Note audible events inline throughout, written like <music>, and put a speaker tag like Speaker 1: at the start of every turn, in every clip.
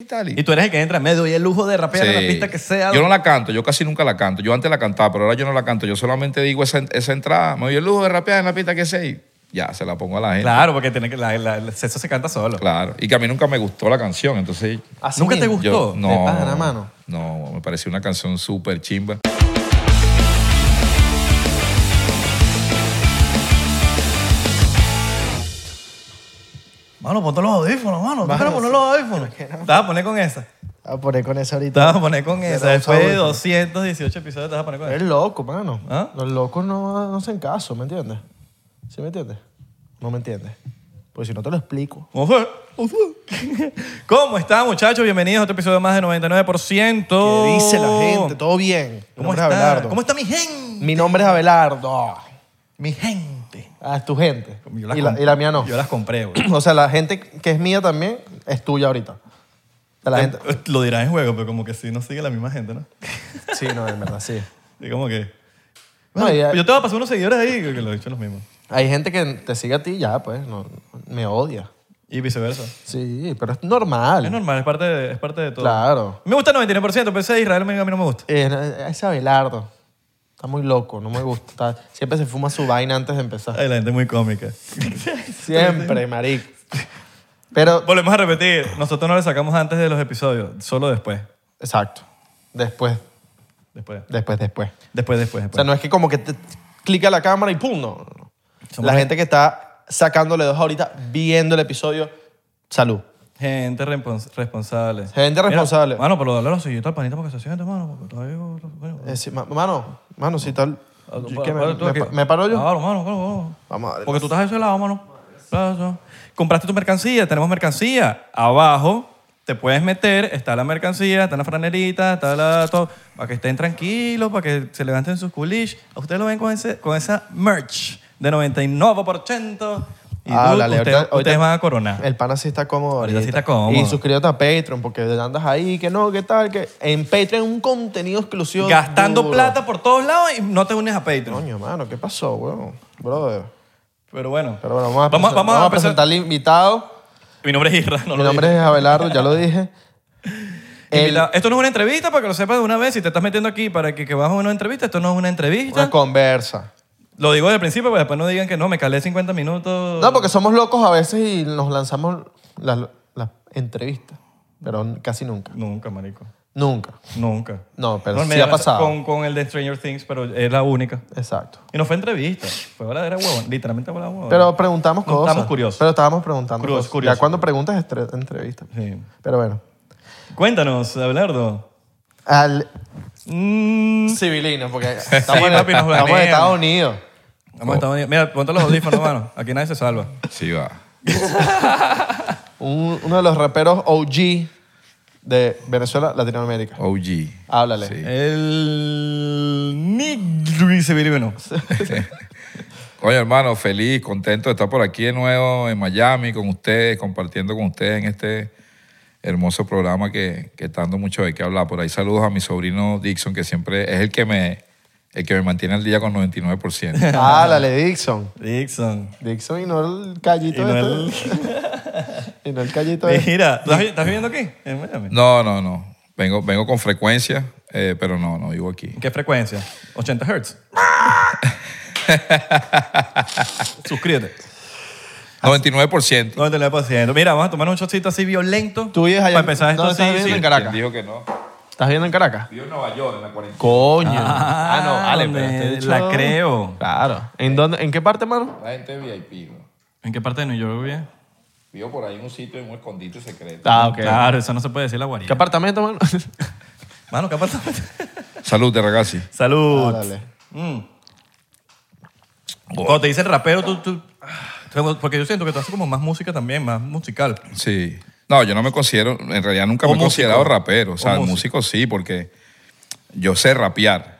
Speaker 1: y tal.
Speaker 2: Y tú eres el que entra en medio y el lujo de rapear en la
Speaker 1: Sí.
Speaker 2: pista que sea.
Speaker 1: Yo no la canto, yo casi nunca la canto. Yo antes la cantaba, pero ahora yo no la canto. Yo solamente digo esa, esa entrada, me doy el lujo de rapear en la pista que sea y ya, se la pongo a la gente.
Speaker 2: Claro, porque tiene que, la- la- el sexo se canta solo.
Speaker 1: Claro. Y que a mí nunca me gustó la canción, entonces...
Speaker 3: Así
Speaker 2: ¿Ah, ¿Nunca te
Speaker 3: mismo.
Speaker 2: gustó?
Speaker 1: Yo, no,
Speaker 3: de pana, mano.
Speaker 1: no, me pareció una canción súper chimba.
Speaker 2: Mano, ponte los audífonos, mano. ¿Tú quieres poner los audífonos? Te vas a poner con esa.
Speaker 3: Voy a poner con eso
Speaker 2: Te
Speaker 3: ahorita.
Speaker 2: vas a poner con
Speaker 3: Pero
Speaker 2: esa. Después de
Speaker 3: audífonos.
Speaker 2: 218 episodios te vas a poner con
Speaker 3: Eres
Speaker 2: esa.
Speaker 3: loco, mano.
Speaker 2: ¿Ah?
Speaker 3: Los locos no, no hacen caso, ¿me entiendes? ¿Sí me entiendes? No me entiendes. Pues si no te lo explico.
Speaker 2: ¿Cómo fue? ¿Cómo
Speaker 3: <laughs>
Speaker 2: fue? ¿Cómo están, muchachos? Bienvenidos a otro episodio más de 99%.
Speaker 3: ¿Qué dice la gente? ¿Todo bien?
Speaker 2: Oh.
Speaker 3: Mi
Speaker 2: ¿Cómo
Speaker 3: nombre
Speaker 2: está?
Speaker 3: es Abelardo.
Speaker 2: ¿Cómo está mi gente?
Speaker 3: Mi nombre es Abelardo.
Speaker 2: Mi gente.
Speaker 3: Ah, es tu gente.
Speaker 2: Yo las
Speaker 3: Y la,
Speaker 2: compré.
Speaker 3: y la mía no.
Speaker 2: Yo las compré, güey.
Speaker 3: <clears throat> o sea, la gente que es mía también es tuya ahorita. O sea, La
Speaker 2: Em-
Speaker 3: gente...
Speaker 2: Eh, Lo dirás en juego, pero como que sí, no sigue la misma gente, ¿no?
Speaker 3: Sí, no, en verdad, sí.
Speaker 2: Y como que...
Speaker 3: No,
Speaker 2: Bueno,
Speaker 3: y hay-
Speaker 2: Yo te voy a pasar unos seguidores ahí, que lo he dicho los mismos.
Speaker 3: Hay gente que te sigue a ti y ya, pues, no, me odia.
Speaker 2: Y viceversa.
Speaker 3: Sí, pero es normal.
Speaker 2: Es normal, es parte de, es parte de todo.
Speaker 3: Claro.
Speaker 2: Me gusta el 99%, pero ese de Israel a mí no me gusta.
Speaker 3: Eh, ese Abelardo está muy loco, no me gusta. Está- siempre se fuma su vaina antes
Speaker 2: <laughs>
Speaker 3: de empezar.
Speaker 2: Ay, la gente es muy cómica.
Speaker 3: Siempre, marico. Pero,
Speaker 2: Volvemos a repetir, nosotros no le sacamos antes de los episodios, solo después.
Speaker 3: exacto. Después,
Speaker 2: Después,
Speaker 3: después, después.
Speaker 2: después, después.
Speaker 3: O sea,
Speaker 2: después.
Speaker 3: no es que como que te clica la cámara y pum, no. no.
Speaker 2: Somos
Speaker 3: La
Speaker 2: re-
Speaker 3: gente que está sacándole dos ahorita, viendo el episodio, salud.
Speaker 2: Gente respons- responsable.
Speaker 3: Gente
Speaker 2: Mira,
Speaker 3: responsable.
Speaker 2: Mano, pero dale los sillitos al panita porque se siente, mano. Porque todavía... bueno,
Speaker 3: Es decir, Eh, ma- mano, mano, si tal.
Speaker 2: Ah, tú
Speaker 3: yo-
Speaker 2: pa-
Speaker 3: ¿qué, me,
Speaker 2: para- tú
Speaker 3: me
Speaker 2: aquí.
Speaker 3: pa- me paro yo?
Speaker 2: Claro, mano, claro, claro.
Speaker 3: Vamos a pues. darle.
Speaker 2: Porque tú estás a ese lado, mano. Claro, claro. Compraste tu mercancía, tenemos mercancía. Abajo te puedes meter, está la mercancía, está la franerita, está la todo, para que estén tranquilos, para que se levanten sus culish. A ustedes lo ven con, ese, con esa merch de 99%. Y
Speaker 3: Ah,
Speaker 2: tú,
Speaker 3: dale,
Speaker 2: ustedes,
Speaker 3: ahorita-
Speaker 2: ustedes
Speaker 3: ahorita-
Speaker 2: van a coronar.
Speaker 3: El pana sí está cómodo.
Speaker 2: Ahorita sí está cómodo.
Speaker 3: Y suscríbete a Patreon porque andas ahí, que no, que tal, que en Patreon un contenido exclusivo.
Speaker 2: Gastando
Speaker 3: duro.
Speaker 2: plata por todos lados y no te unes a Patreon.
Speaker 3: Coño, mano, ¿qué pasó, weón? Brother.
Speaker 2: Pero bueno.
Speaker 3: Pero bueno, vamos a,
Speaker 2: vamos,
Speaker 3: presen-
Speaker 2: vamos a presentar-
Speaker 3: presentar al invitado.
Speaker 2: Mi nombre es Isra, no
Speaker 3: Mi
Speaker 2: lo
Speaker 3: nombre es Abelardo, ya lo dije.
Speaker 2: dije.
Speaker 3: El-
Speaker 2: Invitado. Esto no es una entrevista, para que lo sepas de una vez. Si te estás metiendo aquí para que, que bajes una entrevista, esto no es una entrevista.
Speaker 3: una conversa.
Speaker 2: Lo digo desde el principio, pero después no digan que no, me calé 50 minutos.
Speaker 3: No, porque somos locos a veces y nos lanzamos las, las entrevistas. Pero casi nunca.
Speaker 2: Nunca, marico.
Speaker 3: Nunca.
Speaker 2: Nunca.
Speaker 3: No, pero
Speaker 2: me
Speaker 3: sí ha
Speaker 2: lanzó
Speaker 3: pasado.
Speaker 2: Con, con el de Stranger Things, pero es la única.
Speaker 3: Exacto.
Speaker 2: Y no fue entrevista, fue verdadera huevón. Literalmente fue la huevón.
Speaker 3: Pero preguntamos
Speaker 2: No,
Speaker 3: cosas.
Speaker 2: estamos curiosos.
Speaker 3: Pero estábamos preguntando
Speaker 2: Curiosos,
Speaker 3: cosas.
Speaker 2: curiosos.
Speaker 3: Ya cuando preguntas es tre- entrevista.
Speaker 2: Sí.
Speaker 3: Pero bueno.
Speaker 2: Cuéntanos, Abelardo.
Speaker 3: Al
Speaker 2: Mm,
Speaker 3: civilino, porque estamos, en,
Speaker 2: papi, nos
Speaker 3: estamos en
Speaker 2: banean.
Speaker 3: Estados Unidos.
Speaker 2: vamos a Estados Unidos. Mira, ponte los
Speaker 3: <laughs>
Speaker 2: audífonos, mano. Aquí nadie se salva.
Speaker 1: Sí va.
Speaker 3: Un- uno de los raperos OG de Venezuela, Latinoamérica.
Speaker 1: OG.
Speaker 3: Háblale.
Speaker 1: Sí.
Speaker 2: El. Nigri Severino.
Speaker 1: Oye, hermano, feliz, contento de estar por aquí de nuevo en Miami con ustedes, compartiendo con ustedes en este hermoso programa que, que está dando mucho de qué hablar. Por ahí saludos a mi sobrino Dixon, que siempre es el que me, el que me mantiene al día con
Speaker 3: <laughs>
Speaker 1: 99%.
Speaker 3: Háblale, Dixon.
Speaker 2: Dixon.
Speaker 3: Dixon y no el callito
Speaker 2: Y no el-
Speaker 3: este. <laughs> y no el callito este.
Speaker 2: Mira, ¿estás vi- estás viviendo aquí? En Miami.
Speaker 1: No, no, no. Vengo, vengo con frecuencia, eh, pero no, no vivo aquí.
Speaker 2: ¿En qué frecuencia? 80
Speaker 3: <laughs>
Speaker 2: Hz. Suscríbete.
Speaker 1: 99%.
Speaker 2: 99%. Mira, vamos a tomar un shotcito así violento.
Speaker 3: Tú vives allá
Speaker 2: Para
Speaker 3: en-
Speaker 2: empezar esto
Speaker 3: ¿dónde
Speaker 2: así.
Speaker 3: estás viviendo?
Speaker 2: sí.
Speaker 3: En Caracas.
Speaker 1: ¿Quién dijo que no?
Speaker 3: ¿Estás viendo en Caracas?
Speaker 1: Vivo en Nueva York, en la cuarentena.
Speaker 3: Coño.
Speaker 2: Ah,
Speaker 3: pero
Speaker 2: hombre,
Speaker 3: este bicho-
Speaker 2: la creo.
Speaker 3: Claro. ¿En, dónde, ¿En qué parte, mano?
Speaker 1: La gente VIP, ¿no?
Speaker 2: ¿En qué parte de New York vivías?
Speaker 1: Vivo por ahí en un sitio, en un escondite secreto.
Speaker 3: Ah, ok.
Speaker 2: Claro, eso no se puede decir la
Speaker 3: ¿Qué
Speaker 2: guarida.
Speaker 3: apartamento, mano? <laughs>
Speaker 2: Mano, ¿qué pasa?
Speaker 1: Salud, de ragazzi.
Speaker 2: Salud.
Speaker 3: Háblale.
Speaker 2: Mm. Cuando te dice el rapero, tú, tú- ah, Porque yo siento que tú haces como más música también, más musical.
Speaker 1: Sí. No, yo no me considero, en realidad nunca
Speaker 2: O
Speaker 1: me he
Speaker 2: músico.
Speaker 1: considerado rapero. O sea,
Speaker 2: O músico.
Speaker 1: músico sí, porque yo sé rapear.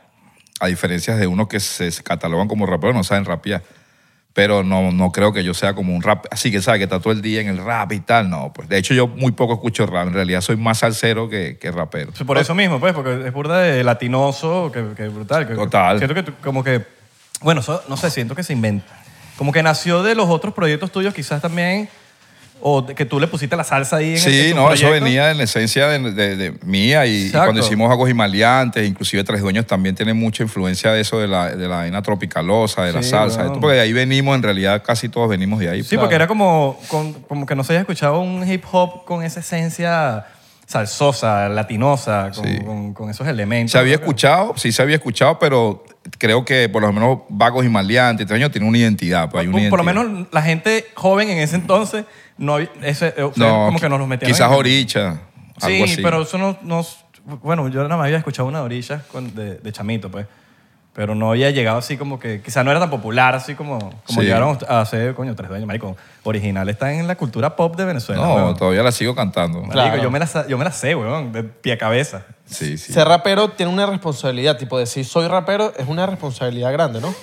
Speaker 1: A diferencia de unos que se catalogan como raperos, no saben rapear. Pero no, no creo que yo sea como un rap, así que sabe que está todo el día en el rap y tal. No, pues de hecho yo muy poco escucho rap. En realidad soy más salsero que, que rapero.
Speaker 2: Por eso mismo, pues, porque es burda de latinoso, que, que brutal. que-
Speaker 1: Total.
Speaker 2: Siento que tú- como que, bueno, eso, no sé, siento que se inventa. Como que nació de los otros proyectos tuyos quizás también, O de- que tú le pusiste la salsa ahí en el- en
Speaker 1: Sí,
Speaker 2: tu
Speaker 1: no, eso
Speaker 2: proyecto.
Speaker 1: venía en la esencia de, de- de mía y, y
Speaker 2: Exacto.
Speaker 1: cuando hicimos Agos y Maleantes, inclusive Tres Dueños también tiene mucha influencia de eso, de la, de la vaina tropicalosa, de la
Speaker 2: Sí,
Speaker 1: salsa,
Speaker 2: weón.
Speaker 1: de- porque de ahí venimos, en realidad casi todos venimos de ahí.
Speaker 2: Sí, porque era como, con- como que no se haya escuchado un hip hop con esa esencia salsosa, latinosa, con,
Speaker 1: Sí.
Speaker 2: con- con esos elementos.
Speaker 1: Se había
Speaker 2: Creo que-
Speaker 1: escuchado, sí se había escuchado, pero creo que por lo menos Vagos y Maleantes, Tres Dueños tiene una identidad. pues, hay una
Speaker 2: Por, por lo
Speaker 1: identidad.
Speaker 2: menos la gente joven en ese entonces, no había- ese, eh,
Speaker 1: No,
Speaker 2: como
Speaker 1: qui-
Speaker 2: que nos los metían.
Speaker 1: Quizás
Speaker 2: en-
Speaker 1: Oricha, algo
Speaker 2: Sí,
Speaker 1: así.
Speaker 2: pero eso no, no- Bueno, yo nada más había escuchado una de orilla con- de, de chamito, pues. Pero no había llegado así como que. Quizás no era tan popular así como, como
Speaker 1: Sí.
Speaker 2: llegaron a hacer, coño, tres dueños, marico. Original está en la cultura pop de Venezuela.
Speaker 1: No,
Speaker 2: weón.
Speaker 1: todavía la sigo cantando.
Speaker 2: Marico,
Speaker 3: Claro.
Speaker 2: yo, me la, sa- yo me la sé, weón, de pie a cabeza.
Speaker 1: Sí, sí.
Speaker 3: Ser rapero tiene una responsabilidad, tipo decir soy rapero es una responsabilidad grande, ¿no?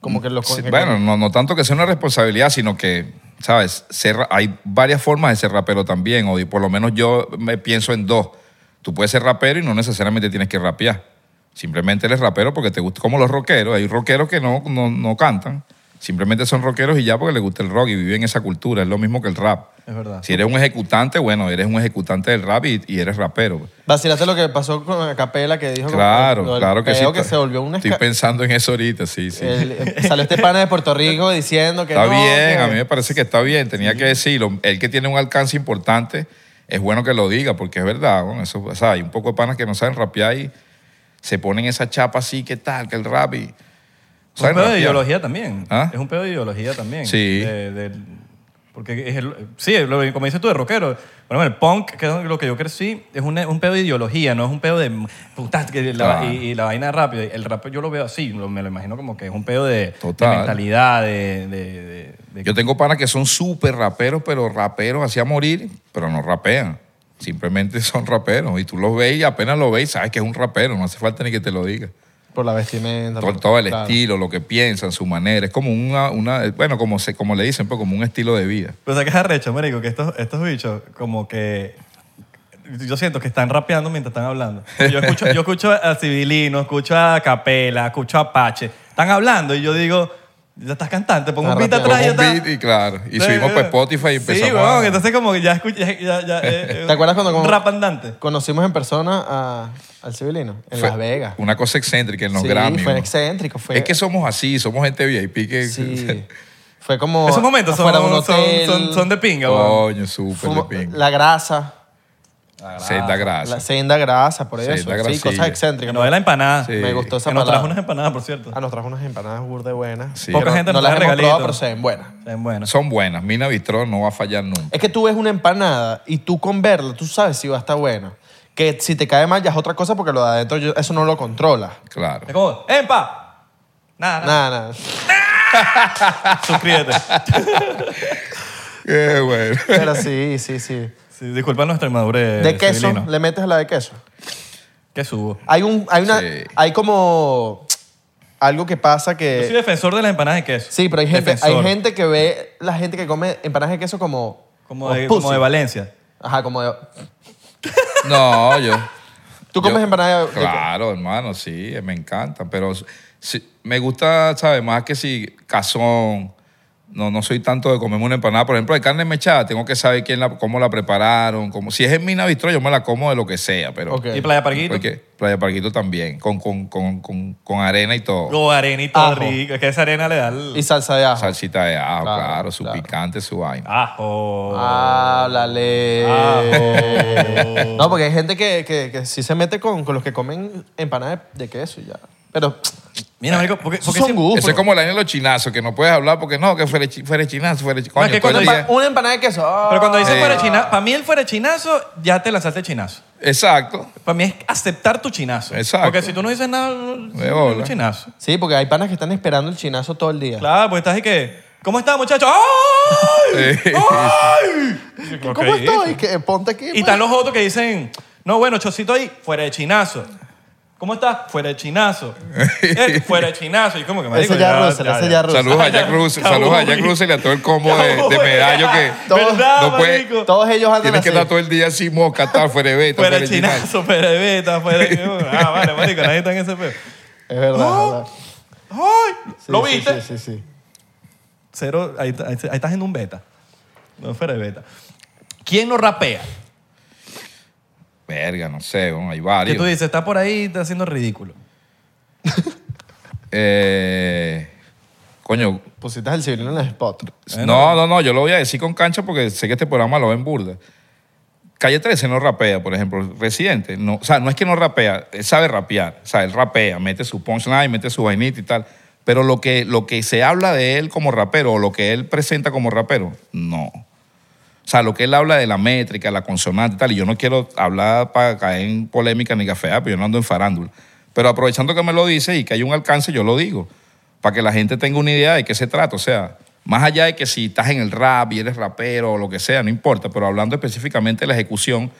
Speaker 3: Como que lo
Speaker 1: Sí,
Speaker 3: que-
Speaker 1: bueno, no, no tanto que sea una responsabilidad, sino que, ¿sabes? Ser, ra- hay varias formas de ser rapero también, o y por lo menos yo me pienso en dos. Tú puedes ser rapero y no necesariamente tienes que rapear. Simplemente eres rapero porque te gusta, como los rockeros. Hay rockeros que no, no, no cantan. Simplemente son rockeros y ya porque les gusta el rock y viven esa cultura. Es lo mismo que el rap.
Speaker 2: Es verdad.
Speaker 1: Si eres un ejecutante, bueno, eres un ejecutante del rap y, y eres rapero.
Speaker 3: Vacílate lo que pasó con Acapela que dijo como
Speaker 1: Claro,
Speaker 3: lo del
Speaker 1: claro que sí.
Speaker 3: peo que se volvió un
Speaker 1: Estoy
Speaker 3: esca-
Speaker 1: pensando en eso ahorita, sí, sí.
Speaker 3: el- salió este pana de
Speaker 1: <laughs>
Speaker 3: Puerto Rico diciendo que
Speaker 1: Está
Speaker 3: no,
Speaker 1: bien,
Speaker 3: que-
Speaker 1: a mí me parece que está bien, tenía que decirlo. El que tiene un alcance importante, es bueno que lo diga, porque es verdad. bueno, eso, o sea, hay un poco de panas que no saben rapear y se ponen esa chapa así, que tal, que el rap y...
Speaker 2: Es un
Speaker 1: ¿saben
Speaker 2: pedo de
Speaker 1: rapear?
Speaker 2: ideología también.
Speaker 1: ¿Ah?
Speaker 2: Es un pedo de ideología también.
Speaker 1: Sí.
Speaker 2: De- del- porque es el- sí, lo- como dices tú, de rockero. Bueno, el punk, que es lo que yo crecí, es una- un pedo de ideología, no es un pedo de putas que la-
Speaker 1: Claro.
Speaker 2: y, y la vaina rápida. El rap yo lo veo así, lo- me lo imagino como que es un pedo de, de
Speaker 1: Total.
Speaker 2: mentalidad, de... de- de- de-
Speaker 1: Yo tengo panas que son súper raperos, pero raperos así a morir, pero no rapean. Simplemente son raperos. Y tú los ves y apenas lo ves, sabes que es un rapero, no hace falta ni que te lo diga.
Speaker 3: Por la vestimenta.
Speaker 1: Todo,
Speaker 3: por-
Speaker 1: todo el
Speaker 3: claro.
Speaker 1: estilo, lo que piensan, su manera. Es como una, una bueno, como, se, como le dicen, pues como un estilo de vida.
Speaker 2: Pero sacas Pues arrecho, marico, que estos, estos bichos como que... Yo siento que están rapeando mientras están hablando. Yo escucho, yo escucho a Civilino, escucho a Capela, escucho a Apache. Están hablando y yo digo, ya estás cantante, pongo un
Speaker 3: Está
Speaker 2: beat
Speaker 3: rapeando.
Speaker 2: atrás y ya
Speaker 1: Pongo un
Speaker 2: está.
Speaker 1: beat y claro. Y subimos para Spotify y empezamos
Speaker 2: Sí, weón,
Speaker 1: a-
Speaker 2: entonces como que ya escuché, ya, ya, eh, eh,
Speaker 3: ¿Te acuerdas cuando-
Speaker 2: un
Speaker 3: cuando-
Speaker 2: Rap andante.
Speaker 3: Conocimos en persona a- al civilino en
Speaker 1: Fue
Speaker 3: Las Vegas.
Speaker 1: Una cosa excéntrica en los
Speaker 3: sí,
Speaker 1: Grammy.
Speaker 3: fue
Speaker 1: ¿no?
Speaker 3: excéntrico. Fue,
Speaker 1: Es que somos así, somos gente VIP que... <laughs>
Speaker 3: Sí. Fue como.
Speaker 2: Esos momentos son,
Speaker 3: afuera de un
Speaker 2: son,
Speaker 3: hotel, Oh.
Speaker 2: son- son de pinga, weón.
Speaker 1: Coño, súper de
Speaker 3: fumo-
Speaker 1: ping.
Speaker 3: La grasa.
Speaker 1: Senda
Speaker 3: La
Speaker 1: grasa.
Speaker 3: senda grasa, por
Speaker 1: Senda
Speaker 3: eso. Sí,
Speaker 1: grasilla.
Speaker 3: cosas
Speaker 2: Que
Speaker 3: excéntricas.
Speaker 2: no es la empanada.
Speaker 1: Sí.
Speaker 3: Me gustó esa
Speaker 2: Que nos trajo
Speaker 3: palabra.
Speaker 2: unas empanadas, por cierto.
Speaker 3: Ah, nos trajo unas empanadas burde buenas.
Speaker 1: Sí.
Speaker 3: Pero
Speaker 2: Poca gente
Speaker 3: no
Speaker 2: nos
Speaker 3: las
Speaker 2: trae
Speaker 3: hemos probado,
Speaker 2: regalitos.
Speaker 3: pero se ven buenas.
Speaker 2: Están buenas.
Speaker 1: Son buenas. Mina Vitrón no va a fallar nunca.
Speaker 3: Es que tú ves una empanada y tú con verla, tú sabes si va a estar buena. Que si te cae mal ya es otra cosa porque lo de adentro yo- eso no lo controla.
Speaker 1: Claro.
Speaker 2: Es como, ¡empa! Nada, nada.
Speaker 3: Nada, nada.
Speaker 2: Suscríbete.
Speaker 1: Qué bueno. <laughs>
Speaker 3: Pero sí, sí, sí.
Speaker 2: Sí, disculpa nuestra
Speaker 1: Eh,
Speaker 2: inmadurez.
Speaker 3: De queso,
Speaker 2: civilino.
Speaker 3: le metes la de queso.
Speaker 2: Queso hubo.
Speaker 3: Hay un, hay una,
Speaker 1: Sí.
Speaker 3: hay como algo que pasa
Speaker 2: Yo soy
Speaker 3: que...
Speaker 2: defensor de las empanadas de queso.
Speaker 3: Eh, Sí, pero hay gente, hay
Speaker 2: Defensor.
Speaker 3: gente que ve la gente que come empanadas de queso como...
Speaker 2: Como de,
Speaker 3: Oh, pussy.
Speaker 2: como de Valencia.
Speaker 3: Ajá, como de...
Speaker 1: No, yo...
Speaker 3: ¿Tú comes
Speaker 1: yo-
Speaker 3: empanadas de queso?
Speaker 1: Claro, hermano, sí, me encanta. Pero sí, me gusta, ¿sabes? Más que si cazón. No, no soy tanto de comerme una empanada. Por ejemplo, de carne mechada, tengo que saber quién la, cómo la prepararon. Cómo, si es en Mina Bistro, yo me la como de lo que sea, pero...
Speaker 3: Ok.
Speaker 2: Y Playa Parguito.
Speaker 1: Porque Playa Parquito también, con, con, con, con, con arena y todo.
Speaker 2: Go arenito
Speaker 3: Ajo.
Speaker 2: rico. Es que esa arena le da el
Speaker 3: Y salsa de ajo.
Speaker 1: Salsita de ajo,
Speaker 3: Claro,
Speaker 1: claro, su
Speaker 3: claro.
Speaker 1: picante, su vaina.
Speaker 2: ajo.
Speaker 3: Ah. Háblale.
Speaker 1: Ah.
Speaker 2: Ajo.
Speaker 3: <laughs> No, porque hay gente que, que, que sí se mete con, con los que comen empanadas de, de queso y ya. Pero
Speaker 2: Mira, marico, porque,
Speaker 3: esos
Speaker 2: porque
Speaker 3: son
Speaker 2: siempre-
Speaker 3: gustos.
Speaker 1: Eso es como la vaina de los chinazos, que no puedes hablar porque no, que fuere, chi- fuere chinazo, fuere chi-
Speaker 2: No,
Speaker 1: Coño,
Speaker 2: es que
Speaker 1: todo el
Speaker 3: una,
Speaker 2: cuando
Speaker 1: día-
Speaker 3: empa- una empanada de queso. ah.
Speaker 2: Pero cuando dice
Speaker 1: Sí.
Speaker 2: fuera chinazo, para mí el fuera chinazo, ya te lanzaste el chinazo. <laughs>
Speaker 1: Exacto.
Speaker 2: Para mí es aceptar tu chinazo.
Speaker 1: Exacto.
Speaker 2: Porque si tú no dices nada, no es un
Speaker 1: bola.
Speaker 2: chinazo.
Speaker 3: Sí, porque hay panas que están esperando el chinazo todo el día.
Speaker 2: Claro, pues estás ahí que, ¿cómo estás, muchacho? ¡Ay!
Speaker 1: Sí.
Speaker 2: ¡Ay!
Speaker 3: ¿Cómo
Speaker 2: Ok.
Speaker 3: estoy? Que, ponte aquí. pues.
Speaker 2: Y están los otros que dicen, no, bueno, Chocito ahí, fuera de chinazo. ¿Cómo estás? Fuera
Speaker 1: <laughs>
Speaker 2: de chinazo. Eh, fuera de chinazo. Y como que me
Speaker 3: Ese ya Russell, ese
Speaker 2: <laughs>
Speaker 3: ya Russell.
Speaker 1: Saludos a Jack Russell,
Speaker 2: Está
Speaker 1: saludos a
Speaker 2: muy-
Speaker 1: Jack Russell y a todo el combo de, de medallo
Speaker 2: <laughs>
Speaker 1: que
Speaker 3: Todos-
Speaker 2: ¿Verdad,
Speaker 1: no puede-
Speaker 2: marico?
Speaker 3: Todos ellos andan
Speaker 1: tienes que
Speaker 3: así.
Speaker 1: estar todo el día así mosca, tal, fuere beta,
Speaker 2: Fuera
Speaker 1: fuere
Speaker 2: de
Speaker 1: chinazo.
Speaker 2: chinazo, fuera de beta, fuera de...
Speaker 3: <laughs>
Speaker 2: Ah, vale, marico, nadie está en ese peo.
Speaker 3: Es verdad,
Speaker 2: Ah,
Speaker 3: es verdad.
Speaker 2: ¡Ay!
Speaker 3: Sí,
Speaker 2: ¿Lo
Speaker 3: sí,
Speaker 2: viste?
Speaker 3: Sí, sí, sí.
Speaker 2: Cero, ahí, ahí- ahí estás en un beta. No, fuera de beta. ¿Quién no rapea?
Speaker 1: Verga, no sé, bueno, hay
Speaker 2: Que tú
Speaker 1: varios.
Speaker 2: dices, está por ahí, está haciendo ridículo.
Speaker 1: Eh, coño,
Speaker 3: Pusiste el civilino en el spot.
Speaker 1: no, no, no, yo lo voy a decir con cancha porque sé que este programa lo ven burda. Calle 13 no rapea, por ejemplo. Residente, no, o sea, no es que no rapea, él sabe rapear. O sea, él rapea, mete su punchline, mete su vainita y tal. Pero lo que, lo que se habla de él como rapero o lo que él presenta como rapero, no. O sea, lo que él habla de la métrica, la consonante y tal, y yo no quiero hablar para caer en polémica ni cafear, pero yo no ando en farándula. Pero aprovechando que me lo dice y que hay un alcance, yo lo digo, para que la gente tenga una idea de qué se trata. O sea, más allá de que si estás en el rap y eres rapero o lo que sea, no importa, pero hablando específicamente de la ejecución,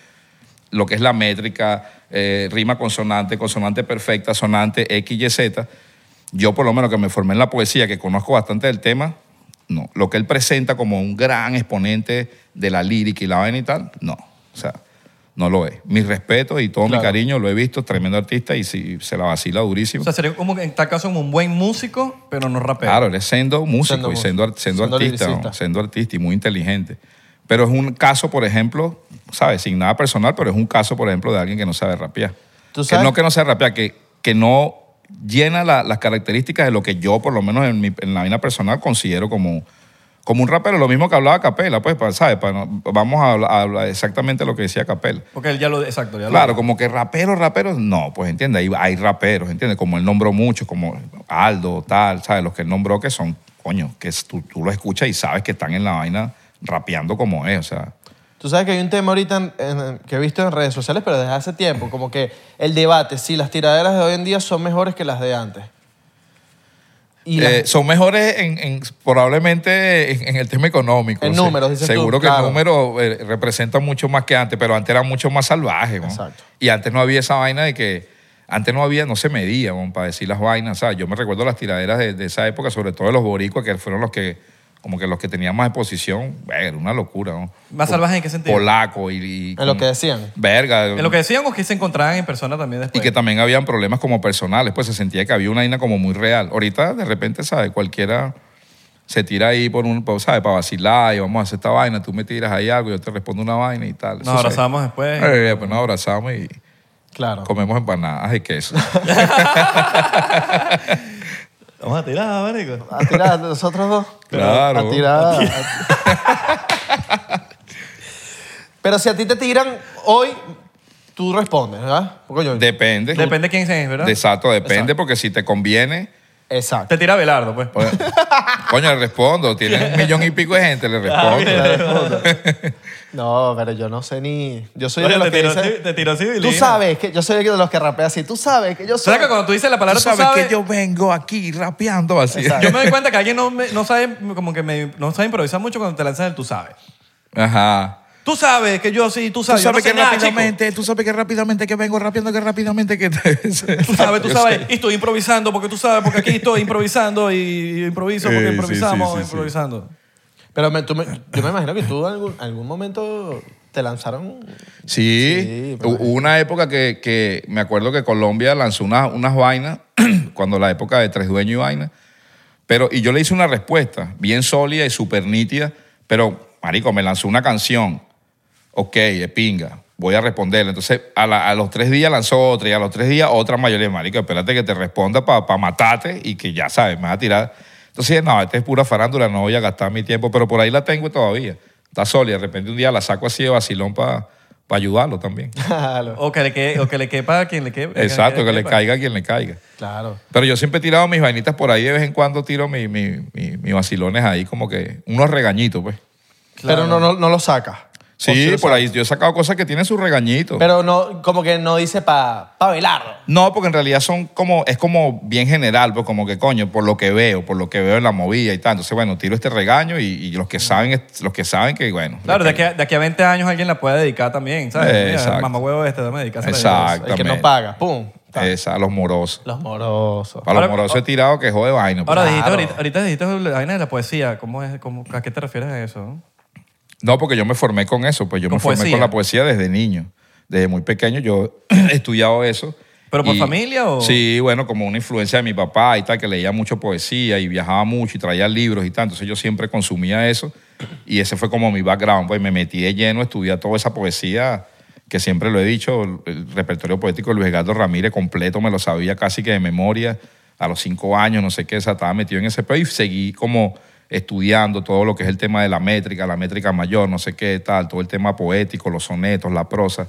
Speaker 1: lo que es la métrica, eh, rima consonante, consonante perfecta, sonante, X, Y, Z. Yo, por lo menos, que me formé en la poesía, que conozco bastante del tema, no. Lo que él presenta como un gran exponente de la lírica y la vaina y tal, no. O sea, no lo es. Mi respeto y todo mi
Speaker 3: Claro.
Speaker 1: cariño, lo he visto, tremendo artista y sí, se la vacila durísimo.
Speaker 2: O sea, sería como, en tal caso, como un buen músico, pero no rapea.
Speaker 1: Claro, él es sendo músico
Speaker 3: Sendo
Speaker 1: y
Speaker 3: músico.
Speaker 1: sendo, ar- sendo
Speaker 3: Sendo
Speaker 1: artista, ¿no?
Speaker 3: liricista.
Speaker 1: sendo artista y muy inteligente. Pero es un caso, por ejemplo, ¿sabes? Sin nada personal, pero es un caso, por ejemplo, de alguien que no sabe rapear.
Speaker 3: ¿Tú
Speaker 1: Que
Speaker 3: sabes?
Speaker 1: no que no sabe rapear, que, que no llena la- las características de lo que yo, por lo menos en, mi- en la vida personal, considero como, como un rapero. Lo mismo que hablaba Capela, pues, pa- ¿sabes? Pa- no- vamos a habla- a hablar exactamente lo que decía Capela.
Speaker 2: Porque él ya lo. Exacto, ya lo-
Speaker 1: Claro, como que raperos, raperos, no, pues entiende, hay, hay raperos, entiende, como él nombró muchos, como Aldo, tal, ¿sabes? Los que él nombró que son, coño, que es- tú, tú lo escuchas y sabes que están en la vaina rapeando como es, o sea.
Speaker 3: Tú sabes que hay un tema ahorita en- en- que he visto en redes sociales, pero desde hace tiempo, como que el debate si las tiraderas de hoy en día son mejores que las de antes. Y las-
Speaker 1: Eh, son mejores en, en- probablemente en, en el tema económico.
Speaker 3: En
Speaker 1: o sea,
Speaker 3: números, dices tú,
Speaker 1: Seguro que
Speaker 3: claro.
Speaker 1: el número eh, representa mucho más que antes, pero antes era mucho más salvaje. ¿no?
Speaker 3: Exacto.
Speaker 1: Y antes no había esa vaina de que... Antes no había, no se medía, ¿no? para decir las vainas. ¿sabes? Yo me recuerdo las tiraderas de, de esa época, sobre todo de los boricuas, que fueron los que como que los que tenían más exposición. Era una locura. ¿no?
Speaker 2: ¿Más
Speaker 1: Po-
Speaker 2: salvaje en qué sentido?
Speaker 1: Polaco y... y
Speaker 3: en lo
Speaker 1: con-
Speaker 3: que decían.
Speaker 1: Verga.
Speaker 2: En lo que decían o que se encontraban en persona también
Speaker 1: Y
Speaker 2: después.
Speaker 1: que también habían problemas como personales, pues se sentía que había una vaina como muy real. Ahorita, de repente, ¿sabes? Cualquiera se tira ahí por un, pues, pa- ¿sabes? Para vacilar y vamos a hacer esta vaina, tú me tiras ahí algo, yo te respondo una vaina y tal.
Speaker 2: Nos abrazamos después.
Speaker 1: Eh, pues nos abrazamos y
Speaker 3: Claro.
Speaker 1: comemos empanadas y
Speaker 2: <laughs>
Speaker 1: queso.
Speaker 2: Vamos a tirar, marico.
Speaker 3: A tirar a nosotros dos.
Speaker 1: <laughs> Claro. <laughs>
Speaker 3: A tirar. Pero si a ti te tiran hoy, tú respondes, ¿verdad? Porque yo-
Speaker 1: Depende.
Speaker 2: Depende de quién es, ¿verdad?
Speaker 1: Exacto, depende, porque si te conviene.
Speaker 3: Exacto.
Speaker 2: Te tira Belardo, pues. <laughs>
Speaker 1: pues, coño, le respondo. Tienen un millón y pico de gente, le respondo. <laughs>
Speaker 3: No, pero yo no sé ni. Yo soy
Speaker 2: Oye,
Speaker 3: de los
Speaker 2: te
Speaker 3: que
Speaker 2: tiró-
Speaker 3: dice-
Speaker 2: te tiró civilina.
Speaker 3: Tú sabes que yo soy de los que rapea así. Tú sabes que yo soy.
Speaker 2: ¿Sabes que cuando tú dices la palabra
Speaker 1: Tú
Speaker 2: tú
Speaker 1: sabes,
Speaker 2: sabes,
Speaker 1: que yo vengo aquí rapeando así.
Speaker 3: Exacto.
Speaker 2: Yo me doy cuenta que alguien no, me- no sabe, como que me- no sabe improvisar mucho cuando te lanzas el tú sabes.
Speaker 1: Ajá.
Speaker 2: Tú sabes que yo sí, tú sabes.
Speaker 1: tú
Speaker 2: yo no
Speaker 1: sabes
Speaker 2: sé
Speaker 1: que
Speaker 2: nada,
Speaker 1: rápidamente, tú sabes que rápidamente que vengo rapeando, que rápidamente que te... <laughs>
Speaker 2: chico. Tú sabes, tú sabes. Y estoy improvisando porque tú sabes, porque aquí estoy improvisando y improviso
Speaker 1: Eh,
Speaker 2: porque
Speaker 1: sí,
Speaker 2: improvisamos,
Speaker 1: sí, sí, sí.
Speaker 2: improvisando.
Speaker 3: Pero me- tú me- yo me imagino que tú en algún, algún momento te lanzaron. <laughs>
Speaker 1: Sí,
Speaker 3: Sí,
Speaker 1: hu- hubo una época que, que me acuerdo que Colombia lanzó una- unas vainas, <clears throat> cuando la época de Tres Dueños y Vainas, pero, y yo le hice una respuesta bien sólida y súper nítida, pero, marico, me lanzó una canción, ok, de pinga, voy a responderle. Entonces, a, la- a los tres días lanzó otra y a los tres días otra mayoría, marico, espérate que te responda para matarte y que ya sabes, me vas a tirar. Entonces, no, esta es pura farándula, no voy a gastar mi tiempo, pero por ahí la tengo todavía. Está sólida, de repente un día la saco así de vacilón para ayudarlo también. Oh,
Speaker 3: Claro.
Speaker 2: O que le, que, o que le quepa a quien le quepa.
Speaker 1: Exacto, que le
Speaker 2: quepa.
Speaker 1: caiga a quien le caiga.
Speaker 3: Claro.
Speaker 1: Pero yo siempre he tirado mis vainitas por ahí, de vez en cuando tiro mi- mi- mi- mis vacilones ahí, como que unos regañitos, pues.
Speaker 3: Pero no, no, no lo sacas. O
Speaker 1: Sí,
Speaker 3: lo
Speaker 1: por
Speaker 3: sacas.
Speaker 1: ahí yo he sacado cosas que tienen su regañito.
Speaker 3: Pero no, como que no dice para pa velarlo.
Speaker 1: No, porque en realidad son como, es como bien general, pues como que coño, por lo que veo, por lo que veo en la movida y tal. Entonces, bueno, tiro este regaño y, y los que saben, es- los que saben que, bueno.
Speaker 2: Claro, de aquí, a, de aquí a 20 años alguien la puede dedicar también, ¿sabes?
Speaker 1: Eh,
Speaker 2: Mira,
Speaker 1: exacto.
Speaker 2: Mamá huevo este, dame dedicarse.
Speaker 1: Exacto.
Speaker 3: El que no
Speaker 1: Exactamente.
Speaker 3: paga. ¡Pum! Ta.
Speaker 1: Esa, a los morosos.
Speaker 3: Los morosos.
Speaker 1: Para los
Speaker 2: Ahora- oh.
Speaker 1: morosos he tirado que jode vaina. pues.
Speaker 2: Ahora dijiste,
Speaker 3: Claro.
Speaker 2: ahorita, ahorita dijiste la vaina de la poesía. ¿Cómo es, cómo, ¿A qué te refieres a eso?
Speaker 1: No, porque yo me formé con eso, pues yo
Speaker 2: ¿Con
Speaker 1: me formé
Speaker 2: poesía?
Speaker 1: <clears throat> con la poesía desde niño. Desde muy pequeño yo he estudiado eso
Speaker 2: ¿Pero por
Speaker 1: Y-
Speaker 2: familia o...?
Speaker 1: Sí, bueno, como una influencia de mi papá y tal, que leía mucho poesía y viajaba mucho y traía libros y tal. Entonces yo siempre consumía eso y ese fue como mi background. Pues me metí de lleno, estudié toda esa poesía que siempre lo he dicho, el- el repertorio poético de Luis Edgardo Ramírez completo, me lo sabía casi que de memoria a los cinco años, no sé qué, o sea, estaba metido en ese peo y seguí como estudiando todo lo que es el tema de la métrica, la métrica mayor, no sé qué, tal, todo el tema poético, los sonetos, la prosa.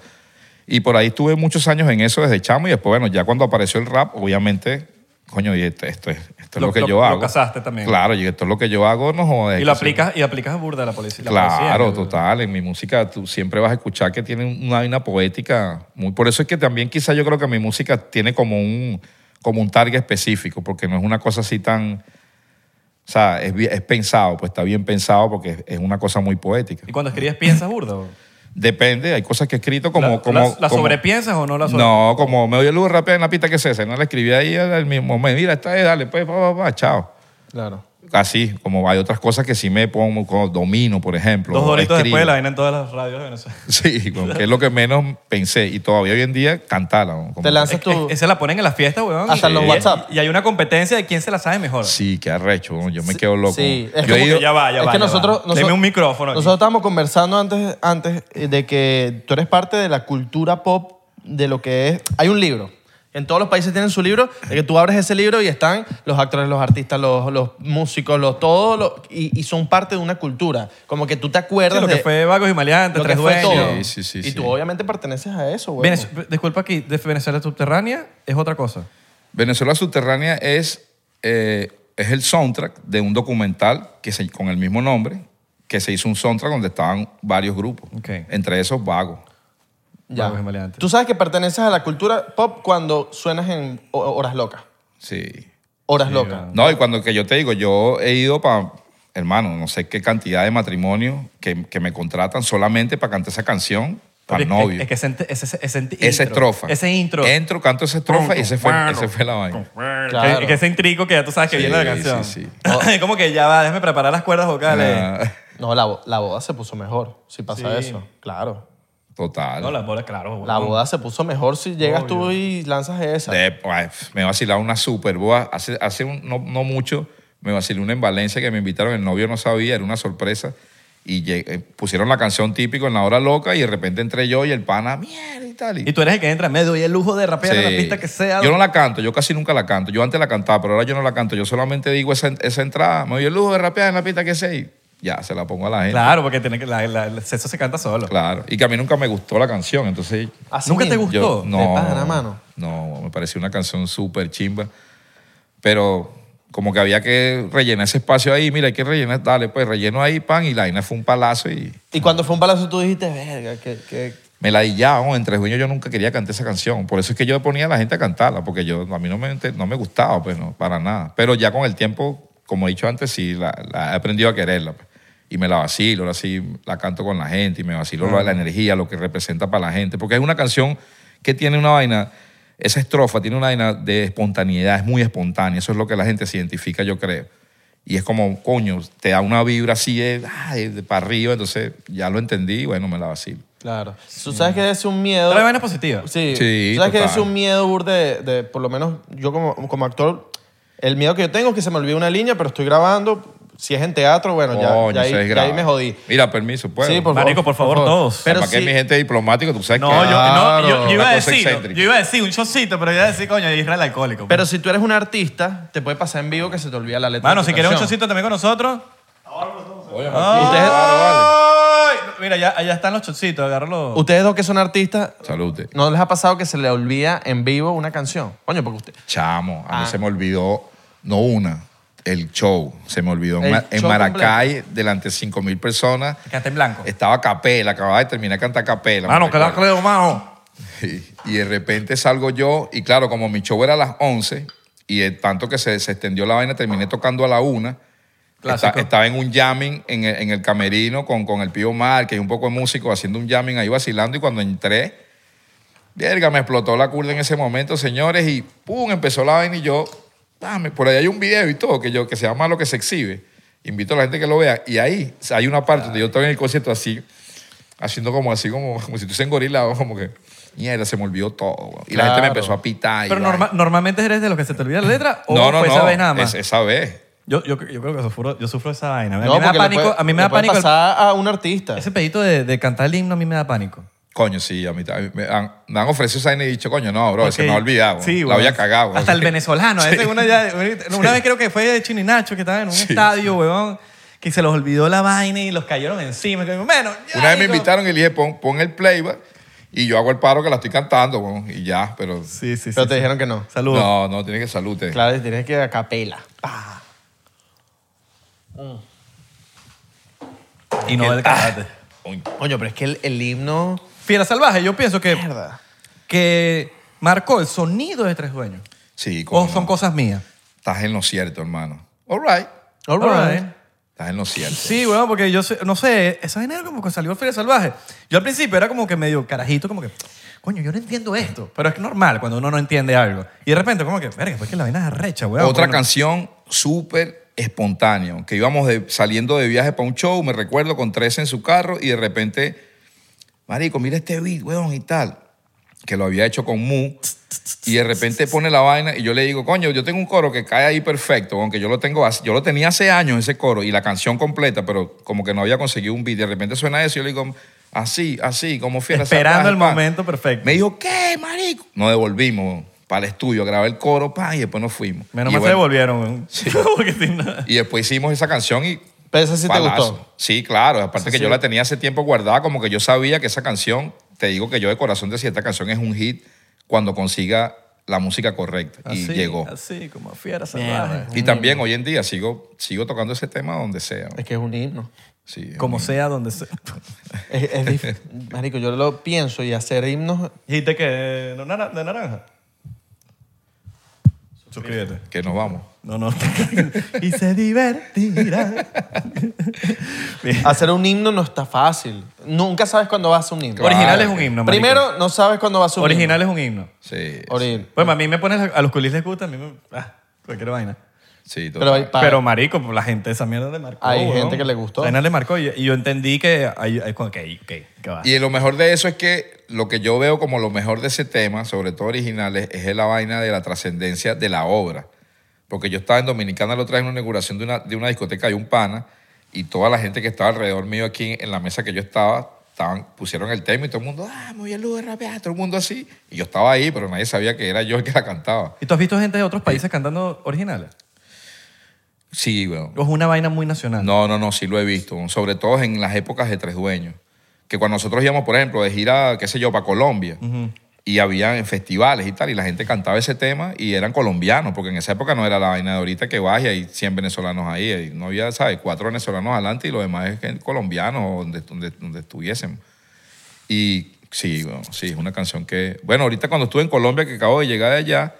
Speaker 1: Y por ahí estuve muchos años en eso desde chamo y después, bueno, ya cuando apareció el rap, obviamente, coño, y esto, esto es, esto es lo,
Speaker 2: Lo-
Speaker 1: que
Speaker 2: lo-
Speaker 1: yo
Speaker 2: lo
Speaker 1: hago.
Speaker 2: casaste también.
Speaker 1: Claro, y esto es lo que yo hago, no jodas.
Speaker 2: Y lo
Speaker 1: que sí.
Speaker 2: aplicas, y aplicas burda la policía. la
Speaker 1: Claro,
Speaker 2: poesía.
Speaker 1: total. En mi música tú siempre vas a escuchar que tiene una vaina poética. Muy, por eso es que también quizá yo creo que mi música tiene como un, como un target específico, porque no es una cosa así tan... O sea, es, bien- es pensado, pues está bien pensado porque es, es una cosa muy poética.
Speaker 2: ¿Y cuando escribes piensas burda? o?
Speaker 1: Depende, hay cosas que he escrito como...
Speaker 2: ¿La,
Speaker 1: como
Speaker 2: la- la
Speaker 1: como-
Speaker 2: sobrepiensas o no la sobrepiensas?
Speaker 1: No, como me oye luz rápida en la pista que es esa. No la escribí ahí al mismo momento. Mira, está ahí, dale, pues, pa, pa, pa, chao.
Speaker 3: Claro.
Speaker 1: Así, como hay otras cosas que sí me pongo, como domino, por ejemplo.
Speaker 2: Dos
Speaker 1: o
Speaker 2: doritos
Speaker 1: escribo.
Speaker 2: después la vaina en todas las radios de Venezuela.
Speaker 1: <laughs> Sí, bueno, que es lo que menos pensé. Y todavía hoy en día, cantala. ¿no? Como-
Speaker 3: Te lanzas
Speaker 2: Es-
Speaker 3: tu...
Speaker 2: es- Esa la ponen en las fiestas, weón.
Speaker 3: Hasta
Speaker 2: y-
Speaker 3: los
Speaker 2: y-
Speaker 3: WhatsApp.
Speaker 2: Y, hay una competencia de quién se la sabe mejor.
Speaker 1: Sí, qué arrecho. ¿no? Yo me quedo loco.
Speaker 3: Sí, es
Speaker 1: Yo he
Speaker 3: como
Speaker 1: ido-
Speaker 2: Ya va, ya
Speaker 3: es
Speaker 2: va.
Speaker 3: que
Speaker 2: ya
Speaker 3: nosotros,
Speaker 2: va.
Speaker 3: nosotros-
Speaker 2: Deme un micrófono. aquí.
Speaker 3: Nosotros estábamos conversando antes, antes eh, de que tú eres parte de la cultura pop de lo que es. Hay un libro. En todos los países tienen su libro, de que tú abres ese libro y están los actores, los artistas, los, los músicos, los todos, los- y, y son parte de una cultura. Como que tú te
Speaker 2: Sí,
Speaker 3: acuerdas
Speaker 2: lo que
Speaker 3: de
Speaker 2: fue Vagos y Maleantes,
Speaker 3: lo que
Speaker 2: Tres
Speaker 3: fue
Speaker 2: Dueños.
Speaker 3: todo.
Speaker 1: Sí, sí, sí,
Speaker 3: y
Speaker 1: sí.
Speaker 3: tú obviamente perteneces a eso, güey.
Speaker 2: Venez- disculpa aquí, de Venezuela subterránea es otra cosa.
Speaker 1: Venezuela Subterránea es, eh, es el soundtrack de un documental que se, con el mismo nombre, que se hizo un soundtrack donde estaban varios grupos.
Speaker 2: Ok.
Speaker 1: Entre esos, Vagos.
Speaker 3: Ya.
Speaker 2: Vagos y Maleantes.
Speaker 3: Tú sabes que perteneces a la cultura pop cuando suenas en ho- horas locas.
Speaker 1: Sí.
Speaker 3: Horas locas.
Speaker 1: No, y cuando que yo te digo, yo he ido para, hermano, no sé qué cantidad de matrimonios que, que me contratan solamente para cantar esa canción para
Speaker 2: Papi, es-
Speaker 1: novio.
Speaker 2: Es, que ese, ese, ese intro,
Speaker 1: esa estrofa.
Speaker 2: Ese intro.
Speaker 1: Entro, canto esa estrofa y ese fue, ese fue la vaina.
Speaker 3: Claro.
Speaker 2: Que, que ese intrico que ya tú sabes que
Speaker 1: Sí,
Speaker 2: viene de la canción.
Speaker 1: sí, sí.
Speaker 2: Es <laughs> como que ya va, déjame preparar las cuerdas vocales.
Speaker 1: Ah,
Speaker 3: No, la, bo- la boda se puso mejor si pasa
Speaker 2: Sí.
Speaker 3: eso. Claro.
Speaker 1: total.
Speaker 2: No, las bolas, claro.
Speaker 3: La
Speaker 2: weón.
Speaker 3: boda se puso mejor si llegas tú y lanzas esa.
Speaker 1: De- ay, pf, me vacilaba una super boa. Hace, hace un- no, no mucho me vacilé una en Valencia que me invitaron, el novio no sabía, era una sorpresa. Y lleg- eh, pusieron la canción típico en la hora loca y de repente entré yo y el pana, mierda y tal.
Speaker 2: Y tú eres el que entra en medio y el lujo de rapear en
Speaker 1: Sí.
Speaker 2: la pista que sea.
Speaker 1: Yo no la canto, yo casi nunca la canto. Yo antes la cantaba, pero ahora yo no la canto. Yo solamente digo esa, esa entrada, me dio el lujo de rapear en la pista que sea y ya, se la pongo a la gente.
Speaker 2: Claro, porque tiene que, la, la- el sexo se canta solo.
Speaker 1: Claro. Y que a mí nunca me gustó la canción, entonces...
Speaker 3: Así
Speaker 2: ¿Nunca te
Speaker 3: mismo.
Speaker 2: gustó?
Speaker 1: Yo, no,
Speaker 3: De pana, mano.
Speaker 1: No, me pareció una canción súper chimba. Pero como que había que rellenar ese espacio ahí. Mira, hay que rellenar. Dale, pues relleno ahí, pan. Y la vaina fue un palazo y
Speaker 3: Y cuando fue un palazo tú dijiste, verga, que, que-
Speaker 1: me la dillaban. Entre junio yo nunca quería cantar esa canción. Por eso es que yo ponía a la gente a cantarla. Porque yo, a mí no me, ente- no me gustaba, pues no, para nada. Pero ya con el tiempo, como he dicho antes, sí, la, la he aprendido a quererla. pues. Y me la vacilo, ahora sí la canto con la gente y me vacilo la- la energía, lo que representa para la gente. Porque es una canción que tiene una vaina, esa estrofa tiene una vaina de espontaneidad, es muy espontánea. Eso es lo que la gente se identifica, yo creo. Y es como, coño, te da una vibra así de, ah, de- de para arriba. Entonces ya lo entendí y bueno, me la vacilo.
Speaker 3: Claro. Tú sabes que es un miedo...
Speaker 2: Pero la vaina es positiva.
Speaker 3: Sí,
Speaker 1: Sí,
Speaker 3: tú sabes que
Speaker 1: total.
Speaker 3: es un miedo burde de, de, por lo menos yo como, como actor, el miedo que yo tengo es que se me olvide una línea, pero estoy grabando. Si es en teatro, bueno, ya-
Speaker 1: Coño,
Speaker 3: ya, ahí-
Speaker 1: eso es
Speaker 3: ya ahí
Speaker 1: grave.
Speaker 3: me jodí.
Speaker 1: Mira, permiso, ¿puedo?
Speaker 3: Sí, por favor.
Speaker 2: Marico, por favor, todos.
Speaker 1: Pero
Speaker 3: Pero
Speaker 1: ¿Para
Speaker 3: sí,
Speaker 1: qué mi gente diplomática? Tú sabes
Speaker 2: No,
Speaker 1: que...
Speaker 2: yo, no, yo- yo,
Speaker 3: Claro.
Speaker 2: iba a
Speaker 1: Una cosa
Speaker 2: decir,
Speaker 1: excéntrica.
Speaker 2: yo iba a decir un chocito, pero yo iba a decir, coño, Israel alcohólico.
Speaker 3: pero si tú eres un artista, te puede pasar en vivo que se te olvida la letra.
Speaker 2: Mano,
Speaker 3: de tu
Speaker 2: si quieres un
Speaker 3: canción.
Speaker 2: chocito también con nosotros.
Speaker 1: Oye,
Speaker 2: ¡Ay!
Speaker 1: Martín,
Speaker 2: Ah.
Speaker 1: claro,
Speaker 2: Mira, ya- allá están los chocitos, agárralo.
Speaker 3: Ustedes dos que son artistas,
Speaker 1: vale. Salute.
Speaker 3: ¿No les ha pasado que se le olvida en vivo una canción? Coño, porque usted.
Speaker 1: Chamo, a
Speaker 3: Ah.
Speaker 1: mí se me olvidó, no una, el show. Se me olvidó
Speaker 3: El
Speaker 1: en, Ma- en
Speaker 3: show
Speaker 1: Maracay, delante de 5 mil personas.
Speaker 2: Quedaste en blanco.
Speaker 1: Estaba a capela, acababa de terminar de cantar a capela.
Speaker 3: Ah,
Speaker 1: me
Speaker 2: la
Speaker 1: recuerdo.
Speaker 2: creo, mano.
Speaker 1: Y, y de repente salgo yo, y claro, como mi show era a las 11, y de tanto que se, se extendió la vaina, terminé tocando a la una.
Speaker 2: Clásico.
Speaker 1: Esta- estaba en un jamming en el, en el camerino con, con el Pío Márquez y un poco de músico haciendo un jamming ahí vacilando y cuando entré, verga, me explotó la curva en ese momento, señores, y pum, empezó la vaina y yo, dame, por ahí hay un video y todo que, yo, que se llama Lo que se exhibe. Invito a la gente que lo vea y ahí o sea, hay una parte donde yo estoy en el concierto así, haciendo como así, como, como si estuviese engorilado, como que... mierda, se me olvidó todo. weón. Y
Speaker 3: Claro.
Speaker 1: la gente me empezó a pitar. y
Speaker 2: Pero
Speaker 1: vaina.
Speaker 2: norma- normalmente eres de los que se te olvida la letra o
Speaker 1: no, no,
Speaker 2: pues
Speaker 1: no.
Speaker 2: esa vez nada más.
Speaker 1: Es, esa vez.
Speaker 2: Yo, yo, yo creo que sufro, yo sufro esa vaina. A mí
Speaker 3: No,
Speaker 2: me da
Speaker 3: porque le
Speaker 2: pánico,
Speaker 3: puede-
Speaker 2: a mí me
Speaker 3: le
Speaker 2: da
Speaker 3: puede
Speaker 2: pánico el-
Speaker 3: pasar a un artista.
Speaker 2: ese pedito de, de cantar el himno a mí me da pánico.
Speaker 1: Coño, sí, a mí también me han, me han ofrecido esa vaina y he dicho, coño, no, bro, se me ha
Speaker 2: Ok.
Speaker 1: olvidado.
Speaker 2: Sí,
Speaker 1: la
Speaker 2: weón.
Speaker 1: voy a cagar. weón.
Speaker 2: Hasta el venezolano. ese
Speaker 1: Sí. <laughs>
Speaker 2: una, ya- una- una vez creo que fue de Chino y Nacho que estaban en un estadio, weón, que se los olvidó la vaina y los cayeron encima. Que, bueno, ya,
Speaker 1: Una vez me
Speaker 2: digo.
Speaker 1: invitaron y le dije, pon, pon el playback y yo hago el paro que la estoy cantando, weón, y ya, pero...
Speaker 2: Sí, sí, sí.
Speaker 3: pero
Speaker 2: sí.
Speaker 3: te dijeron que no.
Speaker 2: Saludos.
Speaker 1: No, no, tiene que salute.
Speaker 3: Claro, tienes que ir a capela.
Speaker 2: Y no
Speaker 1: ah.
Speaker 2: el karate.
Speaker 1: Coño.
Speaker 3: Coño, pero es que el, el himno...
Speaker 2: Fiera Salvaje, yo pienso que,
Speaker 3: Mierda.
Speaker 2: que marcó el sonido de Tres Dueños.
Speaker 1: Sí,
Speaker 2: O
Speaker 1: coño,
Speaker 2: son
Speaker 1: no.
Speaker 2: cosas mías.
Speaker 1: Estás en lo cierto, hermano. All right.
Speaker 2: All
Speaker 3: All right.
Speaker 2: right.
Speaker 1: Estás en lo cierto.
Speaker 2: Sí, bueno, porque yo sé- no sé, esa vaina era como que salió el Feria Salvaje. Yo al principio era como que medio carajito, como que, coño, yo no entiendo esto. Pero es que normal cuando uno no entiende algo. Y de repente, como que, verga, pues que la vaina es arrecha, weón.
Speaker 1: Otra
Speaker 2: Bueno,
Speaker 1: canción súper espontánea, que íbamos de- saliendo de viaje para un show, me recuerdo, con tres en su carro y de repente, marico, mira este beat, weón, y tal, que lo había hecho con Mu, y de repente pone la vaina y yo le digo, coño, yo tengo un coro que cae ahí perfecto, aunque yo lo tengo, hace- yo lo tenía hace años ese coro y la canción completa, pero como que no había conseguido un beat, de repente suena eso y yo le digo, así, así, como fiera.
Speaker 2: Esperando
Speaker 1: salvaje,
Speaker 2: el
Speaker 1: pan".
Speaker 2: momento perfecto.
Speaker 1: Me dijo, ¿qué, marico? Nos devolvimos para el estudio, grabé el coro, pan, y después nos fuimos.
Speaker 2: Menos
Speaker 1: Y
Speaker 2: mal se
Speaker 1: bueno,
Speaker 2: devolvieron, weón.
Speaker 1: <laughs>
Speaker 2: <laughs>
Speaker 1: Sí.
Speaker 2: Porque sin nada.
Speaker 1: y después hicimos esa canción y.
Speaker 3: Pero esa sí te gustó.
Speaker 1: Sí, claro. Aparte que
Speaker 3: sí.
Speaker 1: yo la tenía hace tiempo guardada, como que yo sabía que esa canción, te digo que yo de corazón decía, esta canción es un hit cuando consiga la música correcta.
Speaker 3: Ah,
Speaker 1: y
Speaker 2: Así,
Speaker 1: llegó.
Speaker 2: Así, como Fiera
Speaker 3: Mierda.
Speaker 2: Salvaje.
Speaker 1: Y también hoy en día sigo, sigo tocando ese tema donde sea.
Speaker 3: Es que es un himno.
Speaker 1: Sí,
Speaker 2: Como sea, donde sea. <laughs>
Speaker 3: Es, es dif- Marico, yo lo pienso y hacer himnos...
Speaker 2: Dijiste que de nara- de naranja. Suscríbete.
Speaker 1: Que nos vamos.
Speaker 2: No, no. <laughs> y se divertirá. Bien.
Speaker 3: Hacer un himno no está fácil. Nunca sabes cuándo vas a hacer un himno.
Speaker 1: Claro.
Speaker 2: Original es un himno. marico.
Speaker 3: Primero, no sabes cuándo vas a hacer un
Speaker 2: original es un himno.
Speaker 1: Sí.
Speaker 3: himno. Original.
Speaker 2: Bueno, a mí me pones a los culis les gusta, a mí me. Ah, cualquier vaina.
Speaker 1: Sí,
Speaker 3: Pero hay
Speaker 1: total.
Speaker 3: pa-
Speaker 2: Pero marico, pues, la gente esa mierda le marcó.
Speaker 3: Hay
Speaker 2: weón.
Speaker 3: gente que le gustó.
Speaker 2: La vaina le marcó y, y yo entendí que. Hay, hay- ok, ok, que va.
Speaker 1: Y lo mejor de eso es que lo que yo veo como lo mejor de ese tema, sobre todo originales, es la vaina de la trascendencia de la obra. Porque yo estaba en Dominicana la otra vez en una inauguración de una, de una discoteca de un pana y toda la gente que estaba alrededor mío aquí en la mesa que yo estaba, estaban, pusieron el tema y todo el mundo, ah, muy bien, luz, rapea", todo el mundo así. Y yo estaba ahí, pero nadie sabía que era yo el que la cantaba.
Speaker 2: ¿Y tú has visto gente de otros países cantando originales?
Speaker 1: Sí, bueno.
Speaker 2: ¿O es una vaina muy nacional?
Speaker 1: No, no, no, sí lo he visto. Sobre todo en las épocas de Tres Dueños. Que cuando nosotros íbamos, por ejemplo, de gira, qué sé yo, para Colombia, y había en festivales y tal, y la gente cantaba ese tema y eran colombianos, porque en esa época no era la vaina de ahorita que vas y hay 100 venezolanos ahí, y no había, ¿sabes? Cuatro venezolanos adelante y los demás es que colombianos o donde, donde, donde estuviésemos. Y sí, bueno, sí, es una canción que. Bueno, ahorita cuando estuve en Colombia, que acabo de llegar de allá,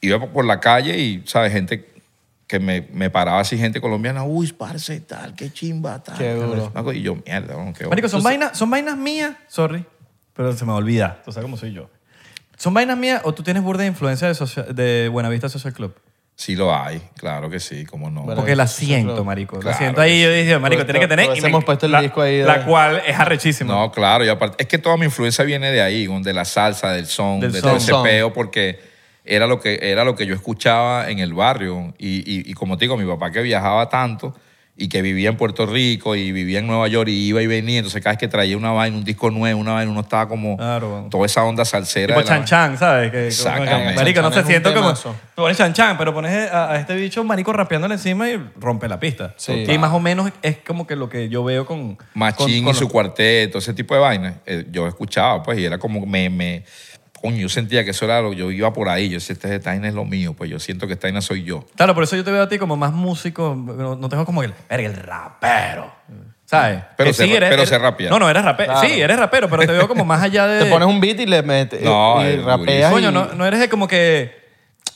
Speaker 1: iba por- por la calle y, ¿sabes? Gente que me, me paraba así, gente colombiana, uy, parce, tal, qué chimba, tal.
Speaker 3: Qué duro.
Speaker 1: Y yo, mierda, bueno, qué
Speaker 2: Marico,
Speaker 1: bueno.
Speaker 2: son vainas, son vainas mías, sorry, pero se me olvida. Tú sabes cómo soy yo. ¿Son vainas mías o tú tienes burda de influencia de, socia- de Buenavista Social Club?
Speaker 1: Sí lo hay, claro que sí, cómo no.
Speaker 3: Bueno,
Speaker 2: Porque la
Speaker 3: Social
Speaker 2: siento,
Speaker 3: Club.
Speaker 2: marico. la
Speaker 1: Claro
Speaker 2: siento ahí.
Speaker 1: que
Speaker 2: Yo dije, marico,
Speaker 3: Pues,
Speaker 2: tiene que
Speaker 3: pues,
Speaker 2: tener...
Speaker 3: pues,
Speaker 2: y me-
Speaker 3: hemos puesto el
Speaker 2: la-
Speaker 3: disco ahí de-
Speaker 2: La cual es arrechísima.
Speaker 1: No, claro, y aparte, es que toda mi influencia viene de ahí, de la salsa, del son,
Speaker 2: Del
Speaker 1: de
Speaker 2: son.
Speaker 1: todo ese
Speaker 3: Son.
Speaker 1: peo, porque era lo que, era lo que yo escuchaba en el barrio. Y, y- y como te digo, mi papá que viajaba tanto y que vivía en Puerto Rico y vivía en Nueva York y iba y venía, entonces cada vez que traía una vaina, un disco nuevo, una vaina, uno estaba como
Speaker 2: Claro, bueno.
Speaker 1: toda esa onda salsera.
Speaker 2: Tipo
Speaker 1: de la-
Speaker 2: Chan Chan, ¿sabes? Que-
Speaker 1: Exactamente.
Speaker 2: que- Marico, no
Speaker 3: Chan Chan
Speaker 2: se
Speaker 3: es un
Speaker 2: siento como...
Speaker 3: temazo.
Speaker 2: Tú pones Chan Chan, pero pones a, a este bicho, marico, rapeándole encima y rompe la pista.
Speaker 3: Sí.
Speaker 2: Y más o menos es como que lo que yo veo con... con-
Speaker 1: Machín y
Speaker 2: con
Speaker 1: su
Speaker 2: los-
Speaker 1: cuarteto, ese tipo de vainas. eh, yo escuchaba, pues, y era como me, me- coño, yo sentía que eso era lo yo iba por ahí. Yo decía, "Este, esta vaina es lo mío, pues yo siento que esta vaina soy yo.
Speaker 2: Claro, por eso yo te veo a ti como más músico. No, no tengo como el, verga, el rapero. ¿Sabes?
Speaker 1: Pero
Speaker 2: Que
Speaker 1: se ra- pero se rapea.
Speaker 2: No, no, eres rapero.
Speaker 3: Claro.
Speaker 2: Sí, eres rapero, pero te veo como
Speaker 1: <laughs>
Speaker 2: más allá de.
Speaker 3: Te pones un beat y le metes.
Speaker 1: No,
Speaker 3: y
Speaker 1: es
Speaker 3: rapeas.
Speaker 2: Coño,
Speaker 3: y-
Speaker 2: no, no eres de como que.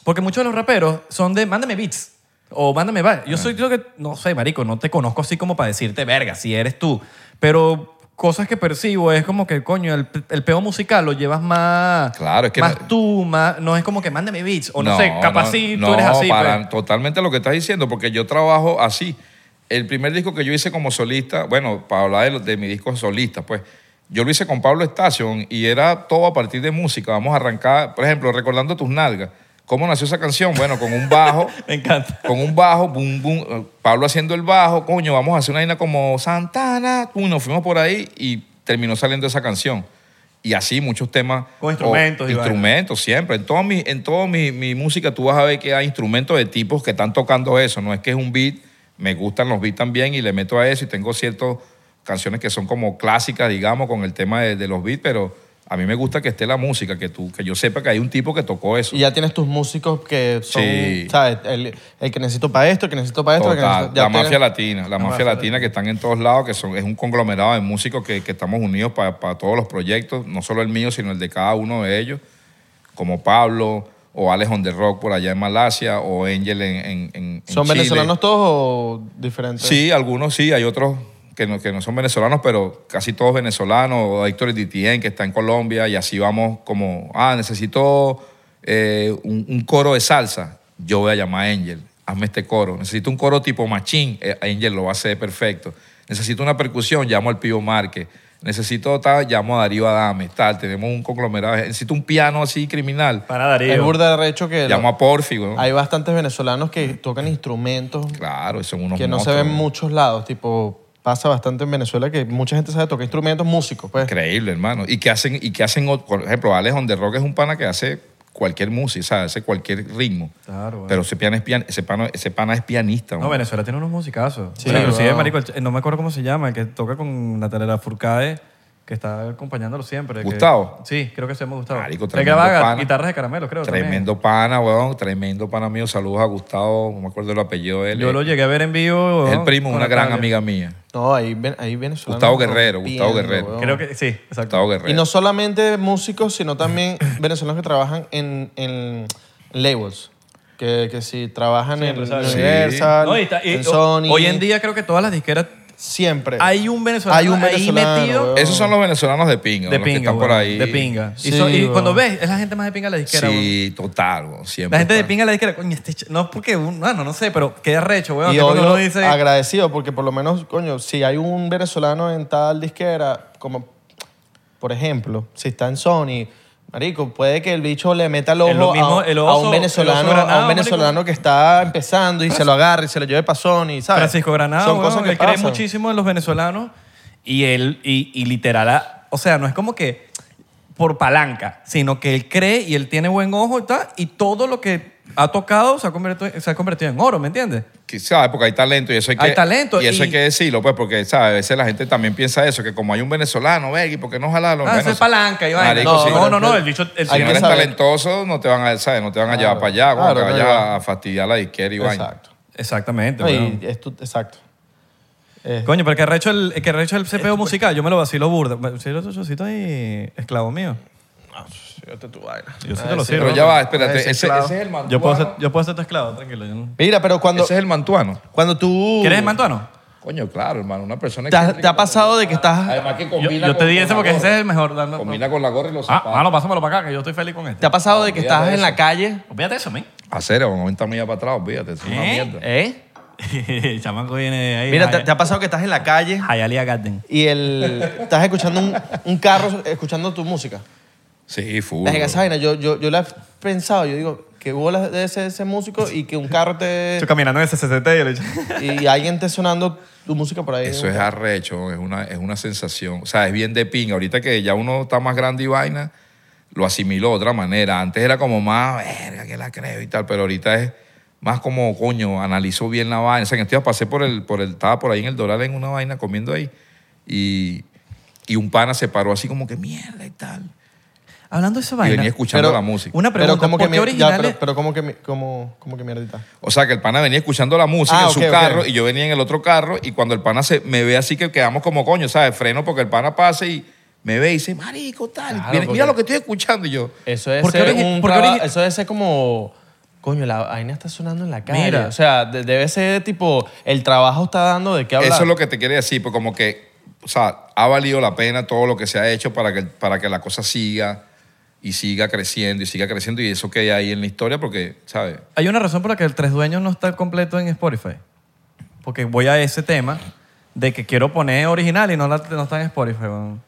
Speaker 2: Porque muchos de los raperos son de mándame beats o mándame va. Yo soy creo que, no sé, marico, no te conozco así como para decirte verga, si eres tú. Pero cosas que percibo es como que, coño, el, el peo musical lo llevas más.
Speaker 1: Claro, es que
Speaker 2: Más
Speaker 1: no-
Speaker 2: tú, más. No es como que mándame beats o no, sé, capaz
Speaker 1: no,
Speaker 2: sí tú
Speaker 1: no,
Speaker 2: eres así.
Speaker 1: para-
Speaker 2: pues.
Speaker 1: totalmente lo que estás diciendo, porque yo trabajo así. El primer disco que yo hice como solista, bueno, para hablar de, lo- de mi disco solista, pues, Yo lo hice con Pablo Station y era todo a partir de música. Vamos a arrancar, por ejemplo, recordando tus nalgas. ¿Cómo nació esa canción? Bueno, con un bajo.
Speaker 2: pues. Me encanta.
Speaker 1: con un bajo, boom, boom, eh, Pablo haciendo el bajo, coño, vamos a hacer una vaina como Santana, pum, nos fuimos por ahí y terminó saliendo esa canción. Y así muchos temas.
Speaker 2: Con instrumentos
Speaker 1: o-
Speaker 2: y vainas.
Speaker 1: instrumentos, siempre. En toda, mi, en toda mi, mi música tú vas a ver que hay instrumentos de tipos que están tocando eso. No es que es un beat, me gustan los beats también y le meto a eso y tengo ciertas canciones que son como clásicas, digamos, con el tema de, de los beats, pero a mí me gusta que esté la música, que, tú, que yo sepa que hay un tipo que tocó eso.
Speaker 3: Y ya tienes tus músicos que son,
Speaker 1: Sí.
Speaker 3: ¿sabes? El, el que necesito para esto, el que necesito para esto. el que
Speaker 1: Total,
Speaker 3: necesito- ya
Speaker 1: la mafia
Speaker 3: tienes-
Speaker 1: latina, la, mafia,
Speaker 2: mafia
Speaker 1: latina que están en todos lados, que son, es un conglomerado de músicos que, que estamos unidos para todos los proyectos, no solo el mío, sino el de cada uno de ellos, como Pablo o Alex on the Rock por allá en Malasia o Angel en, en, en- en
Speaker 3: ¿Son
Speaker 1: Chile.
Speaker 3: venezolanos todos o diferentes?
Speaker 1: Sí, algunos sí, hay otros que no, que no son venezolanos, pero casi todos venezolanos, o Héctor Ditien, que está en Colombia, y así vamos como, ah, necesito eh, un, un coro de salsa, yo voy a llamar a Angel, hazme este coro. Necesito un coro tipo machín, eh, Angel lo va a hacer perfecto. Necesito una percusión, llamo al Pío Márquez. Necesito tal, llamo a Darío Adame, tal, tenemos un conglomerado. Necesito un piano así criminal,
Speaker 2: Para
Speaker 3: Es
Speaker 2: Darío.
Speaker 3: burda de recho que
Speaker 1: llamo a Porfi, weón.
Speaker 3: hay bastantes venezolanos que tocan instrumentos
Speaker 1: Claro, son unos
Speaker 3: que no se
Speaker 1: monstruos,
Speaker 3: ven en
Speaker 1: weón.
Speaker 3: muchos lados. Tipo, pasa bastante en Venezuela que mucha gente sabe tocar instrumentos, músicos, pues.
Speaker 1: Increíble, hermano. Y que hacen, y que hacen, ot- por ejemplo, Alex on the Rock es un pana que hace cualquier música, ¿sabes? hace cualquier ritmo.
Speaker 2: Claro, bueno.
Speaker 1: Pero ese, piano es pian- ese, pana, ese pana es pianista.
Speaker 2: No,
Speaker 1: man.
Speaker 2: Venezuela tiene unos musicazos.
Speaker 3: Sí,
Speaker 2: Bueno, inclusive,
Speaker 3: wow.
Speaker 2: marico, el ch- eh, no me acuerdo cómo se llama, el que toca con Natalia Lafourcade, que está acompañándolo siempre. que-
Speaker 1: ¿Gustavo?
Speaker 2: sí, creo que se llama Gustavo.
Speaker 1: Marico,
Speaker 2: Él
Speaker 1: tremendo
Speaker 2: grababa
Speaker 1: pana.
Speaker 2: guitarras de caramelo, creo. también.
Speaker 1: tremendo pana, weón. Tremendo pana mío. Saludos a Gustavo, no me acuerdo el apellido de él.
Speaker 2: Yo lo llegué a ver en vivo.
Speaker 1: es el
Speaker 2: ¿no?
Speaker 1: primo,
Speaker 2: con
Speaker 1: una gran
Speaker 2: Natalia.
Speaker 1: amiga mía.
Speaker 3: No, hay, ven- hay venezolanos.
Speaker 1: Gustavo Guerrero, Gustavo
Speaker 3: rompiendo,
Speaker 1: Guerrero.
Speaker 3: weón.
Speaker 2: Creo que sí, exacto.
Speaker 1: Gustavo Guerrero.
Speaker 3: Y no solamente músicos, sino también
Speaker 2: <coughs>
Speaker 3: venezolanos que trabajan en, en labels. Que, que si trabajan en
Speaker 2: empresarios.
Speaker 3: Universal,
Speaker 2: No, y está- y
Speaker 3: en
Speaker 2: ho-
Speaker 3: Sony.
Speaker 2: Hoy en día creo que todas las disqueras
Speaker 3: Siempre.
Speaker 2: hay un venezolano,
Speaker 3: Hay un venezolano,
Speaker 2: ahí metido
Speaker 3: weón.
Speaker 1: Esos son los venezolanos de pinga,
Speaker 2: de
Speaker 1: los
Speaker 2: pinga.
Speaker 1: que están por
Speaker 2: weón,
Speaker 1: ahí.
Speaker 2: De pinga. y,
Speaker 3: Sí,
Speaker 2: so- y
Speaker 3: weón.
Speaker 2: cuando ves, es la gente más de pinga de la disquera. weón.
Speaker 1: Sí, total, weón. Siempre.
Speaker 2: La gente de
Speaker 1: están.
Speaker 2: pinga en la disquera, coño, este ch- no porque un, bueno, no sé, pero qué arrecho, weón.
Speaker 3: Y
Speaker 2: que cuando
Speaker 3: obvio,
Speaker 2: uno dice,
Speaker 3: agradecido, porque por lo menos, coño, si hay un venezolano en tal disquera, como por ejemplo, si está en Sony, marico, puede que el bicho le meta el ojo
Speaker 2: Es lo mismo
Speaker 3: a,
Speaker 2: el
Speaker 3: a
Speaker 2: oso-
Speaker 3: un
Speaker 2: el
Speaker 3: venezolano,
Speaker 2: oso Granado,
Speaker 3: a un venezolano que está empezando y se lo agarre y se lo lleve para Sony, ¿sabes?
Speaker 2: Francisco Granado,
Speaker 3: Son
Speaker 2: weón,
Speaker 3: cosas que
Speaker 2: él cree
Speaker 3: pasan.
Speaker 2: muchísimo en los venezolanos y él, y, y literal, ah, o sea, no es como que por palanca, sino que él cree y él tiene buen ojo y tal, y todo lo que ha tocado se ha convertido, se ha convertido en oro, ¿me entiendes?
Speaker 1: Que, ¿sabes? Porque hay talento y eso hay que,
Speaker 2: Hay talento
Speaker 1: y eso
Speaker 2: y-
Speaker 1: hay que decirlo, pues, porque ¿sabes? a veces la gente también piensa eso, que como hay un venezolano, ve, ¿y por qué no ojalá los
Speaker 2: Ah, eso
Speaker 1: venezolanos?
Speaker 2: es palanca, y vaina.
Speaker 1: Marico,
Speaker 2: no,
Speaker 1: sí.
Speaker 2: no, no, no, el bicho, el
Speaker 3: Hay
Speaker 1: si
Speaker 2: señor
Speaker 1: no
Speaker 3: que
Speaker 1: eres
Speaker 3: saber.
Speaker 1: talentoso, no te van a, ¿sabes? No te van a llevar
Speaker 3: Claro,
Speaker 1: para allá,
Speaker 3: claro,
Speaker 1: porque
Speaker 3: no,
Speaker 1: vayas
Speaker 3: no.
Speaker 1: a fastidiar la izquierda y vaina.
Speaker 3: Exacto.
Speaker 2: Exactamente,
Speaker 3: No, y
Speaker 2: weón.
Speaker 3: es tu- exacto. Es-
Speaker 2: Coño, pero que arrecho el, que arrecho el cepeo musical, yo me lo vacilo burda. Vacilo tu chocito y esclavo mío. Yo sí te lo
Speaker 3: Ay, sí,
Speaker 2: sirvo.
Speaker 1: Pero
Speaker 3: no,
Speaker 1: ya
Speaker 3: no,
Speaker 1: va,
Speaker 3: no,
Speaker 1: espérate,
Speaker 3: ese
Speaker 1: ese,
Speaker 3: clavo.
Speaker 1: ese es el mantuano.
Speaker 2: Yo puedo, ser, yo puedo ser tu esclavo, tranquilo. yo no-
Speaker 3: Mira, pero cuando,
Speaker 1: Ese es el mantuano.
Speaker 3: cuando tú...
Speaker 2: ¿Quieres el mantuano?
Speaker 1: Coño, claro, hermano, una persona
Speaker 3: ¿Te ha, te
Speaker 1: excéntrica,
Speaker 3: ha pasado de que estás...
Speaker 1: Además que
Speaker 2: Yo,
Speaker 1: combina
Speaker 2: yo te
Speaker 1: con-
Speaker 2: di
Speaker 1: con
Speaker 2: ese
Speaker 1: la
Speaker 2: porque ese
Speaker 1: gorra.
Speaker 2: es el mejor. dame-
Speaker 1: Combina con la gorra y los
Speaker 2: Ah,
Speaker 1: zapatos.
Speaker 2: mano, pásamelo para acá, que yo estoy feliz con
Speaker 3: ¿Te
Speaker 2: este.
Speaker 3: ha pasado de que
Speaker 1: Olvídate
Speaker 3: estás
Speaker 1: de
Speaker 3: en la
Speaker 1: eso.
Speaker 3: calle?
Speaker 2: Olvídate de eso, men. <laughs>
Speaker 1: A cero, 90 millas para atrás, olvídate, es una
Speaker 2: ¿Eh?
Speaker 1: mierda.
Speaker 3: ¿Eh?
Speaker 2: El chamaco viene de ahí.
Speaker 3: Mira, te- te ha pasado que estás en la calle
Speaker 2: Hayalia Garden.
Speaker 3: y el, estás escuchando un, un carro escuchando tu música.
Speaker 1: Sí, full.
Speaker 3: Las esa
Speaker 1: bro.
Speaker 3: vaina, yo, yo, yo la he pensado, yo digo, que bolas de ese, ese músico y que un carro te.
Speaker 2: Yo caminando en ese CCT y le eché-
Speaker 3: y alguien te sonando tu música por ahí.
Speaker 1: Eso es arrecho, es una, es una sensación. O sea, es bien de pinga. Ahorita que ya uno está más grande y vaina, lo asimiló de otra manera. Antes era como más, verga, que la creo y tal, pero ahorita es más como, coño, analizo bien la vaina. O sea, que estoy pasé por el, por el, estaba por ahí en el Doral en una vaina comiendo ahí y, y un pana se paró así como que mierda y tal.
Speaker 2: Hablando de esa
Speaker 1: Y
Speaker 2: vaina.
Speaker 1: venía escuchando
Speaker 3: Pero-
Speaker 1: la música.
Speaker 2: Una
Speaker 3: Pero
Speaker 2: pregunta,
Speaker 3: como
Speaker 2: ¿por qué
Speaker 3: que mier- ya,
Speaker 2: originales?
Speaker 3: pero, pero como que mi- como, como que mierdita.
Speaker 1: O sea, que el pana venía escuchando la música
Speaker 3: Ah,
Speaker 1: en
Speaker 3: ok,
Speaker 1: su
Speaker 3: ok.
Speaker 1: carro y yo venía en el otro carro y cuando el pana se, me ve así que quedamos como coño, ¿sabes? Freno porque el pana pasa y me ve y dice, marico, tal.
Speaker 3: Claro,
Speaker 1: mira, mira
Speaker 3: porque-
Speaker 1: lo que estoy escuchando y yo.
Speaker 3: Eso es
Speaker 2: ¿Por qué
Speaker 3: ser
Speaker 2: origi-
Speaker 3: un
Speaker 2: por qué
Speaker 3: traba-
Speaker 2: origi-
Speaker 3: Eso debe ser como. Coño, la vaina está sonando en la calle.
Speaker 2: Mira.
Speaker 3: O sea, de- debe ser tipo. El trabajo está dando de qué hablar.
Speaker 1: Eso es lo que te quiere decir, pues como que, o sea, ha valido la pena todo lo que se ha hecho para que, para que la cosa siga y siga creciendo y siga creciendo y eso que hay ahí en la historia porque, ¿sabes?
Speaker 2: Hay una razón por la que el Tres Dueños no está completo en Spotify. Porque voy a ese tema de que quiero poner original y no, la- no está en Spotify. weón.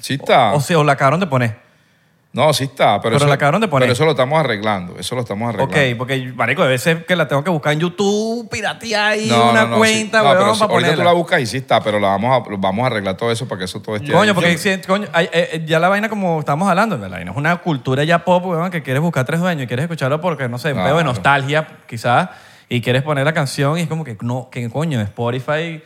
Speaker 1: Sí está.
Speaker 2: O, sea, o la acabaron de poner.
Speaker 1: No, sí está, pero,
Speaker 2: Pero
Speaker 1: eso,
Speaker 2: la acabaron de poner.
Speaker 1: Pero eso lo estamos arreglando, eso lo estamos arreglando.
Speaker 2: Ok, porque, marico, a veces que la tengo que buscar en YouTube, piratear ahí
Speaker 1: No,
Speaker 2: una
Speaker 1: no, no, sí.
Speaker 2: cuenta,
Speaker 1: No,
Speaker 2: weón,
Speaker 1: pero
Speaker 2: para
Speaker 1: ahorita tú
Speaker 2: ponerla.
Speaker 1: la buscas y sí está, pero la vamos a, lo vamos a arreglar todo eso para que eso todo esté.
Speaker 2: Coño, porque si- coño, ay, eh, eh, ya la vaina como estamos hablando, la vaina es una cultura ya pop, weón, que quieres buscar tres dueños y quieres escucharlo porque, no sé, un pedo de
Speaker 1: Claro.
Speaker 2: nostalgia, quizás, y quieres poner la canción y es como que, no, que coño, Spotify,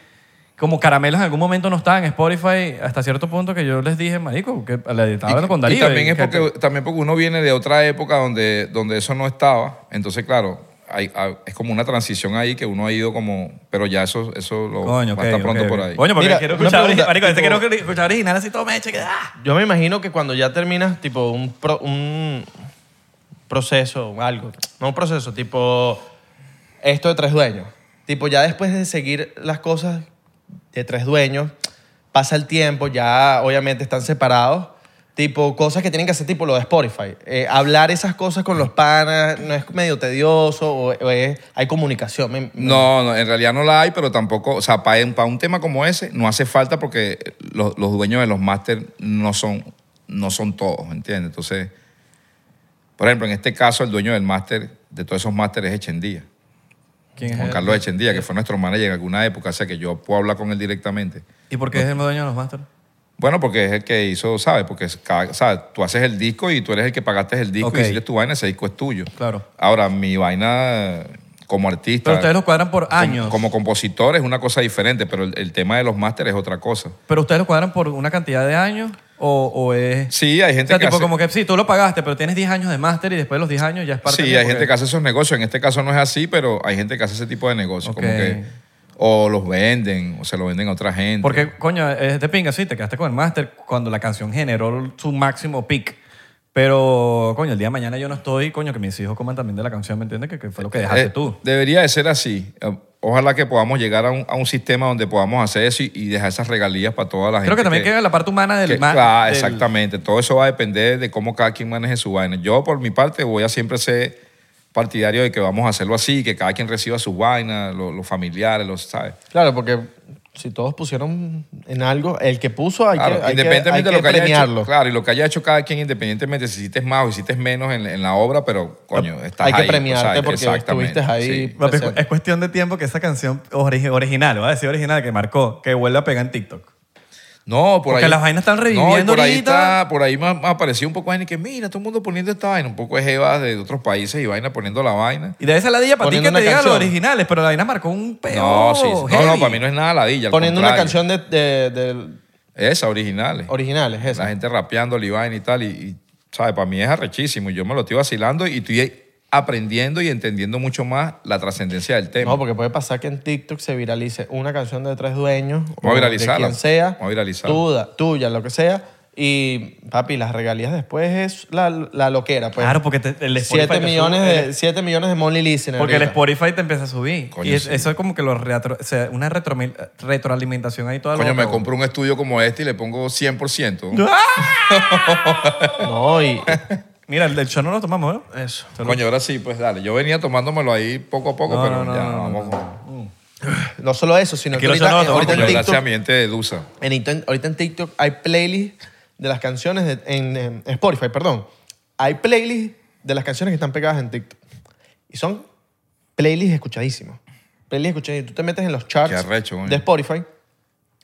Speaker 2: como caramelos en algún momento no estaban en Spotify hasta cierto punto que yo les dije, marico, que le estaba hablando con Darío.
Speaker 1: Y también, es
Speaker 2: que-
Speaker 1: porque, también porque uno viene de otra época donde, donde eso no estaba. Entonces, claro, hay- hay- es como una transición ahí que uno ha ido como. Pero ya eso, eso lo
Speaker 2: Coño,
Speaker 1: va
Speaker 2: ok,
Speaker 1: a estar pronto
Speaker 2: ok,
Speaker 1: por
Speaker 2: ok.
Speaker 1: ahí.
Speaker 2: Coño, porque
Speaker 3: Mira,
Speaker 2: quiero
Speaker 3: una
Speaker 2: escuchar,
Speaker 3: pregunta,
Speaker 2: ori- marico, este
Speaker 3: tipo-
Speaker 2: quiero escuchar original así todo meche que ah.
Speaker 3: Yo me imagino que cuando ya terminas, tipo, un, pro- un proceso, o algo, no un proceso, tipo, esto de tres dueños. Tipo, ya después de seguir las cosas de tres dueños, pasa el tiempo, ya obviamente están separados. Tipo, cosas que tienen que hacer, tipo lo de Spotify. Eh, hablar esas cosas con los panas, ¿no es medio tedioso o, o es- hay comunicación? Me- me-
Speaker 1: No, no, en realidad no la hay, pero tampoco, o sea, para un, pa' un tema como ese no hace falta porque los, los dueños de los máster no son, no son todos, ¿entiendes? Entonces, por ejemplo, en este caso el dueño del máster, de todos esos másteres es Echendía,
Speaker 2: ¿Quién
Speaker 1: Juan
Speaker 2: él?
Speaker 1: Carlos Echendía, que fue nuestro manager en alguna época, o sea que yo puedo hablar con él directamente.
Speaker 2: ¿Y por qué es el dueño de los masters?
Speaker 1: Bueno, porque es el que hizo, ¿sabes? Porque es cada- ¿sabes? tú haces el disco y tú eres el que pagaste el disco
Speaker 2: Ok.
Speaker 1: y hiciste tu vaina, ese disco es tuyo.
Speaker 2: Claro.
Speaker 1: Ahora, mi vaina como artista...
Speaker 2: Pero ustedes los cuadran por
Speaker 1: Com-
Speaker 2: años.
Speaker 1: Como, compositor es una cosa diferente, pero el, el tema de los másteres es otra cosa.
Speaker 2: ¿Pero ustedes lo cuadran por una cantidad de años o, o es...?
Speaker 1: Sí, hay
Speaker 2: o
Speaker 1: gente
Speaker 2: sea,
Speaker 1: que
Speaker 2: tipo
Speaker 1: hace,
Speaker 2: como que sí, tú lo pagaste, pero tienes 10 años de máster y después de los 10 años ya es parte
Speaker 1: sí,
Speaker 2: mía,
Speaker 1: hay gente
Speaker 2: porque-
Speaker 1: que hace esos negocios. En este caso no es así, pero hay gente que hace ese tipo de negocios.
Speaker 2: Ok.
Speaker 1: Como que o los venden o se los venden a otra gente.
Speaker 2: Porque, coño, es de pinga, sí, te quedaste con el máster cuando la canción generó su máximo peak. Pero, coño, el día de mañana yo no estoy, coño, que mis hijos coman también de la canción, ¿me entiendes? Que, que fue lo que dejaste
Speaker 1: Eh,
Speaker 2: tú.
Speaker 1: Debería de ser así. Eh, Ojalá que podamos llegar a un, a un sistema donde podamos hacer eso y, y dejar esas regalías para toda la gente.
Speaker 2: Creo que también queda la parte humana del...
Speaker 1: que-
Speaker 2: ma-
Speaker 1: claro,
Speaker 2: del-
Speaker 1: exactamente. Todo eso va a depender de cómo cada quien maneje su vaina. Yo, por mi parte, voy a siempre ser partidario de que vamos a hacerlo así, que cada quien reciba sus vainas, lo- los, familiares, los, ¿sabes?
Speaker 3: Claro, porque si todos pusieron en algo, el que puso hay
Speaker 1: Claro,
Speaker 3: que, hay que- hay
Speaker 1: independientemente
Speaker 3: que
Speaker 1: de lo que haya
Speaker 3: premiarlo.
Speaker 1: hecho. Claro, y lo que haya hecho cada quien, independientemente si hiciste más o hiciste menos en, en la obra, pero, coño, estás
Speaker 3: Hay que
Speaker 1: ahí, pues,
Speaker 3: premiarte porque
Speaker 1: exactamente,
Speaker 3: estuviste ahí.
Speaker 2: Papi, es-
Speaker 3: Presente.
Speaker 2: es cuestión de tiempo que esa canción ori- original, voy a decir original, que marcó, que vuelva a pegar en TikTok.
Speaker 1: No, por
Speaker 2: Porque
Speaker 1: ahí.
Speaker 2: las vainas están
Speaker 1: No, y
Speaker 2: reviviendo
Speaker 1: por ahí
Speaker 2: ahorita.
Speaker 1: está- por ahí me ha me ha aparecido un poco de vaina y que mira, todo el mundo poniendo esta vaina, un poco de jevas de otros países y vaina poniendo la vaina.
Speaker 2: Y de esa ladilla para ti
Speaker 3: Poniendo
Speaker 2: que te
Speaker 3: una
Speaker 2: digan los
Speaker 3: canción.
Speaker 2: originales, pero la vaina marcó un peor.
Speaker 1: No, sí, sí. No, no, para mí no es nada ladilla. al
Speaker 3: Poniendo una
Speaker 1: contrario.
Speaker 3: canción de, de- de-
Speaker 1: Esa, originales.
Speaker 3: originales, esa.
Speaker 1: La gente rapeando, la vaina y tal. Y, y, ¿sabes? Para mí es arrechísimo. y Yo me lo estoy vacilando y estoy aprendiendo y entendiendo mucho más la trascendencia del tema.
Speaker 3: No, porque puede pasar que en TikTok se viralice una canción de tres dueños.
Speaker 1: Vamos a
Speaker 3: o
Speaker 1: viralizarla.
Speaker 3: De quien sea.
Speaker 1: Vamos a viralizarla.
Speaker 3: Tuya, tuya, lo que sea. Y, papi, las regalías después es la, la loquera. Pues.
Speaker 2: Claro, porque te- el Spotify.
Speaker 3: 7
Speaker 2: te
Speaker 3: millones,
Speaker 2: sube-
Speaker 3: de, siete millones de monthly listeners.
Speaker 2: Porque el
Speaker 3: ahorita.
Speaker 2: Spotify te empieza a subir.
Speaker 1: Coño,
Speaker 2: y es-
Speaker 1: sí.
Speaker 2: eso es como que los retro, o sea, una retro- retroalimentación ahí toda
Speaker 1: Coño,
Speaker 2: loca,
Speaker 1: me
Speaker 2: güey.
Speaker 1: compro un estudio como este y le pongo 100%.
Speaker 3: No, y...
Speaker 2: Mira, el del show no lo tomamos, ¿eh?
Speaker 3: Eso.
Speaker 1: Coño, ahora sí, pues dale. Yo venía tomándomelo ahí poco a poco,
Speaker 2: No,
Speaker 1: pero
Speaker 2: no, no,
Speaker 1: ya
Speaker 2: no, no,
Speaker 1: vamos. con-
Speaker 3: No solo eso, sino
Speaker 2: Aquí
Speaker 3: que
Speaker 2: lo
Speaker 3: ahorita, eh,
Speaker 2: sonó,
Speaker 3: ahorita
Speaker 1: Coño,
Speaker 3: en
Speaker 1: gracias a
Speaker 3: TikTok...
Speaker 1: mi gente de Dusa.
Speaker 3: En, inten- ahorita en TikTok hay playlists de las canciones de- en, en Spotify, perdón. Hay playlists de las canciones que están pegadas en TikTok. Y son playlists escuchadísimas. Playlists escuchadísimas. Tú te metes en los charts
Speaker 1: Qué arrecho, coño.
Speaker 3: de Spotify.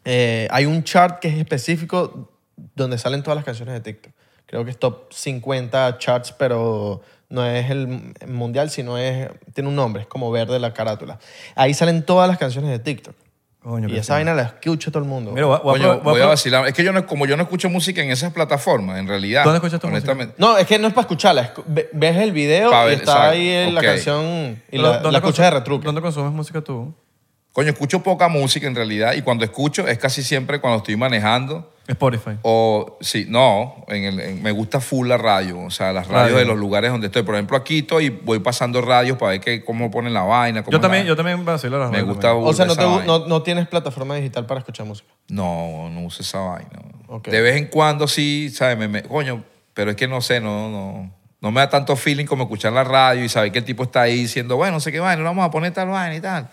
Speaker 3: Eh, hay un chart que es específico donde salen todas las canciones de TikTok. Creo que es top 50 charts, pero no es el mundial, sino es. Tiene un nombre, es como verde la carátula. Ahí salen todas las canciones de TikTok.
Speaker 2: Coño,
Speaker 3: Y
Speaker 2: qué
Speaker 3: esa vaina la escucha todo el mundo.
Speaker 2: Mira, voy a- voy a
Speaker 1: Coño,
Speaker 2: pro- voy a
Speaker 1: voy a
Speaker 2: pro-
Speaker 1: vacilar. Es que yo no, como yo no escucho música en esas plataformas, en realidad.
Speaker 2: ¿Dónde escuchas tu música?
Speaker 1: honestamente.
Speaker 3: No, es que no es para escucharla. es- ve- ves el video
Speaker 1: Pa'
Speaker 3: y
Speaker 1: ver,
Speaker 3: está
Speaker 1: exacto,
Speaker 3: ahí en la
Speaker 1: ok.
Speaker 3: canción y
Speaker 2: ¿Dó-
Speaker 3: la,
Speaker 2: dónde
Speaker 3: la
Speaker 2: consu-
Speaker 3: escuchas de retruque.
Speaker 2: ¿Dónde consumes música tú?
Speaker 1: Coño, escucho poca música en realidad y cuando escucho es casi siempre cuando estoy manejando
Speaker 2: Spotify.
Speaker 1: o sí, no, en el- en- me gusta full la radio, o sea, las radios
Speaker 2: Radio.
Speaker 1: de los lugares donde estoy. Por ejemplo, aquí estoy y voy pasando radios para ver que, cómo ponen la vaina. cómo
Speaker 2: Yo también,
Speaker 1: la-
Speaker 2: yo también vacilo las
Speaker 1: me
Speaker 2: redes
Speaker 1: gusta.
Speaker 2: también.
Speaker 3: O sea, no,
Speaker 1: burda
Speaker 3: te
Speaker 1: esa
Speaker 3: gu-
Speaker 1: vaina.
Speaker 3: no- no tienes plataforma digital para escuchar música.
Speaker 1: No, no uso esa vaina.
Speaker 3: Ok.
Speaker 1: De vez en cuando sí, ¿sabes? Me- me- coño, pero es que no sé, no, no, no me da tanto feeling como escuchar la radio y saber que el tipo está ahí diciendo, bueno, no sé qué vaina, le vamos a poner tal vaina y tal.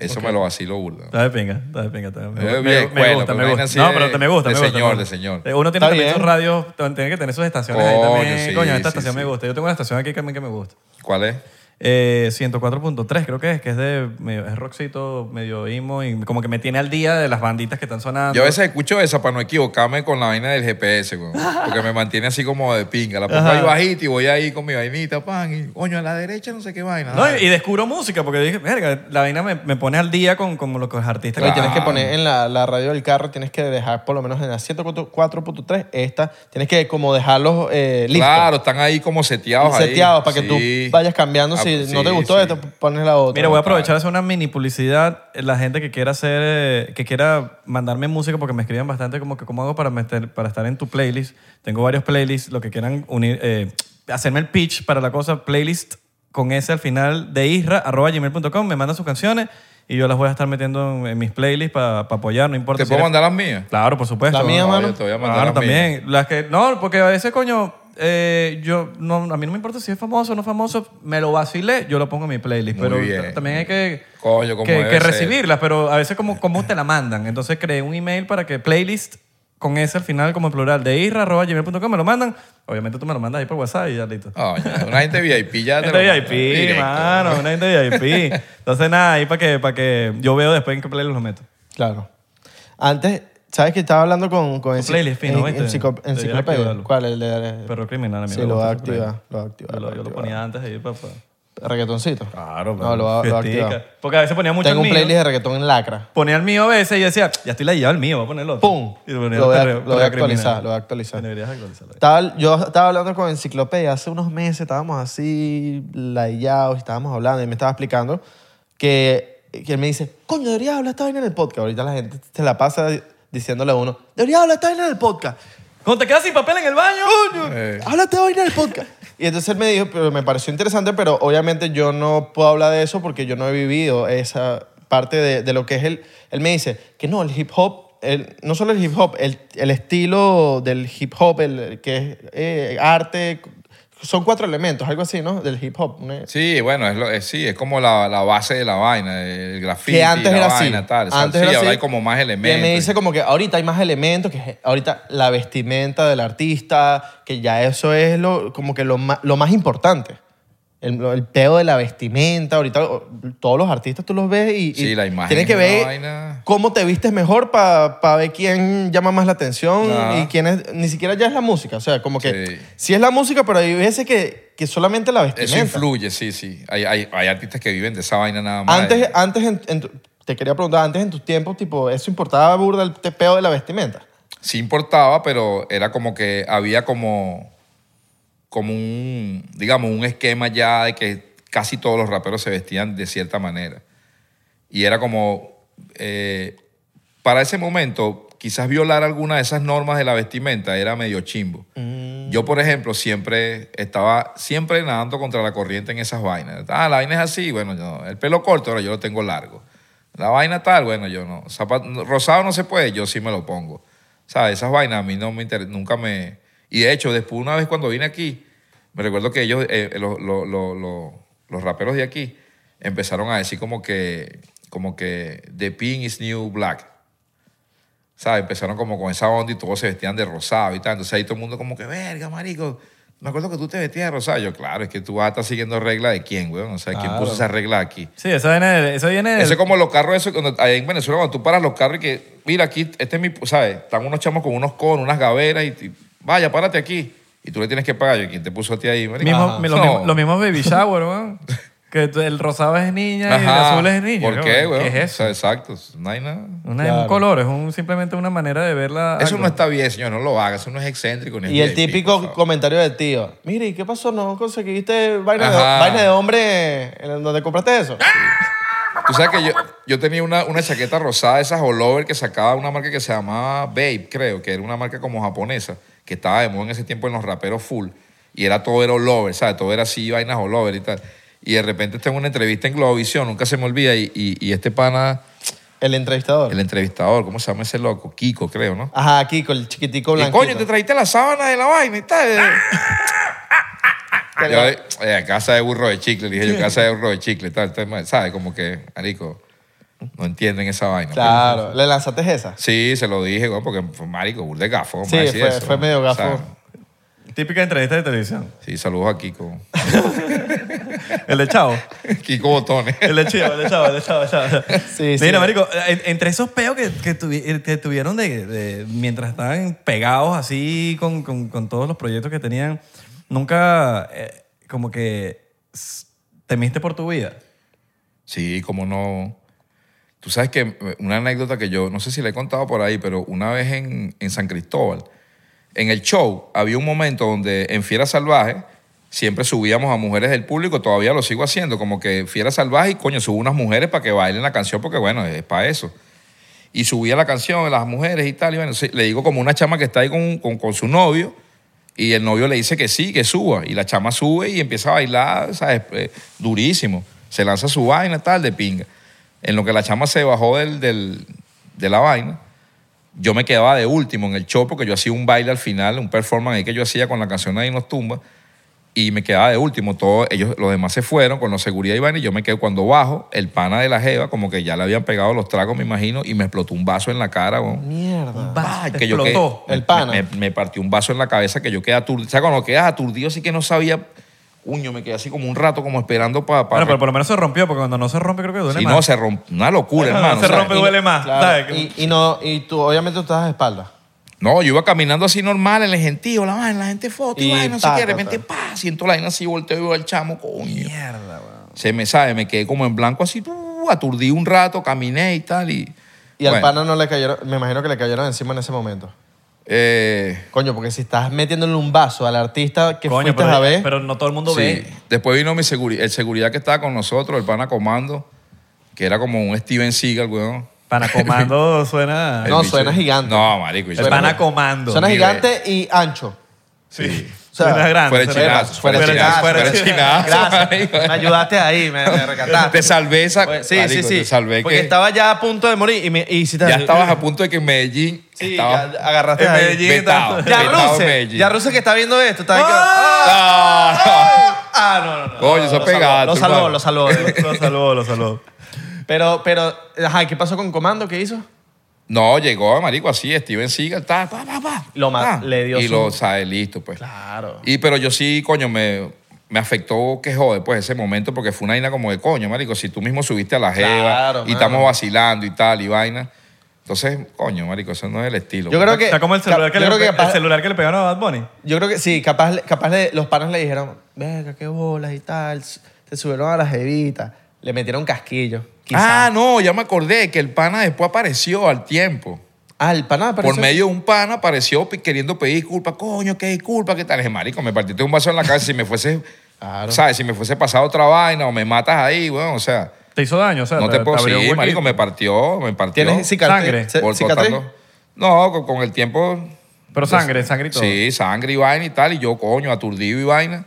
Speaker 1: Eso me lo vacilo burda.
Speaker 2: Está de pinga, está de pinga. Está de pinga.
Speaker 1: Eh, bien, cuela, pero vaina así
Speaker 2: No,
Speaker 1: de-
Speaker 2: pero te me gusta,
Speaker 1: de
Speaker 2: me gusta.
Speaker 1: señor,
Speaker 2: me gusta.
Speaker 1: de señor.
Speaker 2: Eh, Uno tiene
Speaker 3: Está
Speaker 2: también
Speaker 3: bien.
Speaker 2: sus radios, t- tiene que tener sus estaciones ahí
Speaker 1: Coño,
Speaker 2: también.
Speaker 1: sí,
Speaker 2: Coño,
Speaker 1: sí,
Speaker 2: esta estación
Speaker 1: sí.
Speaker 2: me gusta. Yo tengo una estación aquí que a mí que me gusta.
Speaker 1: ¿Cuál es?
Speaker 2: Eh, 104.3 creo que es, que es de medio, es rockcito, medio emo y como que me tiene al día de las banditas que están sonando.
Speaker 1: Yo a veces escucho esa para no equivocarme con la vaina del GPS, weón, porque me mantiene así como de pinga. La pongo ahí bajita y voy ahí con mi vainita, pan, y coño, a la derecha no sé qué vaina.
Speaker 2: No,
Speaker 1: dale.
Speaker 2: y, y descubro música porque dije, verga, la vaina me, me pone al día con, con los artistas.
Speaker 1: Claro.
Speaker 2: que
Speaker 3: Tienes que poner en la, la radio del carro, tienes que dejar por lo menos en la 104.3 esta, tienes que como dejarlos eh, listos.
Speaker 1: Claro, están ahí como seteados ahí.
Speaker 3: seteados para que
Speaker 1: Sí.
Speaker 3: tú vayas cambiando.
Speaker 1: Ah,
Speaker 3: Si
Speaker 1: sí,
Speaker 3: no te gustó
Speaker 1: sí.
Speaker 3: esta, pones la otra.
Speaker 2: Mira, voy a aprovechar hacer una mini publicidad. La gente que quiera hacer, eh, que quiera mandarme música, porque me escriben bastante como que cómo hago para meter, para estar en tu playlist. Tengo varios playlists, lo que quieran unir, eh, hacerme el pitch para la cosa, playlist con ese al final de isra, arroba gmail.com, me mandan sus canciones y yo las voy a estar metiendo en, en mis playlists para apoyar, no importa.
Speaker 1: ¿Te
Speaker 2: si
Speaker 1: puedo
Speaker 2: eres-
Speaker 1: mandar las mías?
Speaker 2: Claro, por supuesto.
Speaker 3: La mía,
Speaker 1: No,
Speaker 3: mano.
Speaker 1: Ah, yo te voy a mandar
Speaker 2: Claro,
Speaker 1: las mías.
Speaker 2: también. Las que, no, porque a veces, coño, eh, yo, no, a mí no me importa si es famoso o no famoso, me lo vacilé, yo lo pongo en mi playlist.
Speaker 1: Muy
Speaker 2: pero
Speaker 1: bien.
Speaker 2: ta- también hay que,
Speaker 1: Coño, como
Speaker 2: que,
Speaker 1: debe
Speaker 2: que
Speaker 1: ser.
Speaker 2: recibirlas, pero a veces como, como te la mandan. Entonces creé un email para que playlist con ese al final como en plural de irra.gmail.com me lo mandan. Obviamente tú me lo mandas ahí por WhatsApp y ya listo.
Speaker 1: Coño, Ah, una
Speaker 3: <laughs>
Speaker 1: gente VIP Ah, ya. te
Speaker 2: Gente
Speaker 1: lo-
Speaker 2: VIP,
Speaker 1: directo.
Speaker 2: mano, una gente VIP. Entonces nada, ahí para que, para que yo veo después en qué playlist lo meto.
Speaker 3: Claro. Antes, ¿sabes que estaba hablando con, con enciclo-
Speaker 2: playlist fino,
Speaker 3: en-
Speaker 2: ¿viste?
Speaker 3: enciclo-
Speaker 2: Debería
Speaker 3: enciclopedia?
Speaker 2: activarlo.
Speaker 3: ¿Cuál? El de...
Speaker 2: Perro criminal, a mí
Speaker 3: Sí,
Speaker 2: me
Speaker 3: lo voy
Speaker 2: gusta
Speaker 3: a
Speaker 2: ese playlist.
Speaker 3: activar. Lo voy a activar.
Speaker 2: Yo lo, yo lo ponía antes ahí, papá.
Speaker 3: ¿Reggaetoncito?
Speaker 1: Ah,
Speaker 2: Claro,
Speaker 3: No, lo voy a- lo voy a activar.
Speaker 2: Porque a veces ponía mucho
Speaker 3: Tengo
Speaker 2: el mío.
Speaker 3: un playlist de reggaetón en lacra.
Speaker 2: Ponía el mío a veces y yo decía, ya estoy la llevaba el mío, voy a poner el otro.
Speaker 3: ¡Pum!
Speaker 2: Y ponía
Speaker 3: Lo voy a,
Speaker 2: perreo-
Speaker 3: lo voy a
Speaker 2: perreo
Speaker 3: actualizar,
Speaker 2: criminal.
Speaker 3: lo voy a actualizar.
Speaker 2: Deberías actualizarlo.
Speaker 3: Estaba- yo estaba hablando con Enciclopedia hace unos meses, estábamos así laillados, y estábamos hablando y me estaba explicando que, que él me dice, coño, deberías hablar esta vaina en el podcast. Ahorita la gente se la pasa diciéndole a uno, deberías hablar esta vaina en el podcast.
Speaker 2: Cuando te quedas sin papel en el baño,
Speaker 1: Eh,
Speaker 3: Habla esta vaina en el podcast. Y entonces él me dijo, pero me pareció interesante, pero obviamente yo no puedo hablar de eso porque yo no he vivido esa parte de, de lo que es el... Él me dice que no, el hip hop, el- no solo el hip hop, el, el estilo del hip hop, el, el que es eh, arte, son cuatro elementos, algo así, ¿no? Del hip hop. ¿no?
Speaker 1: Sí, bueno, es, lo, es- sí, es como la, la base de la vaina, el grafiti,
Speaker 3: que antes
Speaker 1: la
Speaker 3: era
Speaker 1: vaina,
Speaker 3: así.
Speaker 1: tal. O sea,
Speaker 3: antes
Speaker 1: sí,
Speaker 3: era
Speaker 1: ahora
Speaker 3: así.
Speaker 1: hay como más
Speaker 3: Y
Speaker 1: elementos.
Speaker 3: me dice como que ahorita hay más elementos, que je- ahorita la vestimenta del artista, que ya eso es lo, como que lo más, lo más importante. El, lo- el peo de la vestimenta, ahorita o- todos los artistas tú los ves y, y
Speaker 1: Sí, la imagen
Speaker 3: tienes que
Speaker 1: es una
Speaker 3: ver
Speaker 1: vaina.
Speaker 3: cómo te vistes mejor para ver quién llama más la atención
Speaker 1: Ajá.
Speaker 3: y quién es, ni siquiera ya es la música, o sea, como que
Speaker 1: Sí.
Speaker 3: sí, es la música, pero hay veces que, que solamente la vestimenta.
Speaker 1: Eso influye, sí, sí. Hay, hay, hay artistas que viven de esa vaina nada más.
Speaker 3: Antes, antes en- en tu- te quería preguntar, antes en tus tiempos, tipo, ¿eso importaba burda el tepeo de la vestimenta?
Speaker 1: sí importaba, pero era como que había como, como un, digamos, un esquema ya de que casi todos los raperos se vestían de cierta manera. Y era como, eh, para ese momento, quizás violar alguna de esas normas de la vestimenta era medio chimbo. Yo, por ejemplo, siempre estaba siempre nadando contra la corriente en esas vainas. Ah, la vaina es así, bueno, yo, el pelo corto, ahora yo lo tengo largo. La vaina tal, bueno, yo no. Zapat- no, rosado no se puede, yo sí me lo pongo. ¿Sabes? Esas vainas a mí no me interesan, nunca me... Y de hecho, después una vez cuando vine aquí, me recuerdo que ellos, eh, lo- lo- lo- lo- los raperos de aquí, empezaron a decir como que, como que The Pink is New Black. ¿sabes? Empezaron como con esa onda y todos se vestían de rosado y tal. Entonces ahí todo el mundo como que, verga, marico, me acuerdo que tú te vestías de rosado. Yo, claro, es que tú vas a estar siguiendo regla de quién, weón. O sea, ¿quién
Speaker 3: Claro.
Speaker 1: puso esa regla aquí?
Speaker 2: Sí, eso viene del... Eso viene
Speaker 3: Eh.
Speaker 2: del-
Speaker 1: Eso es como los carros, eso, cuando, ahí en Venezuela, cuando tú paras los carros y que, mira, aquí, este es mi, ¿sabes? Están unos chamos con unos conos, unas gaveras y, y, vaya, párate aquí. Y tú le tienes que pagar. Yo, ¿quién te puso a ti ahí, marico?
Speaker 2: mismo-
Speaker 1: Ajá.
Speaker 2: mi- los,
Speaker 1: No.
Speaker 2: mismos, los mismos baby shower,
Speaker 3: <laughs>
Speaker 2: weón. que tú- el rosado es niña y el
Speaker 1: Ajá.
Speaker 2: azul es niño.
Speaker 1: ¿Por qué, weón?
Speaker 2: ¿Qué es
Speaker 1: O
Speaker 2: eso?
Speaker 1: sea, exacto. No hay nada.
Speaker 2: Una- Es un
Speaker 3: Claro.
Speaker 2: color, es un- simplemente una manera de verla.
Speaker 1: Eso no está bien, señor. No lo hagas. Eso no es excéntrico. Ni es
Speaker 3: Y el
Speaker 1: VIP,
Speaker 3: típico
Speaker 1: por favor.
Speaker 3: comentario del tío, mire, ¿y qué pasó? ¿No conseguiste vaina, de,
Speaker 1: Ajá. ¡Ah!
Speaker 3: vaina de hombre en donde compraste eso?
Speaker 1: Tú sabes que yo, yo tenía una, una chaqueta rosada, esas all over que sacaba una marca que se llamaba Babe, creo, que era una marca como japonesa, que estaba de moda en ese tiempo en los raperos full. Y era todo era all over, ¿sabes? Todo era así, vainas all over y tal. Y de repente tengo una entrevista en Globovisión, nunca se me olvida, y, y- y este pana,
Speaker 3: El entrevistador.
Speaker 1: el entrevistador, ¿cómo se llama ese loco? Kiko, creo, ¿no?
Speaker 3: Ajá, Kiko, el chiquitico
Speaker 1: Y
Speaker 3: blanco.
Speaker 1: coño, te trajiste la sábana de la vaina y tal. Ah, Yo, eh, eh, casa de burro de chicle, le dije yo, casa de burro de chicle, tal, tal, mal, ¿sabes? Como que, marico, No entienden esa vaina.
Speaker 3: Claro, le lanzaste esa.
Speaker 1: Sí, se lo dije, güey, porque fue marico, burde gafo.
Speaker 3: Sí,
Speaker 1: más y
Speaker 3: fue-
Speaker 1: eso,
Speaker 3: fue
Speaker 1: ¿no?
Speaker 3: medio gafo.
Speaker 2: Típica entrevista de televisión.
Speaker 1: sí, saludos a Kiko. <laughs>
Speaker 2: El de
Speaker 3: <laughs>
Speaker 2: Chavo.
Speaker 1: Kiko Botones.
Speaker 2: El de Chavo, el de Chavo, el de Chavo. el de Chavo.
Speaker 1: <laughs>
Speaker 3: Sí, sí.
Speaker 2: Mira, marico, en- entre esos peos que, que tuvi- eh, que tuvieron de, de- mientras estaban pegados así con, con- con todos los proyectos que tenían, nunca eh, como que s- temiste por tu vida.
Speaker 1: Sí, como no. Tú sabes que eh, una anécdota que yo, no sé si le he contado por ahí, pero una vez en, en San Cristóbal, en el show, había un momento donde en Fiera Salvaje siempre subíamos a mujeres del público, todavía lo sigo haciendo, como que Fiera Salvaje y coño, subo unas mujeres para que bailen la canción, porque bueno, es para eso. Y subía la canción de las mujeres y tal, y bueno, sí, le digo como una chama que está ahí con, con, con su novio, y el novio le dice que sí, que suba. Y la chama sube y empieza a bailar, ¿sabes? Eh, Durísimo. Se lanza su vaina, tal, de pinga. En lo que la chama se bajó del, del- de la vaina, yo me quedaba de último en el show porque yo hacía un baile al final, un performance ahí que yo hacía con la canción Nadie nos tumba. Y me quedaba de último. Todos ellos, los demás se fueron con la seguridad y vaina. Y yo me quedé cuando bajo, el pana de la jeva, como que ya le habían pegado los tragos, me imagino, y me explotó un vaso en la cara, weón.
Speaker 3: Mierda.
Speaker 1: Ah,
Speaker 2: Te
Speaker 1: que yo
Speaker 2: explotó.
Speaker 1: quedé-
Speaker 3: el pana.
Speaker 1: Me, me- me partió un vaso en la cabeza que yo quedé aturdido. O sea, cuando quedas aturdido, así que no sabía. Uño, me quedé así como un rato, como esperando para.
Speaker 2: Bueno, pero por lo menos se rompió, porque cuando no se rompe creo que duele
Speaker 1: si
Speaker 2: más.
Speaker 1: no, se rompe. Una locura,
Speaker 2: Cuando
Speaker 1: hermano.
Speaker 2: se
Speaker 1: ¿sabes?
Speaker 2: rompe duele más.
Speaker 3: Claro,
Speaker 2: ¿sabes?
Speaker 3: Y, y no, y tú, obviamente tú estás de espaldas.
Speaker 1: No, yo iba caminando así normal en el gentío, la vaina, la gente foto y,
Speaker 3: Y
Speaker 1: vaina, no sé
Speaker 3: ta,
Speaker 1: qué. De
Speaker 3: ta,
Speaker 1: repente,
Speaker 3: ta.
Speaker 1: pa, siento la vaina así, volteo y veo al chamo, coño.
Speaker 2: Mierda, weón.
Speaker 1: Se me sabe, me quedé como en blanco así, tú, aturdí un rato, caminé y tal. Y,
Speaker 3: Y al
Speaker 1: bueno,
Speaker 3: pana no le cayeron, me imagino que le cayeron encima en ese momento.
Speaker 1: eh,
Speaker 3: Coño, porque si estás metiéndole un vaso al artista que
Speaker 2: Coño,
Speaker 3: fuiste
Speaker 2: pero,
Speaker 3: a ver,
Speaker 2: pero no todo el mundo
Speaker 1: Sí.
Speaker 2: ve.
Speaker 1: Después vino mi seguridad, el seguridad que estaba con nosotros, el pana comando, que era como un Steven Seagal, weón. <laughs>
Speaker 2: Panacomando suena...
Speaker 1: El
Speaker 3: Ah, No, suena gigante.
Speaker 1: No, marico.
Speaker 2: el
Speaker 1: suena-
Speaker 2: Panacomando.
Speaker 3: suena
Speaker 1: nivel.
Speaker 3: gigante y ancho.
Speaker 2: Sí.
Speaker 3: O sea,
Speaker 2: Suena grande.
Speaker 1: Fuera el
Speaker 2: suena grande.
Speaker 1: chinazo, fuera el chinazo, fuera el chinazo.
Speaker 3: Gracias.
Speaker 1: marico.
Speaker 3: Me ayudaste ahí, me,
Speaker 1: <laughs>
Speaker 3: me rescataste.
Speaker 1: Te salvé esa.
Speaker 3: Pues, sí,
Speaker 1: marico,
Speaker 3: sí, sí.
Speaker 1: Te salvé
Speaker 3: Porque
Speaker 1: que
Speaker 3: estaba ya a punto de morir y, me, y si te-
Speaker 1: ya estabas a punto de que en Medellín.
Speaker 3: Sí,
Speaker 1: estaba
Speaker 3: ya agarraste
Speaker 2: En
Speaker 3: ahí.
Speaker 2: Medellín.
Speaker 1: vetado,
Speaker 3: Ya
Speaker 1: vetado en
Speaker 3: Ruse,
Speaker 1: Medellín.
Speaker 3: ya Ruse que está viendo esto. Está ahí que-
Speaker 1: Ah,
Speaker 3: Ah, no, no, no.
Speaker 1: Coño, se ha
Speaker 3: Lo
Speaker 1: pegado,
Speaker 3: salvó,
Speaker 1: hermano.
Speaker 3: Lo salvó, lo salvó.
Speaker 2: <laughs> Lo saludó, lo saludó.
Speaker 1: <laughs>
Speaker 3: Pero, pero, ajá, ¿qué pasó con Comando? ¿Qué hizo?
Speaker 1: No, llegó, marico, así, Steven Seagal, ta, pa, pa, pa.
Speaker 3: Lo ma-
Speaker 1: ta.
Speaker 3: le dio
Speaker 1: Y
Speaker 3: su-
Speaker 1: lo sabe, listo, pues.
Speaker 3: Claro.
Speaker 1: Y pero yo sí, coño, me, me afectó que jode, pues, ese momento, porque fue una vaina como de coño, marico, si tú mismo subiste a la jeva
Speaker 3: Claro,
Speaker 1: y
Speaker 3: mano.
Speaker 1: estamos vacilando y tal, y vaina. Entonces, coño, marico, eso no es el estilo.
Speaker 3: Yo
Speaker 1: pues.
Speaker 3: creo que.
Speaker 2: Está como el celular, que le,
Speaker 3: yo creo que
Speaker 2: el
Speaker 3: capaz-
Speaker 2: celular que le pegaron a Bad Bunny.
Speaker 3: Yo creo que sí, capaz, le- capaz le- los panas le dijeron, venga, qué bolas y tal. Te subieron a las jevitas. Le metieron casquillo. quizá.
Speaker 1: Ah, no, ya me acordé que el pana después apareció al tiempo.
Speaker 3: Ah, el pana apareció.
Speaker 1: Por medio de un pana apareció pi- queriendo pedir disculpas. Coño, qué disculpa, qué tal. Es marico, me partiste un vaso en la cabeza. si me fuese,
Speaker 3: Claro.
Speaker 1: ¿sabes? Si me fuese pasado otra vaina o me matas ahí, weón. o sea,
Speaker 2: Te hizo daño, o sea,
Speaker 1: no te puedo
Speaker 2: abrió
Speaker 1: seguir,
Speaker 2: un huequito.
Speaker 1: marico. Me partió, me partió.
Speaker 3: ¿Tienes cicatriz?
Speaker 2: Sangre.
Speaker 3: Ce-
Speaker 1: Por
Speaker 3: cicatriz?
Speaker 1: cortarlo. No, con, con el tiempo. Pues,
Speaker 2: Pero sangre, sangre y todo.
Speaker 1: Sí, sangre y vaina y tal. Y yo, coño, aturdido y vaina.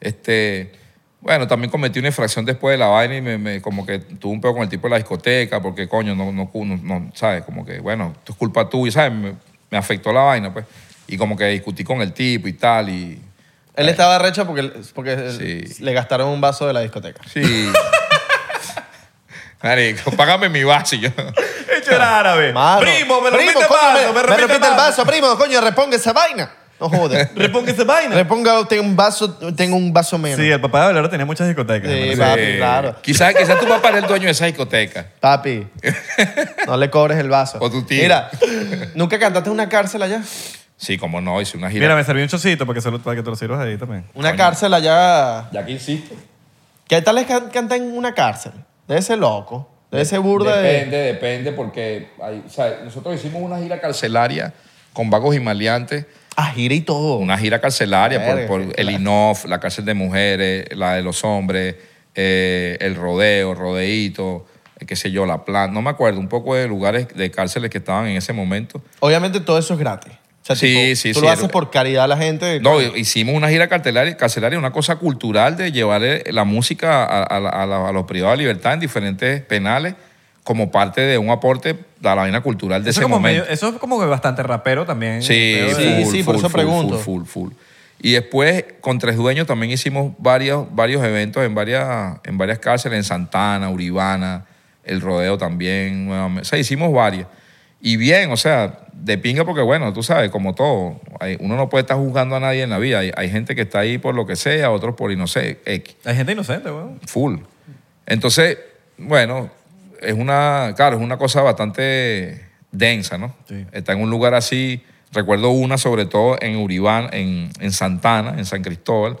Speaker 1: Este. Bueno, también cometí una infracción después de la vaina y me, me- como que tuve un pedo con el tipo de la discoteca, porque coño, no, no, no, no, ¿sabes? Como que, bueno, esto es culpa tuya, ¿sabes? Me, me afectó la vaina, pues. Y como que discutí con el tipo y tal, y.
Speaker 3: Él estaba recho porque, porque
Speaker 1: Eh. Sí.
Speaker 3: le gastaron un vaso de la discoteca.
Speaker 1: Sí. <laughs> Marico, págame mi vaso y yo.
Speaker 2: Hecho era árabe.
Speaker 3: Mano,
Speaker 2: primo, me
Speaker 3: primo,
Speaker 2: repite el
Speaker 3: coño,
Speaker 2: vaso,
Speaker 3: me,
Speaker 2: me,
Speaker 3: me repite el vaso,
Speaker 2: vaso.
Speaker 3: primo, coño, reponga esa vaina. No
Speaker 1: <laughs>
Speaker 3: joder.
Speaker 2: Reponga esa vaina.
Speaker 3: reponga usted un vaso, tengo un vaso menos.
Speaker 2: Sí, el papá de Valero tenía muchas discotecas.
Speaker 3: Sí,
Speaker 2: hermano.
Speaker 3: papi, claro.
Speaker 1: Quizás quizás tu papá era el dueño de esa discoteca. <laughs>
Speaker 3: Papi, no le cobres el vaso.
Speaker 1: O tu tío.
Speaker 3: Mira, ¿nunca cantaste en una cárcel allá?
Speaker 1: Sí, como no, hice una gira.
Speaker 2: Mira, me serví un chocito porque se lo- para que te lo sirvas ahí también.
Speaker 3: Una cárcel allá.
Speaker 1: Ya que insisto.
Speaker 3: ¿Qué tal es can- cantar en una cárcel? Debe ser loco. Debe ser burda de.
Speaker 1: Depende, depende, porque hay- o sea, nosotros hicimos una gira carcelaria con vagos y maleantes.
Speaker 3: Ah, gira y todo.
Speaker 1: Una gira carcelaria
Speaker 3: Verga,
Speaker 1: por, por el INOF, la cárcel de mujeres, la de los hombres, eh, el rodeo, rodeíto, eh, qué sé yo, la plan. No me acuerdo, un poco de lugares de cárceles que estaban en ese momento.
Speaker 3: Obviamente todo eso es gratis. O sea,
Speaker 1: Sí,
Speaker 3: tipo,
Speaker 1: sí,
Speaker 3: Tú
Speaker 1: sí,
Speaker 3: lo
Speaker 1: el-
Speaker 3: haces por caridad a la gente.
Speaker 1: No, hicimos una gira carcelaria, carcelaria, una cosa cultural de llevar eh, la música a, a la- a la- a los privados de libertad en diferentes penales como parte de un aporte a la vaina cultural de
Speaker 2: Eso,
Speaker 1: ese
Speaker 2: como
Speaker 1: momento.
Speaker 2: medio- eso es como que bastante rapero también.
Speaker 1: Sí,
Speaker 2: Pero- eh,
Speaker 3: Sí,
Speaker 1: full,
Speaker 3: eh, sí, por
Speaker 1: full,
Speaker 3: eso
Speaker 1: full,
Speaker 3: pregunto.
Speaker 1: Full, full, full. Y después, con Tres Dueños, también hicimos varios, varios eventos en varias, en varias cárceles, en Santana, Uribana, el rodeo también. nuevamente. O sea, hicimos varias. Y bien, o sea, de pinga porque, bueno, tú sabes, como todo, hay- uno no puede estar juzgando a nadie en la vida. Hay, hay gente que está ahí por lo que sea, otros por y no sé, X
Speaker 2: Hay gente inocente, weón.
Speaker 1: full. Entonces, bueno, es una, claro, es una cosa bastante densa, ¿no?
Speaker 2: Sí.
Speaker 1: Está en un lugar así, recuerdo una sobre todo en Uribán, en, en Santana, en San Cristóbal,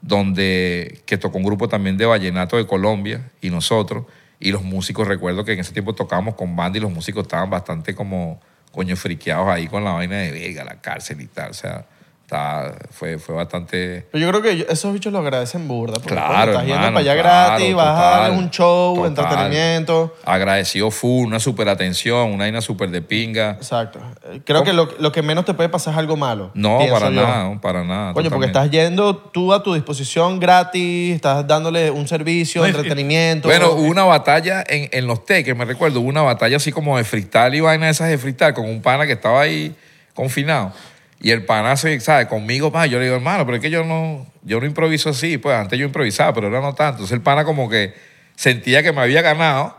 Speaker 1: donde que tocó un grupo también de vallenato de Colombia y nosotros, y los músicos, recuerdo que en ese tiempo tocábamos con banda y los músicos estaban bastante como coño friqueados ahí con la vaina de Vega, la cárcel y tal, o sea, está- fue, fue bastante...
Speaker 3: Pero yo creo que yo- esos bichos lo agradecen burda. Porque
Speaker 1: Claro,
Speaker 3: coño, estás yendo
Speaker 1: hermano,
Speaker 3: para allá
Speaker 1: claro,
Speaker 3: gratis, vas a
Speaker 1: total,
Speaker 3: darles un show,
Speaker 1: total.
Speaker 3: entretenimiento.
Speaker 1: agradecido full, una super atención, una vaina super de pinga.
Speaker 3: Exacto. Eh, Creo que lo, lo que menos te puede pasar es algo malo.
Speaker 1: No,
Speaker 3: pienso
Speaker 1: para
Speaker 3: yo.
Speaker 1: nada, no, para nada.
Speaker 3: Coño, porque
Speaker 1: totalmente.
Speaker 3: estás yendo tú a tu disposición gratis, estás dándole un servicio,
Speaker 2: No, y-
Speaker 3: entretenimiento.
Speaker 1: Bueno, hubo una batalla en, en los teques, me recuerdo, hubo una batalla así como de freestyle y vaina de esas de freestyle con un pana que estaba ahí confinado. Y el pana se, ¿sabes? Conmigo, pa, yo le digo, hermano, pero es que yo no, yo no improviso así. Pues antes yo improvisaba, pero ahora no tanto. Entonces el pana como que sentía que me había ganado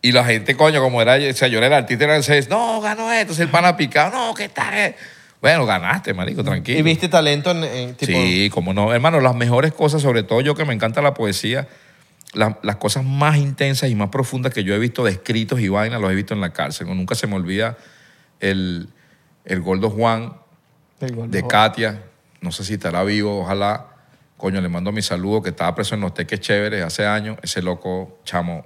Speaker 1: y la gente, coño, como era, o sea, yo era el artista, era el seis, no, ganó esto. Entonces el pana picado, no, ¿qué tal? eh". Bueno, ganaste, marico, tranquilo.
Speaker 3: y viste talento en, en tipo.
Speaker 1: Sí, como no. Hermano, las mejores cosas, sobre todo yo que me encanta la poesía, la- las cosas más intensas y más profundas que yo he visto de escritos y vainas, los he visto en la cárcel. No, Nunca se me olvida el, el Gordo Juan
Speaker 3: del gol,
Speaker 1: de
Speaker 3: ¿no?
Speaker 1: Katia. No sé si estará vivo, ojalá. Coño, le mando mi saludo, que estaba preso en los teques chéveres hace años. Ese loco, chamo,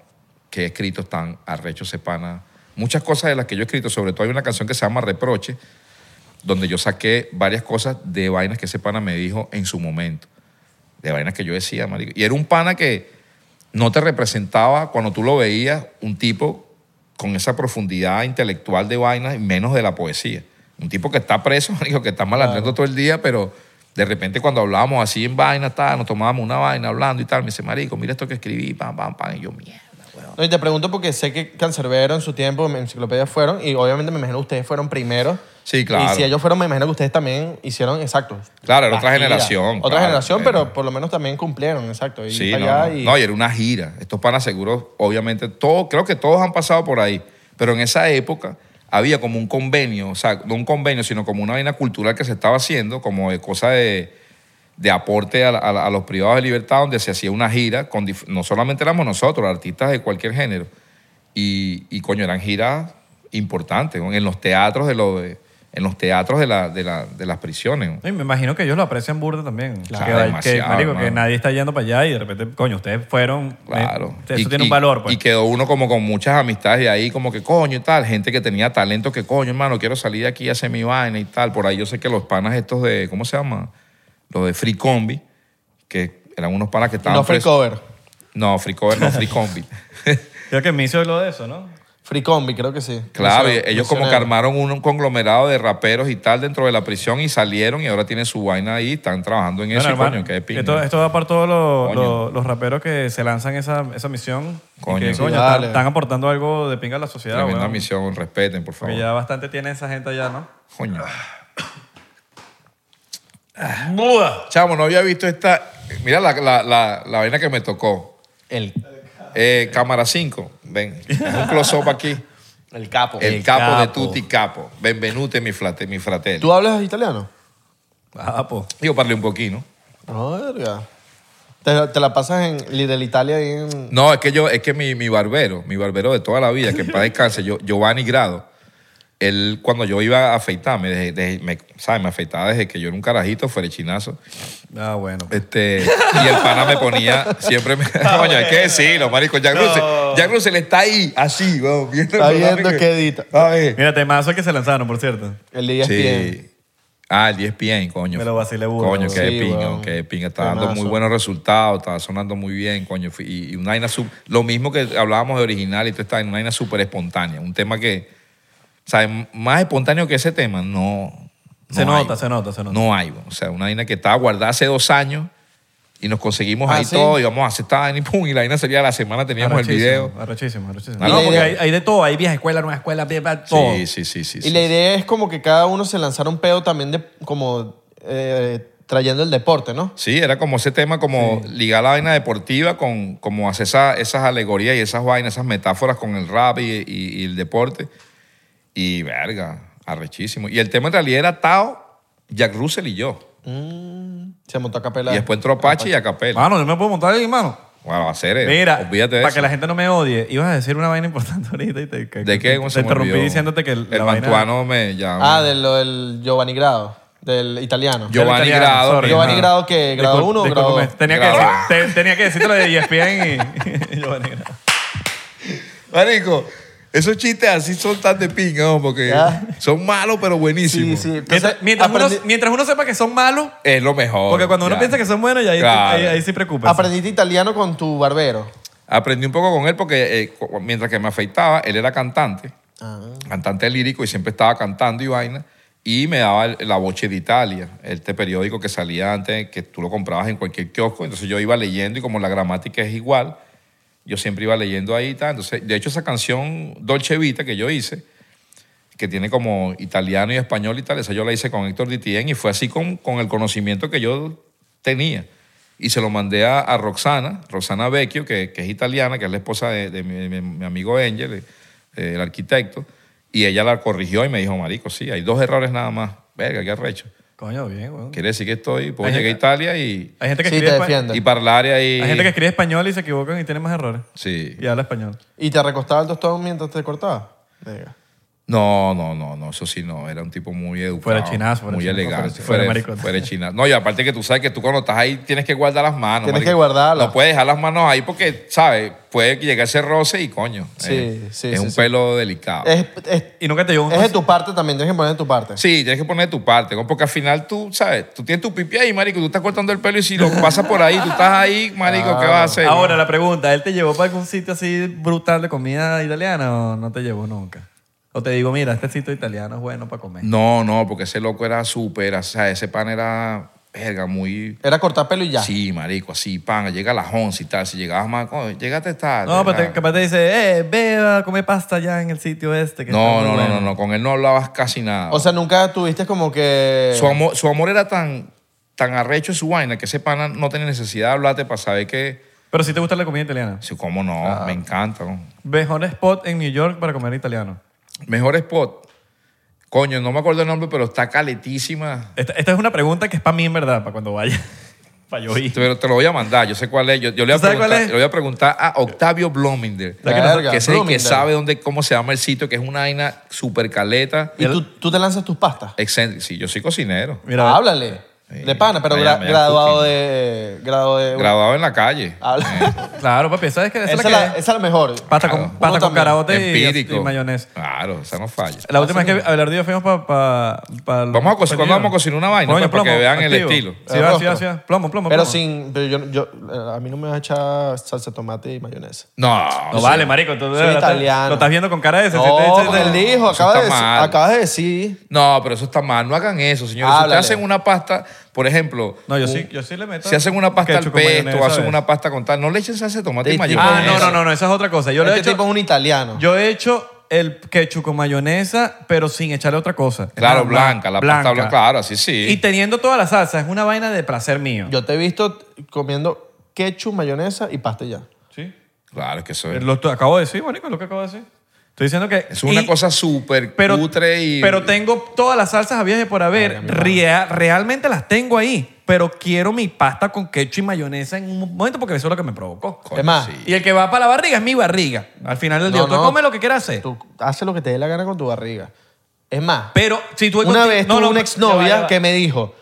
Speaker 1: que he escrito tan arrecho, sepana. Muchas cosas de las que yo he escrito, sobre todo hay una canción que se llama Reproche, donde yo saqué varias cosas de vainas que ese pana me dijo en su momento. De vainas que yo decía, marico. Y era un pana que no te representaba cuando tú lo veías, un tipo con esa profundidad intelectual de vainas, y menos de la poesía. Un tipo que está preso, <laughs> marico, que está malandrando todo el día, pero de repente cuando hablábamos así en vainas, tal, nos tomábamos una vaina hablando y tal, me dice, marico, mira esto que escribí, pam, pam, pam. Y yo, mierda, weón.
Speaker 3: No, y te pregunto porque sé que Cancerbero en su tiempo, en Enciclopedia fueron, y obviamente me imagino que ustedes fueron primero.
Speaker 1: Sí, claro.
Speaker 3: Y si ellos fueron, me imagino que ustedes también hicieron, exacto.
Speaker 1: Claro, era otra
Speaker 3: la gira.
Speaker 1: generación,
Speaker 3: Otra
Speaker 1: claro,
Speaker 3: generación,
Speaker 1: bueno.
Speaker 3: pero por lo menos también cumplieron, exacto. Y
Speaker 1: Sí,
Speaker 3: para
Speaker 1: no,
Speaker 3: allá
Speaker 1: no.
Speaker 3: y-
Speaker 1: No, y era una gira. Estos panas seguros, obviamente, todo, creo que todos han pasado por ahí. Pero en esa época había como un convenio, o sea, no un convenio, sino como una vaina cultural que se estaba haciendo, como de cosa de, de aporte a, la- a la- a los privados de libertad, donde se hacía una gira, con dif- no solamente éramos nosotros, artistas de cualquier género, y, y, coño, eran giras importantes, ¿no? en los teatros de los... de- en los teatros de, la- de la- de las prisiones. ¿no?
Speaker 2: No, y me imagino que ellos lo aprecian burda también.
Speaker 1: Claro,
Speaker 2: que, que,
Speaker 1: demasiado,
Speaker 2: marico,
Speaker 1: mano.
Speaker 2: que nadie está yendo para allá y de repente, coño, ustedes fueron.
Speaker 1: Claro.
Speaker 2: eh, eso
Speaker 1: Y-
Speaker 2: tiene un
Speaker 1: y-
Speaker 2: valor, pues.
Speaker 1: Y quedó uno como con muchas amistades de ahí, como que coño y tal. Gente que tenía talento, que coño, hermano, quiero salir de aquí y hacer mi vaina y tal. Por ahí yo sé que los panas estos de, ¿cómo se llama? Los de Free Combi, que eran unos panas que
Speaker 3: y
Speaker 1: estaban
Speaker 3: no free
Speaker 1: presos.
Speaker 3: cover.
Speaker 1: No, Free Cover, no, Free
Speaker 3: <laughs>
Speaker 1: Combi.
Speaker 2: Creo que Micio habló de eso, ¿no?
Speaker 3: Free combi, creo que sí.
Speaker 1: Claro,
Speaker 3: Misionero-
Speaker 1: y ellos como que
Speaker 3: misionero.
Speaker 1: armaron un, un conglomerado de raperos y tal dentro de la prisión y salieron y ahora tienen su vaina ahí, están trabajando en eso.
Speaker 2: Bueno,
Speaker 1: y,
Speaker 2: hermano,
Speaker 1: coño, qué pinga.
Speaker 2: esto, esto va para todos los,
Speaker 1: Coño.
Speaker 2: los- los raperos que se lanzan esa, esa misión. y
Speaker 1: Coño.
Speaker 2: que,
Speaker 1: Sí,
Speaker 2: coño,
Speaker 3: vale.
Speaker 2: están, están aportando algo de pinga a la sociedad,
Speaker 1: Tremenda
Speaker 2: weón.
Speaker 1: misión, respeten, por favor.
Speaker 2: Porque ya bastante tiene esa gente allá, ¿no?
Speaker 1: Coño. Chamo, no había visto esta. Mira la, la, la, la vaina que me tocó.
Speaker 3: El,
Speaker 1: Eh, cámara 5, ven. Es un close-up aquí.
Speaker 3: el capo.
Speaker 1: El, capo, de
Speaker 2: capo.
Speaker 1: Tutti Capo. Benvenute, mi, frate, mi fratello.
Speaker 3: ¿Tú hablas italiano?
Speaker 2: Ah, po.
Speaker 1: Yo parlé un poquito.
Speaker 3: No, verga. Te, te la pasas en Little Italia ahí en...
Speaker 1: No, es que yo, es que mi, mi barbero, mi barbero de toda la vida, que para descanse, yo, Giovanni Grado, él cuando yo iba a afeitarme, desde- desde- me, ¿sabes? me afeitaba desde que yo era un carajito, fuera chinazo.
Speaker 2: Ah, bueno.
Speaker 1: Este, y el pana me ponía, siempre me. <laughs>
Speaker 2: Ah,
Speaker 1: Coño, hay que decirlo, marico. Jack Russell, Jack Russell está ahí, así, weón, viendo
Speaker 3: Está
Speaker 1: el programa
Speaker 3: viendo
Speaker 1: que-
Speaker 3: que edita.
Speaker 1: A ver.
Speaker 2: Mira, temazo que se lanzaron, por cierto.
Speaker 3: El E día
Speaker 1: Sí. Ah, el 10 bien, coño.
Speaker 2: Me lo vacilé burda,
Speaker 1: Coño,
Speaker 2: weón.
Speaker 1: qué
Speaker 3: Sí,
Speaker 1: pinga,
Speaker 3: weón.
Speaker 1: qué pinga. Está dando
Speaker 3: Buenazo.
Speaker 1: muy buenos resultados, está sonando muy bien, coño. Fui- Y, y una vaina sub- Lo mismo que hablábamos de original y tú estás en una vaina súper espontánea. Un tema que. ¿Sabes? Más espontáneo que ese tema, no. no
Speaker 2: Se
Speaker 1: hay,
Speaker 2: nota,
Speaker 1: weón.
Speaker 2: se nota, se nota.
Speaker 1: No hay, weón. o sea, una vaina que estaba guardada hace dos años y nos conseguimos
Speaker 3: Ah,
Speaker 1: ahí
Speaker 3: ¿sí?
Speaker 1: todo y vamos a hacer esta vaina y pum, y la vaina sería la semana teníamos el video.
Speaker 2: Arrechísimo, arrechísimo.
Speaker 1: Claro.
Speaker 2: No,
Speaker 3: Y la
Speaker 2: porque hay,
Speaker 3: idea-
Speaker 2: hay de todo. Hay vieja escuela, nueva escuela, bla, bla, todo.
Speaker 1: Sí, sí, sí, sí.
Speaker 3: Y
Speaker 1: sí.
Speaker 3: la idea es como que cada uno se lanzara un pedo también de como eh, trayendo el deporte, ¿no?
Speaker 1: Sí, era como ese tema, como ligar la vaina deportiva con como hacer esa- esas alegorías y esas vainas, esas metáforas con el rap y, y- y el deporte. Y verga, arrechísimo. Y el tema en realidad era Tao, Jack Russell y yo.
Speaker 3: Se montó a capela.
Speaker 1: Y después entró Apache y Acapella.
Speaker 2: Mano, yo me puedo montar ahí, mano.
Speaker 1: Bueno, va a ser, eh,
Speaker 2: Mira,
Speaker 1: olvídate de
Speaker 2: para
Speaker 1: eso.
Speaker 2: que la gente no me odie, ibas a decir una vaina importante <laughs> ahorita y te, que-
Speaker 1: ¿De qué?
Speaker 2: te,
Speaker 1: ¿Cómo
Speaker 2: te
Speaker 1: se me
Speaker 2: interrumpí
Speaker 1: olvidó?
Speaker 2: diciéndote que
Speaker 1: el
Speaker 2: la vaina-
Speaker 1: mantuano me llama.
Speaker 3: Ah, de lo del Giovanni Grado, del italiano.
Speaker 1: Yo- Giovanni
Speaker 2: italiano,
Speaker 1: Grado,
Speaker 2: sorry,
Speaker 1: Giovanni
Speaker 2: ajá.
Speaker 3: Grado, ¿qué? ¿Grado
Speaker 2: Discul-
Speaker 3: uno o
Speaker 2: discúlpame,
Speaker 3: grado-
Speaker 2: Tenía,
Speaker 1: Grado.
Speaker 2: Que, te- tenía que decirte lo de E ESPN y, <laughs> y Giovanni Grado.
Speaker 1: Marico, esos chistes así son tan de pinga, ¿no? porque
Speaker 3: Ya.
Speaker 1: son malos, pero buenísimos.
Speaker 3: Entonces,
Speaker 2: Mientras, mientras uno-
Speaker 3: aprendi-
Speaker 2: mientras uno sepa que son malos,
Speaker 1: Es lo mejor.
Speaker 2: porque cuando uno
Speaker 3: Oh,
Speaker 1: ya.
Speaker 2: piensa que son buenos, ya ahí,
Speaker 1: Claro.
Speaker 2: ahí- ahí sí preocupa.
Speaker 3: aprendiste italiano con tu barbero.
Speaker 1: Aprendí un poco con él porque eh, cu- mientras que me afeitaba, él era cantante, Ah. cantante lírico y siempre estaba cantando y vaina. Y me daba el- la Voce de Italia, este periódico que salía antes, que tú lo comprabas en cualquier kiosco. Entonces yo iba leyendo y como la gramática es igual, yo siempre iba leyendo ahí y tal. Entonces, de hecho, esa canción Dolce Vita que yo hice, que tiene como italiano y español y tal, esa yo la hice con Héctor Ditien y fue así con, con el conocimiento que yo tenía. Y se lo mandé a, a Roxana, Roxana Vecchio, que, que es italiana, que es la esposa de, de mi, mi- mi amigo Angel, eh, el arquitecto, y ella la corrigió y me dijo, marico, sí, hay dos errores nada más. Verga, qué arrecho.
Speaker 2: Coño, bien, weón.
Speaker 1: Quiere decir que estoy, pues
Speaker 2: Hay
Speaker 1: llegué a
Speaker 2: gente-
Speaker 1: Italia y,
Speaker 2: Hay gente que
Speaker 3: Sí,
Speaker 2: escribe
Speaker 3: te
Speaker 2: espa-
Speaker 3: defiendo.
Speaker 1: y parlare ahí.
Speaker 2: Hay gente que escribe español y se equivocan y tiene más errores.
Speaker 1: Sí.
Speaker 2: Y habla español.
Speaker 3: ¿Y te recostaba el tostón mientras te cortaba? Venga.
Speaker 1: No, no, no, no, eso sí no. Era un tipo muy educado.
Speaker 2: Fuera chinazo, fuera
Speaker 1: muy
Speaker 2: chinazo,
Speaker 1: elegante.
Speaker 2: fuera- fuera
Speaker 1: Fuera,
Speaker 2: maricón.
Speaker 1: fuera chinazo. No, y aparte que tú sabes que tú cuando estás ahí tienes que guardar las manos.
Speaker 3: Tienes que guardarlas.
Speaker 1: No puedes dejar las manos ahí porque, ¿sabes? Puede que llegue ese roce y coño.
Speaker 3: Sí,
Speaker 1: eh,
Speaker 3: sí,
Speaker 1: Es
Speaker 3: sí,
Speaker 1: un
Speaker 3: sí.
Speaker 1: pelo delicado.
Speaker 3: Es, es,
Speaker 2: Y nunca te llegó un
Speaker 3: es de tu parte también, tienes que poner de tu parte.
Speaker 1: Sí, tienes que poner de tu parte, ¿no? porque al final tú, ¿sabes? Tú tienes tu pipi ahí, marico, tú estás cortando el pelo y
Speaker 3: <laughs>
Speaker 1: si lo pasas por ahí, tú estás ahí, marico, ¿qué vas a hacer?
Speaker 2: Ahora la pregunta, ¿él te llevó para algún sitio así brutal de comida italiana o no te llevó nunca? O te digo, mira, este sitio italiano es bueno para comer.
Speaker 1: No, no, porque ese loco era súper, o sea, ese pan era, verga, muy...
Speaker 3: Era cortar pelo y ya.
Speaker 1: Sí, marico, así, pan, llega a las 11 y tal. Si llegabas más, coño, llegaste tarde.
Speaker 2: No, pero
Speaker 1: ¿verdad?
Speaker 2: te, capaz te dice, eh, ve a comer pasta ya en el sitio este. Que está
Speaker 1: no,
Speaker 2: muy
Speaker 1: no, no,
Speaker 2: bueno".
Speaker 1: no, no, con él no hablabas casi nada.
Speaker 3: O sea, nunca tuviste como que...
Speaker 1: ah. su, amor, su amor era tan, tan arrecho en su vaina que ese pana no tenía necesidad de hablarte para saber que,
Speaker 2: Pero si te gusta la comida italiana.
Speaker 1: sí, cómo no, me encanta. ¿no?
Speaker 2: Mejor spot en New York para comer italiano.
Speaker 1: Mejor spot. Coño, no me acuerdo el nombre, pero está caletísima.
Speaker 2: Esta, esta es una pregunta que es para mí, en verdad, para cuando vaya. <laughs> para yo ir.
Speaker 1: Pero te lo voy a mandar, yo sé cuál es. Yo, yo le, voy a
Speaker 2: ¿Tú sabes cuál
Speaker 1: preguntar-
Speaker 2: es?
Speaker 1: le voy a preguntar a Octavio Blominder,
Speaker 3: La
Speaker 1: que,
Speaker 3: que nos-
Speaker 1: es el que
Speaker 3: Bloomingdale.
Speaker 1: sabe dónde, cómo se llama el sitio, que es una vaina super caleta.
Speaker 3: ¿Y tú, tú te lanzas tus pastas?
Speaker 1: Excéntrico. Sí, yo soy cocinero.
Speaker 2: Mira,
Speaker 3: Háblale.
Speaker 1: Eh, Sí.
Speaker 3: De pana, pero
Speaker 1: Vaya,
Speaker 3: gra-
Speaker 1: vaya
Speaker 3: graduado
Speaker 1: cooking.
Speaker 3: de... Grado de...
Speaker 1: Graduado Eh. en la calle.
Speaker 2: Ah,
Speaker 3: Habla.
Speaker 2: claro, papi, ¿sabes qué? Esa es
Speaker 3: <laughs> esa,
Speaker 2: la
Speaker 3: es la,
Speaker 2: que
Speaker 3: esa es la mejor.
Speaker 2: Pasta
Speaker 1: Claro.
Speaker 2: con, pasta
Speaker 3: Uno
Speaker 2: con
Speaker 3: también.
Speaker 2: caraote y-
Speaker 1: Empírico.
Speaker 2: y mayonesa.
Speaker 1: Claro, esa no falla.
Speaker 2: La última vez que Abelardo y yo fuimos para... Pa, pa-
Speaker 1: Vamos a cocinar-
Speaker 2: pa-
Speaker 1: vamos a cocinar una vaina, pues, para que vean el estilo.
Speaker 2: Sí, va, sí, va,
Speaker 3: Rostro.
Speaker 2: sí, va. Plomo, plomo,
Speaker 3: Pero
Speaker 2: plomo.
Speaker 3: sin... Pero yo, yo, eh, a mí no me vas a echar salsa de tomate y mayonesa.
Speaker 1: No,
Speaker 2: No
Speaker 1: sí.
Speaker 2: vale, marico. Tú,
Speaker 3: Soy
Speaker 2: lo, estás-
Speaker 3: italiano.
Speaker 2: lo estás viendo con cara de... ese,
Speaker 3: No,
Speaker 2: ese- ese-
Speaker 3: porque él
Speaker 2: ese-
Speaker 3: dijo,
Speaker 1: Eso
Speaker 3: acabas de,
Speaker 1: está
Speaker 3: dec-
Speaker 1: mal.
Speaker 3: acabas de decir...
Speaker 1: No, pero eso está mal. No hagan eso, señores. Si
Speaker 3: Háblale.
Speaker 1: ustedes hacen una pasta, por ejemplo,
Speaker 2: No, yo sí, yo sí le meto...
Speaker 1: si hacen una pasta al
Speaker 2: ketchup con
Speaker 1: pesto,
Speaker 2: mayonesa,
Speaker 1: hacen
Speaker 2: ¿ves?
Speaker 1: una pasta con tal, no le echen salsa de tomate y
Speaker 3: Sí, tipo-
Speaker 1: mayonesa.
Speaker 2: Ah, no, no, no, no, esa es otra cosa. Yo lo he
Speaker 3: este tipo
Speaker 2: hecho...
Speaker 3: es un italiano.
Speaker 2: Yo he hecho el ketchup con mayonesa, pero sin echarle otra cosa.
Speaker 1: Claro,
Speaker 2: Nada más.
Speaker 1: blanca, la pasta blanca. Claro, así sí.
Speaker 2: Ah, Y teniendo toda la salsa, es una vaina de placer mío.
Speaker 3: Yo te he visto comiendo ketchup, mayonesa y pasta y ya.
Speaker 2: Sí.
Speaker 1: Claro, es que eso
Speaker 2: Eh,
Speaker 1: es,
Speaker 2: Lo t- acabo de decir, marico, lo que acabo de decir. Estoy diciendo que...
Speaker 1: es una
Speaker 2: y-
Speaker 1: cosa súper
Speaker 2: pero,
Speaker 1: cutre y...
Speaker 2: pero tengo todas las salsas habías de por haber. Rea- realmente las tengo ahí, pero quiero mi pasta con ketchup y mayonesa en un momento porque eso es lo que me provocó.
Speaker 1: Coño,
Speaker 3: Es más,
Speaker 1: sí.
Speaker 2: Y el que va para la barriga es mi barriga. Al final del día,
Speaker 3: No,
Speaker 2: tú
Speaker 3: no.
Speaker 2: come lo que quieras hacer.
Speaker 3: Tú haces lo que te dé la gana con tu barriga. Es más,
Speaker 2: Pero si tú
Speaker 3: una
Speaker 2: conti-
Speaker 3: vez
Speaker 2: no,
Speaker 3: tuve
Speaker 2: no,
Speaker 3: una
Speaker 2: ya va, ya
Speaker 3: exnovia
Speaker 2: va.
Speaker 3: que me dijo,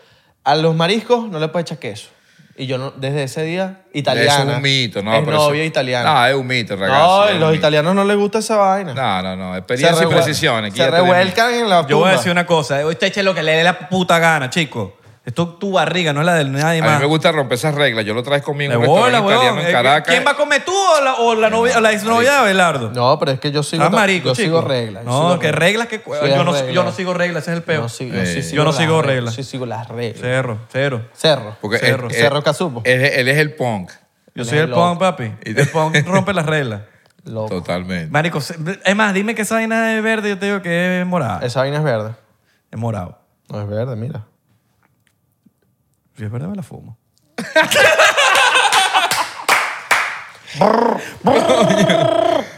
Speaker 3: a los mariscos no le puedes echar queso. Y yo no, desde ese día, italiana.
Speaker 1: Eso Es un mito, no.
Speaker 3: Es
Speaker 1: pero eso-
Speaker 3: novia italiana.
Speaker 1: No, es un mito, ragazzi.
Speaker 3: No,
Speaker 1: es
Speaker 3: y
Speaker 1: un
Speaker 3: los
Speaker 1: mito.
Speaker 3: italianos no les gusta esa vaina.
Speaker 1: No, no, no.
Speaker 3: Se
Speaker 1: Experiencia y
Speaker 3: revuel-
Speaker 1: precisiones. aquí ya
Speaker 3: Se
Speaker 1: tenemos-
Speaker 3: revuelcan en la
Speaker 2: Yo voy a
Speaker 3: tumba.
Speaker 2: decir una cosa. eh, Usted eche lo que le dé la puta gana, chico. Esto es tu barriga, no es la de nadie
Speaker 1: A
Speaker 2: más.
Speaker 1: mí me gusta romper esas reglas. Yo lo traes conmigo
Speaker 2: De
Speaker 1: en un
Speaker 2: bola,
Speaker 1: restaurante
Speaker 2: weón.
Speaker 1: italiano
Speaker 2: Eh,
Speaker 1: en Caracas.
Speaker 2: ¿Quién va a comer tú o la, o la, novia, o la exnovia de Abelardo?
Speaker 3: No, pero es que yo sigo,
Speaker 2: Ah,
Speaker 3: ta-
Speaker 2: marico,
Speaker 3: yo
Speaker 2: chico.
Speaker 3: sigo reglas. yo
Speaker 2: No,
Speaker 3: sigo
Speaker 2: que reglas que...
Speaker 3: Sí,
Speaker 2: yo, no,
Speaker 3: reglas.
Speaker 2: yo no sigo reglas, ese es el
Speaker 3: Yo
Speaker 2: peo.
Speaker 3: no sigo- yo sí
Speaker 1: Eh.
Speaker 2: Yo no sigo
Speaker 3: las
Speaker 2: reglas.
Speaker 3: Yo sí sigo las reglas.
Speaker 2: Cero, cero.
Speaker 3: Cerro.
Speaker 1: Porque
Speaker 2: Cerro.
Speaker 1: él- él-
Speaker 3: Cerro Casupo.
Speaker 1: Él, él es el punk.
Speaker 2: Yo
Speaker 3: Él
Speaker 2: soy
Speaker 3: es
Speaker 2: el
Speaker 3: loco.
Speaker 2: punk, papi. El
Speaker 3: <laughs>
Speaker 2: punk rompe las reglas.
Speaker 3: Loco.
Speaker 1: Totalmente.
Speaker 2: Marico, se- es más, dime que esa vaina es verde, yo te digo que es morada.
Speaker 3: Esa vaina es verde.
Speaker 2: Es morado.
Speaker 3: No es verde, mira.
Speaker 2: Si es verdad, me la fumo.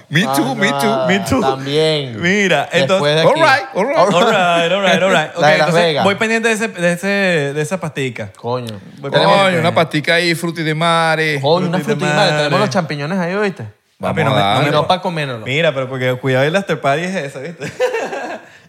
Speaker 1: Me
Speaker 2: Ah,
Speaker 1: too, me too.
Speaker 2: me too.
Speaker 3: También.
Speaker 2: Mira,
Speaker 3: Después
Speaker 2: entonces.
Speaker 3: de
Speaker 1: All
Speaker 3: aquí.
Speaker 1: right, all right.
Speaker 2: All <laughs> right, all right, all right.
Speaker 3: La de
Speaker 2: Ok,
Speaker 3: Las
Speaker 2: entonces,
Speaker 3: Vegas.
Speaker 2: Voy pendiente de, ese, de, ese, de esa pastica.
Speaker 3: Coño.
Speaker 2: Voy
Speaker 1: Coño,
Speaker 2: pendiente.
Speaker 1: una pastica ahí, fruti de mare.
Speaker 3: Coño, una
Speaker 2: Frutita
Speaker 3: frutita.
Speaker 2: madre.
Speaker 3: Vale, tenemos los champiñones ahí, ¿oíste?
Speaker 1: Vamos
Speaker 2: Papi, no
Speaker 1: a
Speaker 2: me- no
Speaker 1: darle.
Speaker 2: me-
Speaker 3: No para comérnoslo.
Speaker 2: Mira, pero porque cuidado el after party es esa,
Speaker 1: <laughs>
Speaker 2: ¿viste?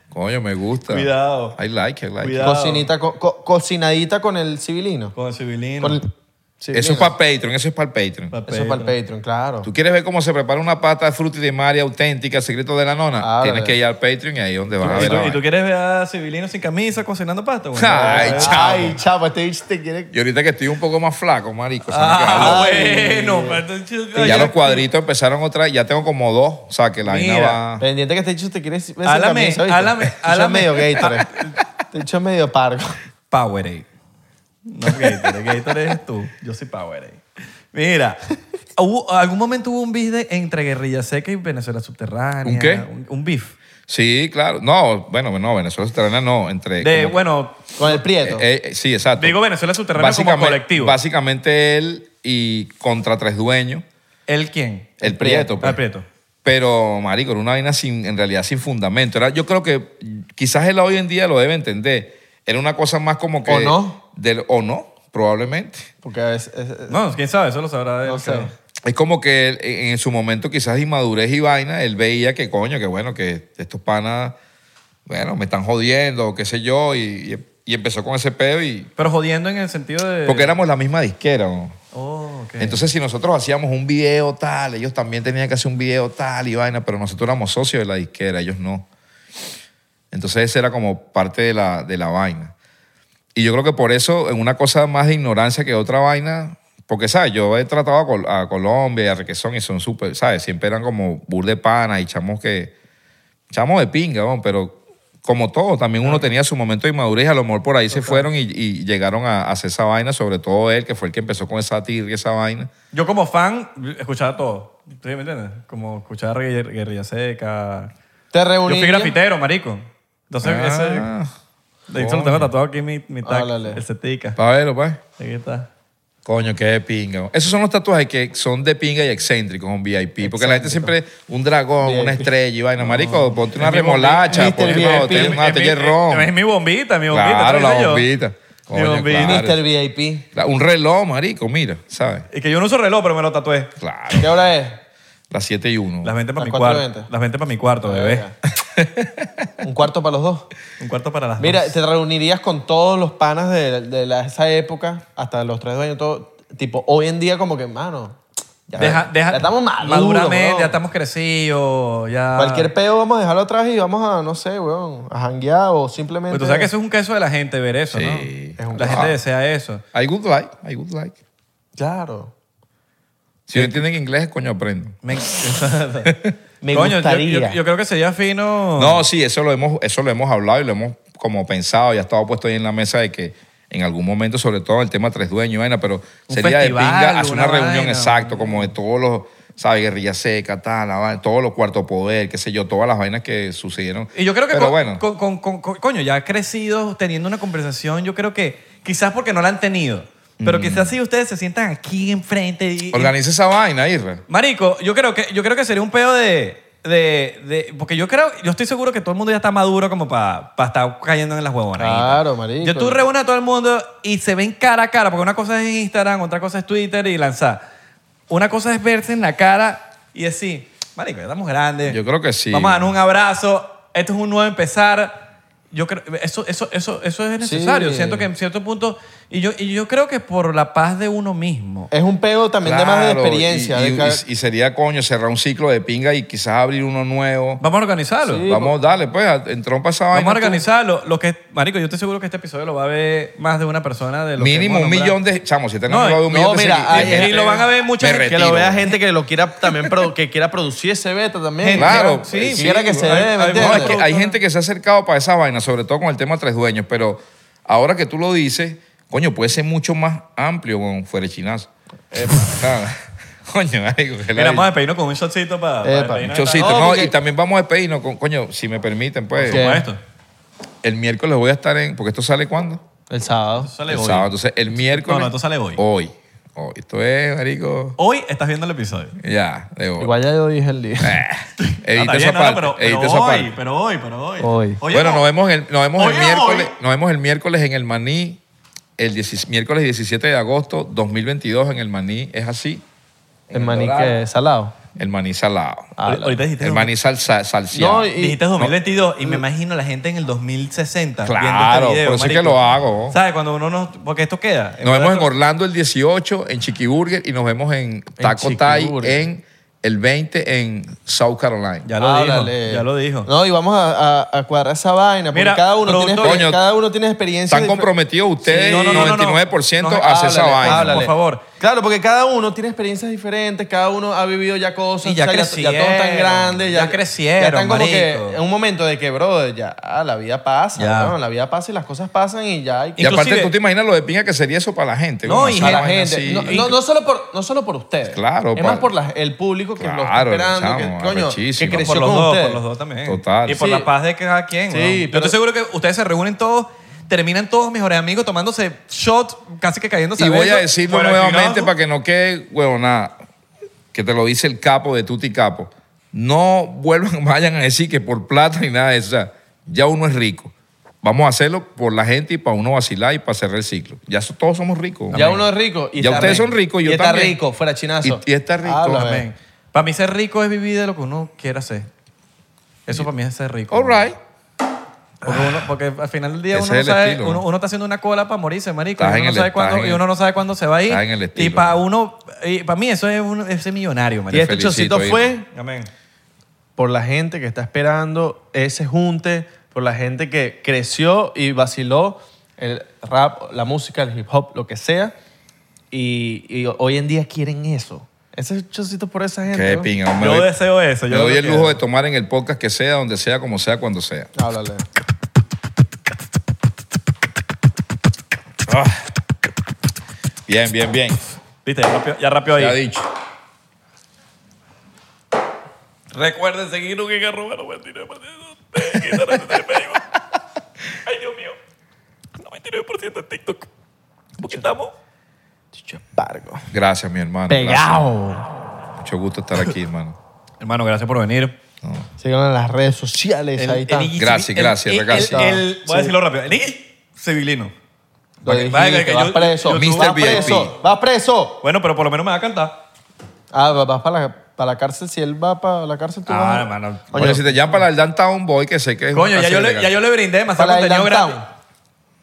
Speaker 1: Coño, me gusta.
Speaker 2: Cuidado.
Speaker 1: I like it, I like it.
Speaker 2: Cuidado.
Speaker 3: Cocinita, co- co- cocinadita con el civilino.
Speaker 2: Con el civilino.
Speaker 3: Con el civilino.
Speaker 1: Eso es para Patreon, eso es para el Patreon.
Speaker 2: Papel.
Speaker 3: Eso es para el Patreon, claro.
Speaker 1: ¿Tú quieres ver cómo se prepara una pasta de frutti de mare auténtica, secreto de la nona?
Speaker 3: Ah,
Speaker 1: Tienes
Speaker 3: vale.
Speaker 1: que ir al Patreon y ahí es donde vas a
Speaker 2: ¿Y
Speaker 1: ver.
Speaker 2: tú,
Speaker 1: la
Speaker 2: y tú
Speaker 1: vaina.
Speaker 2: quieres ver a Civilino sin camisa cocinando pasta? Bueno,
Speaker 1: Ah, Ay,
Speaker 2: eh,
Speaker 1: chao.
Speaker 3: Ay, chavo, este bicho te quiere.
Speaker 1: Y ahorita que estoy un poco más flaco, marico. se me
Speaker 2: Ah,
Speaker 1: acabó.
Speaker 2: bueno. <laughs> pero-
Speaker 1: ya los cuadritos empezaron otra, ya tengo como dos, o sea que la vaina
Speaker 2: Mira.
Speaker 1: va.
Speaker 3: Pendiente que este bicho te quiere. ver sin
Speaker 2: Álame,
Speaker 3: camisa, ¿oíste?
Speaker 2: álame,
Speaker 3: Este bicho es
Speaker 2: álame.
Speaker 3: medio gator. Este bicho es medio pargo.
Speaker 2: Powerade. No Gatorade. Gatorade eres tú. Yo soy Powerade. Mira, hubo- algún momento hubo un beef de- entre Guerrilla Seca y Venezuela Subterránea.
Speaker 1: ¿Un qué?
Speaker 2: Un, un beef.
Speaker 1: Sí, claro. No, bueno, no, Venezuela subterránea no, entre.
Speaker 2: De,
Speaker 1: como-
Speaker 2: bueno,
Speaker 3: Con el prieto.
Speaker 1: eh, eh, sí, exacto.
Speaker 2: digo Venezuela Subterránea como
Speaker 1: Básicamente-
Speaker 2: colectivo.
Speaker 1: Básicamente él y contra tres dueños,
Speaker 2: ¿El quién?
Speaker 1: el Prieto.
Speaker 2: Ah,
Speaker 1: pues.
Speaker 2: el Prieto.
Speaker 1: Pero, marico, era una vaina sin, en realidad sin fundamento. Era, yo creo que quizás él hoy en día lo debe entender. Era una cosa más como que...
Speaker 3: ¿O no?
Speaker 1: Del, o no, probablemente.
Speaker 3: Porque es. es- es-
Speaker 2: No, quién sabe, eso lo sabrá él.
Speaker 3: eh, no sé.
Speaker 2: creo.
Speaker 1: Es como que él, en, en su momento quizás inmadurez y vaina, él veía que coño, que bueno, que estos panas, bueno, me están jodiendo, qué sé yo, y, y- y empezó con ese pedo y...
Speaker 2: Pero jodiendo en el sentido de...
Speaker 1: Porque éramos la misma disquera, ¿no?
Speaker 2: Oh, ok.
Speaker 1: Entonces, si nosotros hacíamos un video tal, ellos también tenían que hacer un video tal y vaina, pero nosotros éramos socios de la disquera, ellos no. Entonces, esa era como parte de la, de la vaina. Y yo creo que por eso, en una cosa más de ignorancia que otra vaina, porque, ¿sabes? Yo he tratado a, Col- a Colombia y a Requesón y son súper, ¿sabes? Siempre eran como bur de pana y chamos que. chamos de pinga, weón, pero. Como todo, también uno tenía su momento de inmadurez, a lo mejor por ahí se fueron y, y llegaron a, a hacer esa vaina, sobre todo él, que fue el que empezó con esa tirria, esa vaina.
Speaker 2: Yo como fan escuchaba todo. ¿Sí me entiendes? Como escuchaba Guerrilla Guerrilla Seca.
Speaker 3: Te
Speaker 2: Yo
Speaker 3: reuní.
Speaker 2: fui grafitero, marico. Entonces, ese...
Speaker 1: Ah,
Speaker 2: De hecho, lo tengo tatuado aquí mi, mi tag,
Speaker 3: Órale.
Speaker 2: el setica.
Speaker 1: pa' verlo, pues.
Speaker 2: Aquí está.
Speaker 1: Coño, qué de pinga. weón. Esos son los tatuajes que son de pinga y excéntricos, un VIP. Porque la gente siempre, un dragón, una estrella y vaina. Marico, ponte una
Speaker 2: Es mi
Speaker 1: remolacha,
Speaker 3: bombi-
Speaker 1: ponte
Speaker 3: Mr.
Speaker 1: una
Speaker 3: VIP.
Speaker 1: botella, una
Speaker 2: Es mi-
Speaker 1: botella de ron.
Speaker 2: Es mi bombita, mi bombita.
Speaker 1: Claro,
Speaker 2: ¿sabes
Speaker 1: la
Speaker 2: yo?
Speaker 1: bombita. Coño,
Speaker 2: Mi bombita.
Speaker 1: claro.
Speaker 3: Mr. VIP.
Speaker 1: La- Un reloj, marico, mira, ¿sabes?
Speaker 2: Y que yo no uso reloj, pero me lo tatué.
Speaker 1: Claro.
Speaker 3: ¿Qué hora es?
Speaker 1: Las 7 y 1.
Speaker 2: Las 20 para
Speaker 3: Las
Speaker 2: mi
Speaker 3: cuatro y
Speaker 2: cuarto.
Speaker 3: veinte.
Speaker 2: Las 20 para mi cuarto, bebé.
Speaker 3: Un cuarto para los dos.
Speaker 2: <laughs> Un cuarto para las
Speaker 3: Mira,
Speaker 2: dos.
Speaker 3: te reunirías con todos los panas de, de la- esa época, hasta los tres dueños, todo. Tipo, hoy en día, como que, mano. Ya,
Speaker 2: Deja, deja,
Speaker 3: ya estamos maduros.
Speaker 2: Maduramente,
Speaker 3: weón.
Speaker 2: ya estamos crecidos, ya... Pues
Speaker 3: Cualquier peo vamos a dejarlo atrás y vamos a, no sé, weón, a janguear o
Speaker 2: Pero
Speaker 3: simplemente.
Speaker 2: Pues tú sabes que eso es un queso de la gente, ver eso, ¿no?
Speaker 1: Sí.
Speaker 3: Es un
Speaker 2: la
Speaker 3: queso.
Speaker 2: gente desea eso.
Speaker 1: I would like, I would like.
Speaker 3: Claro.
Speaker 1: Si no entienden inglés, coño, aprendo.
Speaker 2: Me,
Speaker 3: <laughs> Me
Speaker 2: Coño, yo- Yo,
Speaker 3: gustaría.
Speaker 2: yo creo que sería fino...
Speaker 1: No, sí, eso lo hemos, eso lo hemos hablado y lo hemos como pensado y ha estado puesto ahí en la mesa de que en algún momento, sobre todo el tema tres dueños y vaina, pero
Speaker 2: Un
Speaker 1: sería
Speaker 2: festival,
Speaker 1: de pinga hacer una,
Speaker 2: una
Speaker 1: reunión
Speaker 2: vaina.
Speaker 1: exacto, como de todos los, ¿sabes? Guerrilla seca, tal, la vaina, todos los cuartos poder, qué sé yo, todas las vainas que sucedieron.
Speaker 2: Y yo creo que
Speaker 1: Pero
Speaker 2: con,
Speaker 1: bueno,
Speaker 2: con- con- con- con- coño, ya crecidos, teniendo una conversación, yo creo que quizás porque no la han tenido,
Speaker 3: Mm.
Speaker 2: pero quizás si ustedes se sientan aquí enfrente y... y-
Speaker 1: organiza esa vaina, Irra.
Speaker 2: Marico, yo creo que, yo creo que sería un pedo de, de, de- Porque yo creo, yo estoy seguro que todo el mundo ya está maduro como para estar cayendo en las huevonas.
Speaker 3: Claro, marico.
Speaker 2: Yo tú reúnes a todo el mundo y se ven cara a cara, porque una cosa es Instagram, otra cosa es Twitter y lanzar. Una cosa es verse en la cara y decir, marico, ya estamos grandes.
Speaker 1: Yo creo que sí.
Speaker 2: Vamos a darnos un abrazo. Esto es un nuevo empezar. Yo creo, eso, eso, eso, eso es necesario.
Speaker 3: Sí.
Speaker 2: Siento que en cierto punto. Y yo, y yo creo que por la paz de uno mismo.
Speaker 3: Es un peo también de más de
Speaker 1: Claro,
Speaker 3: experiencia.
Speaker 1: Y,
Speaker 3: de
Speaker 1: y-
Speaker 3: cada-
Speaker 1: y- y sería, coño, cerrar un ciclo de pinga y quizás abrir uno nuevo.
Speaker 2: Vamos a organizarlo.
Speaker 3: Sí,
Speaker 1: Vamos, dale, pues, a- entrompa esa vaina.
Speaker 2: Vamos a
Speaker 1: tú.
Speaker 2: organizarlo. Lo que, marico, yo estoy seguro que este episodio lo va a ver más de una persona de lo que
Speaker 1: Mínimo
Speaker 2: hemos
Speaker 1: un
Speaker 2: nombrado.
Speaker 1: millón de. Chamo, si tenemos
Speaker 2: No,
Speaker 1: más de un
Speaker 2: no,
Speaker 1: millón de
Speaker 3: mira,
Speaker 1: segui-
Speaker 3: ahí-
Speaker 1: de gente,
Speaker 2: y lo van a ver mucha
Speaker 1: me
Speaker 2: gente.
Speaker 3: Que lo
Speaker 1: retiro.
Speaker 3: vea gente que lo quiera también, produ- que quiera producir ese beta también.
Speaker 2: Gente,
Speaker 1: Claro,
Speaker 2: sí,
Speaker 1: sí,
Speaker 3: quiera que se
Speaker 2: hay-
Speaker 3: dé, ¿me
Speaker 2: hay-
Speaker 1: No, es
Speaker 3: entiendes?
Speaker 1: que hay gente que se ha acercado para esa vaina, sobre todo con el tema tres dueños, pero ahora que tú lo dices, coño, puede ser mucho más amplio con fuera de chinazo. Nada. <laughs> coño, marico, que
Speaker 2: Mira,
Speaker 1: la-
Speaker 2: vamos a despedirnos con un shotcito para. para
Speaker 3: Epa.
Speaker 2: despedirnos.
Speaker 1: Chocito,
Speaker 3: No,
Speaker 1: no,
Speaker 3: porque-
Speaker 1: y también vamos a despedirnos, con- coño, si me permiten, pues.
Speaker 3: Ok.
Speaker 2: Por supuesto.
Speaker 1: El miércoles voy a estar en. ¿Porque esto sale cuándo?
Speaker 3: El sábado.
Speaker 2: Sale
Speaker 1: El
Speaker 2: hoy.
Speaker 1: sábado. Entonces, el miércoles.
Speaker 2: No, no, esto sale hoy.
Speaker 1: Hoy. Hoy. Esto es, marico.
Speaker 2: Hoy estás viendo el episodio.
Speaker 1: Ya, de hoy.
Speaker 3: Igual ya yo dije el día.
Speaker 1: Eh,
Speaker 2: Ah,
Speaker 1: edita
Speaker 2: está
Speaker 1: esa
Speaker 2: bien, <laughs> no, no,
Speaker 1: parte.
Speaker 2: pero, pero
Speaker 1: edita esa
Speaker 2: hoy,
Speaker 1: parte.
Speaker 2: pero hoy, pero hoy.
Speaker 3: Hoy.
Speaker 2: Oye,
Speaker 1: bueno,
Speaker 2: no.
Speaker 1: nos vemos el, nos vemos el
Speaker 2: Oye,
Speaker 1: miércoles,
Speaker 2: hoy.
Speaker 1: nos vemos el miércoles en el Maní, el 10 miércoles 17 de agosto 2022 en el Maní, es así. En
Speaker 3: El maní
Speaker 1: Dorado.
Speaker 3: que salado.
Speaker 1: El maní salado.
Speaker 3: Ah, la-
Speaker 2: Ahorita dijiste,
Speaker 1: el maní salsa, salseado.
Speaker 3: No, y-
Speaker 2: dijiste 2022 y me imagino la gente en el 2060 viendo este
Speaker 1: claro,
Speaker 2: video.
Speaker 1: por eso es que
Speaker 2: marico.
Speaker 1: lo hago.
Speaker 2: ¿Sabes? Cuando uno no... Porque esto queda.
Speaker 1: Nos vemos en
Speaker 2: verdad,
Speaker 1: Orlando el 18 en Chiquiburger y nos vemos en Taco Thai
Speaker 3: Chiquiburger.
Speaker 1: en el 20 en South Carolina.
Speaker 2: Ya lo
Speaker 3: Háblale.
Speaker 2: dijo, ya lo dijo.
Speaker 3: No, y vamos a, a- a cuadrar esa vaina. Porque
Speaker 2: Mira,
Speaker 3: cada uno, tiene
Speaker 2: productor-
Speaker 3: experien-
Speaker 1: Coño,
Speaker 3: cada uno tiene experiencia.
Speaker 1: Están
Speaker 3: difer-
Speaker 1: comprometidos ustedes,
Speaker 2: Sí, no, no, no, no, no.
Speaker 1: 99%
Speaker 2: No,
Speaker 1: a hacer esa
Speaker 2: háblale,
Speaker 1: vaina.
Speaker 2: háblale. por favor.
Speaker 3: Claro, porque cada uno tiene experiencias diferentes, cada uno ha vivido ya cosas.
Speaker 2: Y ya
Speaker 3: o sea, Ya, todos están
Speaker 2: crecieron,
Speaker 3: grandes.
Speaker 2: ya crecieron,
Speaker 3: Ya están como
Speaker 2: marico.
Speaker 3: que en un momento de que, bro, ya ah, la vida pasa.
Speaker 2: Ya.
Speaker 3: ¿no? La vida pasa y las cosas pasan y ya hay que...
Speaker 1: Y aparte,
Speaker 2: Inclusive-
Speaker 1: tú te imaginas lo de pinga que sería eso para la gente.
Speaker 2: No,
Speaker 1: como
Speaker 2: y
Speaker 1: hacer
Speaker 2: gente-
Speaker 3: a
Speaker 1: una
Speaker 3: la
Speaker 1: vaina
Speaker 3: gente.
Speaker 1: así.
Speaker 3: No, no, no solo por, no solo por ustedes.
Speaker 1: Claro,
Speaker 3: Es más
Speaker 1: pa-
Speaker 3: por la- el público que lo está
Speaker 1: Claro,
Speaker 3: esperando,
Speaker 1: chamo,
Speaker 3: que, coño, que
Speaker 1: arrechísimo.
Speaker 3: creció
Speaker 2: Por los
Speaker 3: con
Speaker 2: dos,
Speaker 3: ustedes.
Speaker 2: por los dos también.
Speaker 1: Total.
Speaker 2: Y por
Speaker 3: Sí.
Speaker 2: la paz de cada quien.
Speaker 3: Sí,
Speaker 2: weón. Yo
Speaker 3: pero-
Speaker 2: estoy seguro que ustedes se reúnen todos, terminan todos mejores amigos tomándose shots, casi que cayéndose
Speaker 1: Y voy a
Speaker 2: besos.
Speaker 1: decirlo
Speaker 2: Fuera de
Speaker 1: nuevamente
Speaker 2: cuidado.
Speaker 1: para que no quede huevonada, que te lo dice el capo de Tuti Capo. No vuelvan, <laughs> vayan a decir que por plata ni nada de eso. O sea, ya uno es rico. Vamos a hacerlo por la gente y para uno vacilar y para cerrar el ciclo. Ya so- todos somos ricos.
Speaker 3: Ya
Speaker 1: Amén.
Speaker 3: uno es rico. Y
Speaker 1: Ya
Speaker 3: está
Speaker 1: ustedes
Speaker 3: rico.
Speaker 1: son ricos, yo
Speaker 3: y está
Speaker 1: también.
Speaker 3: rico, fuera chinazo.
Speaker 1: Y- y está rico.
Speaker 3: Háblame.
Speaker 2: Amén. Para mí ser rico es vivir de lo que uno quiera hacer. Eso para mí es ser rico.
Speaker 1: All right.
Speaker 2: Porque, uno- porque al final del día
Speaker 1: Ese
Speaker 2: uno no
Speaker 1: es el
Speaker 2: sabe,
Speaker 1: estilo,
Speaker 2: uno,
Speaker 1: ¿no?
Speaker 2: uno está haciendo una cola para morirse, marico.
Speaker 1: Estás en
Speaker 2: Y uno, no
Speaker 1: el-
Speaker 2: sabe
Speaker 1: estás
Speaker 2: cuándo,
Speaker 1: en
Speaker 2: y uno no sabe cuándo se va a ir.
Speaker 1: estás en el
Speaker 2: y
Speaker 1: estilo,
Speaker 2: para
Speaker 1: ¿no?
Speaker 2: uno, y para mí eso es un, ese millonario,
Speaker 3: Y
Speaker 2: marico.
Speaker 3: este
Speaker 1: felicito,
Speaker 3: chocito
Speaker 1: Irma.
Speaker 3: fue
Speaker 2: Amén.
Speaker 3: por la gente que está esperando ese junte, por la gente que creció y vaciló el rap, la música, el hip hop, lo que sea. Y, y hoy en día quieren eso. Ese chocito por esa gente.
Speaker 1: Qué
Speaker 3: ¿no?
Speaker 1: pinga. Me
Speaker 2: Yo
Speaker 1: doy,
Speaker 2: deseo eso.
Speaker 1: me
Speaker 2: yo
Speaker 1: doy
Speaker 2: lo
Speaker 1: el
Speaker 2: quiero.
Speaker 1: lujo de tomar en el podcast que sea, donde sea, como sea, cuando sea.
Speaker 3: Háblale.
Speaker 1: Ah. Bien, bien, bien.
Speaker 2: Viste, ya rápido, ya rápido ahí.
Speaker 1: Ya dicho.
Speaker 2: Recuerden seguirnos en arroba 99% <laughs> Ay, Dios mío. 99% en TikTok. Porque estamos.
Speaker 3: Chicho Embargo.
Speaker 1: Gracias, mi hermano. Gracias.
Speaker 3: Pegado.
Speaker 1: Mucho gusto estar aquí, hermano.
Speaker 2: Hermano, gracias por venir.
Speaker 3: Síganos en las redes sociales. ahí está.
Speaker 1: Gracias, gracias,
Speaker 2: ragazzi.
Speaker 1: ragazzi.
Speaker 2: El, voy a decirlo rápido. El civilino.
Speaker 3: Lo
Speaker 2: Vale,
Speaker 3: dijiste,
Speaker 2: vale, que
Speaker 3: vas
Speaker 2: yo-
Speaker 3: preso.
Speaker 2: yo-
Speaker 1: Mr.
Speaker 3: Vas
Speaker 1: VIP.
Speaker 3: preso. Vas preso.
Speaker 2: Bueno, pero por lo menos me va a cantar.
Speaker 3: Ah, va- vas para la, para la cárcel. Si él va para la cárcel, tú
Speaker 2: Ah,
Speaker 3: vas.
Speaker 2: hermano.
Speaker 1: Oye, si te llaman para el Downtown Boy, que sé que es
Speaker 2: Coño,
Speaker 1: una
Speaker 2: ya yo, le,
Speaker 1: clase
Speaker 2: ya yo le brindé demasiado
Speaker 3: Para el
Speaker 2: contenido
Speaker 3: downtown.
Speaker 2: gratis.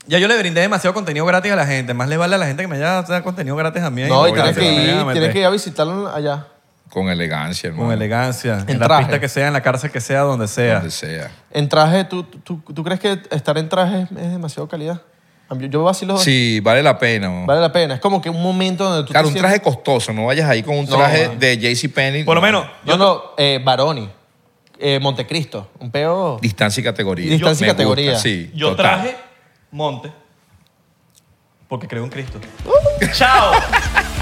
Speaker 2: Ya yo le brindé demasiado contenido gratis a la gente. Más le vale a la gente que me haya dado contenido gratis a mí.
Speaker 3: No, y
Speaker 1: Obviamente,
Speaker 3: tienes que, ir,
Speaker 2: Obviamente.
Speaker 3: tienes que ir a visitarlo allá.
Speaker 1: Con elegancia, hermano.
Speaker 2: Con elegancia. En
Speaker 3: En
Speaker 2: la
Speaker 3: traje.
Speaker 2: pista que sea, en la cárcel que sea, donde sea.
Speaker 1: Donde sea.
Speaker 3: En traje, ¿tú, tú, tú crees que estar en traje es, es demasiado calidad? A mí- Yo vacilo.
Speaker 1: Sí, vale la pena. ¿no?
Speaker 3: Vale la pena. Es como que un momento donde tú.
Speaker 1: claro,
Speaker 3: te
Speaker 1: un traje
Speaker 3: sientes-
Speaker 1: costoso. No vayas ahí con un
Speaker 3: No,
Speaker 1: traje
Speaker 3: man.
Speaker 1: de JCPenney.
Speaker 2: Por lo
Speaker 1: no.
Speaker 2: menos,
Speaker 3: No, no, eh, Baroni. Eh, Montecristo. Un peo.
Speaker 1: Distancia y categoría.
Speaker 3: Distancia y
Speaker 1: Me gusta,
Speaker 3: categoría.
Speaker 1: sí.
Speaker 2: Yo
Speaker 1: total.
Speaker 2: traje monte porque creo en Cristo. ¡Chao!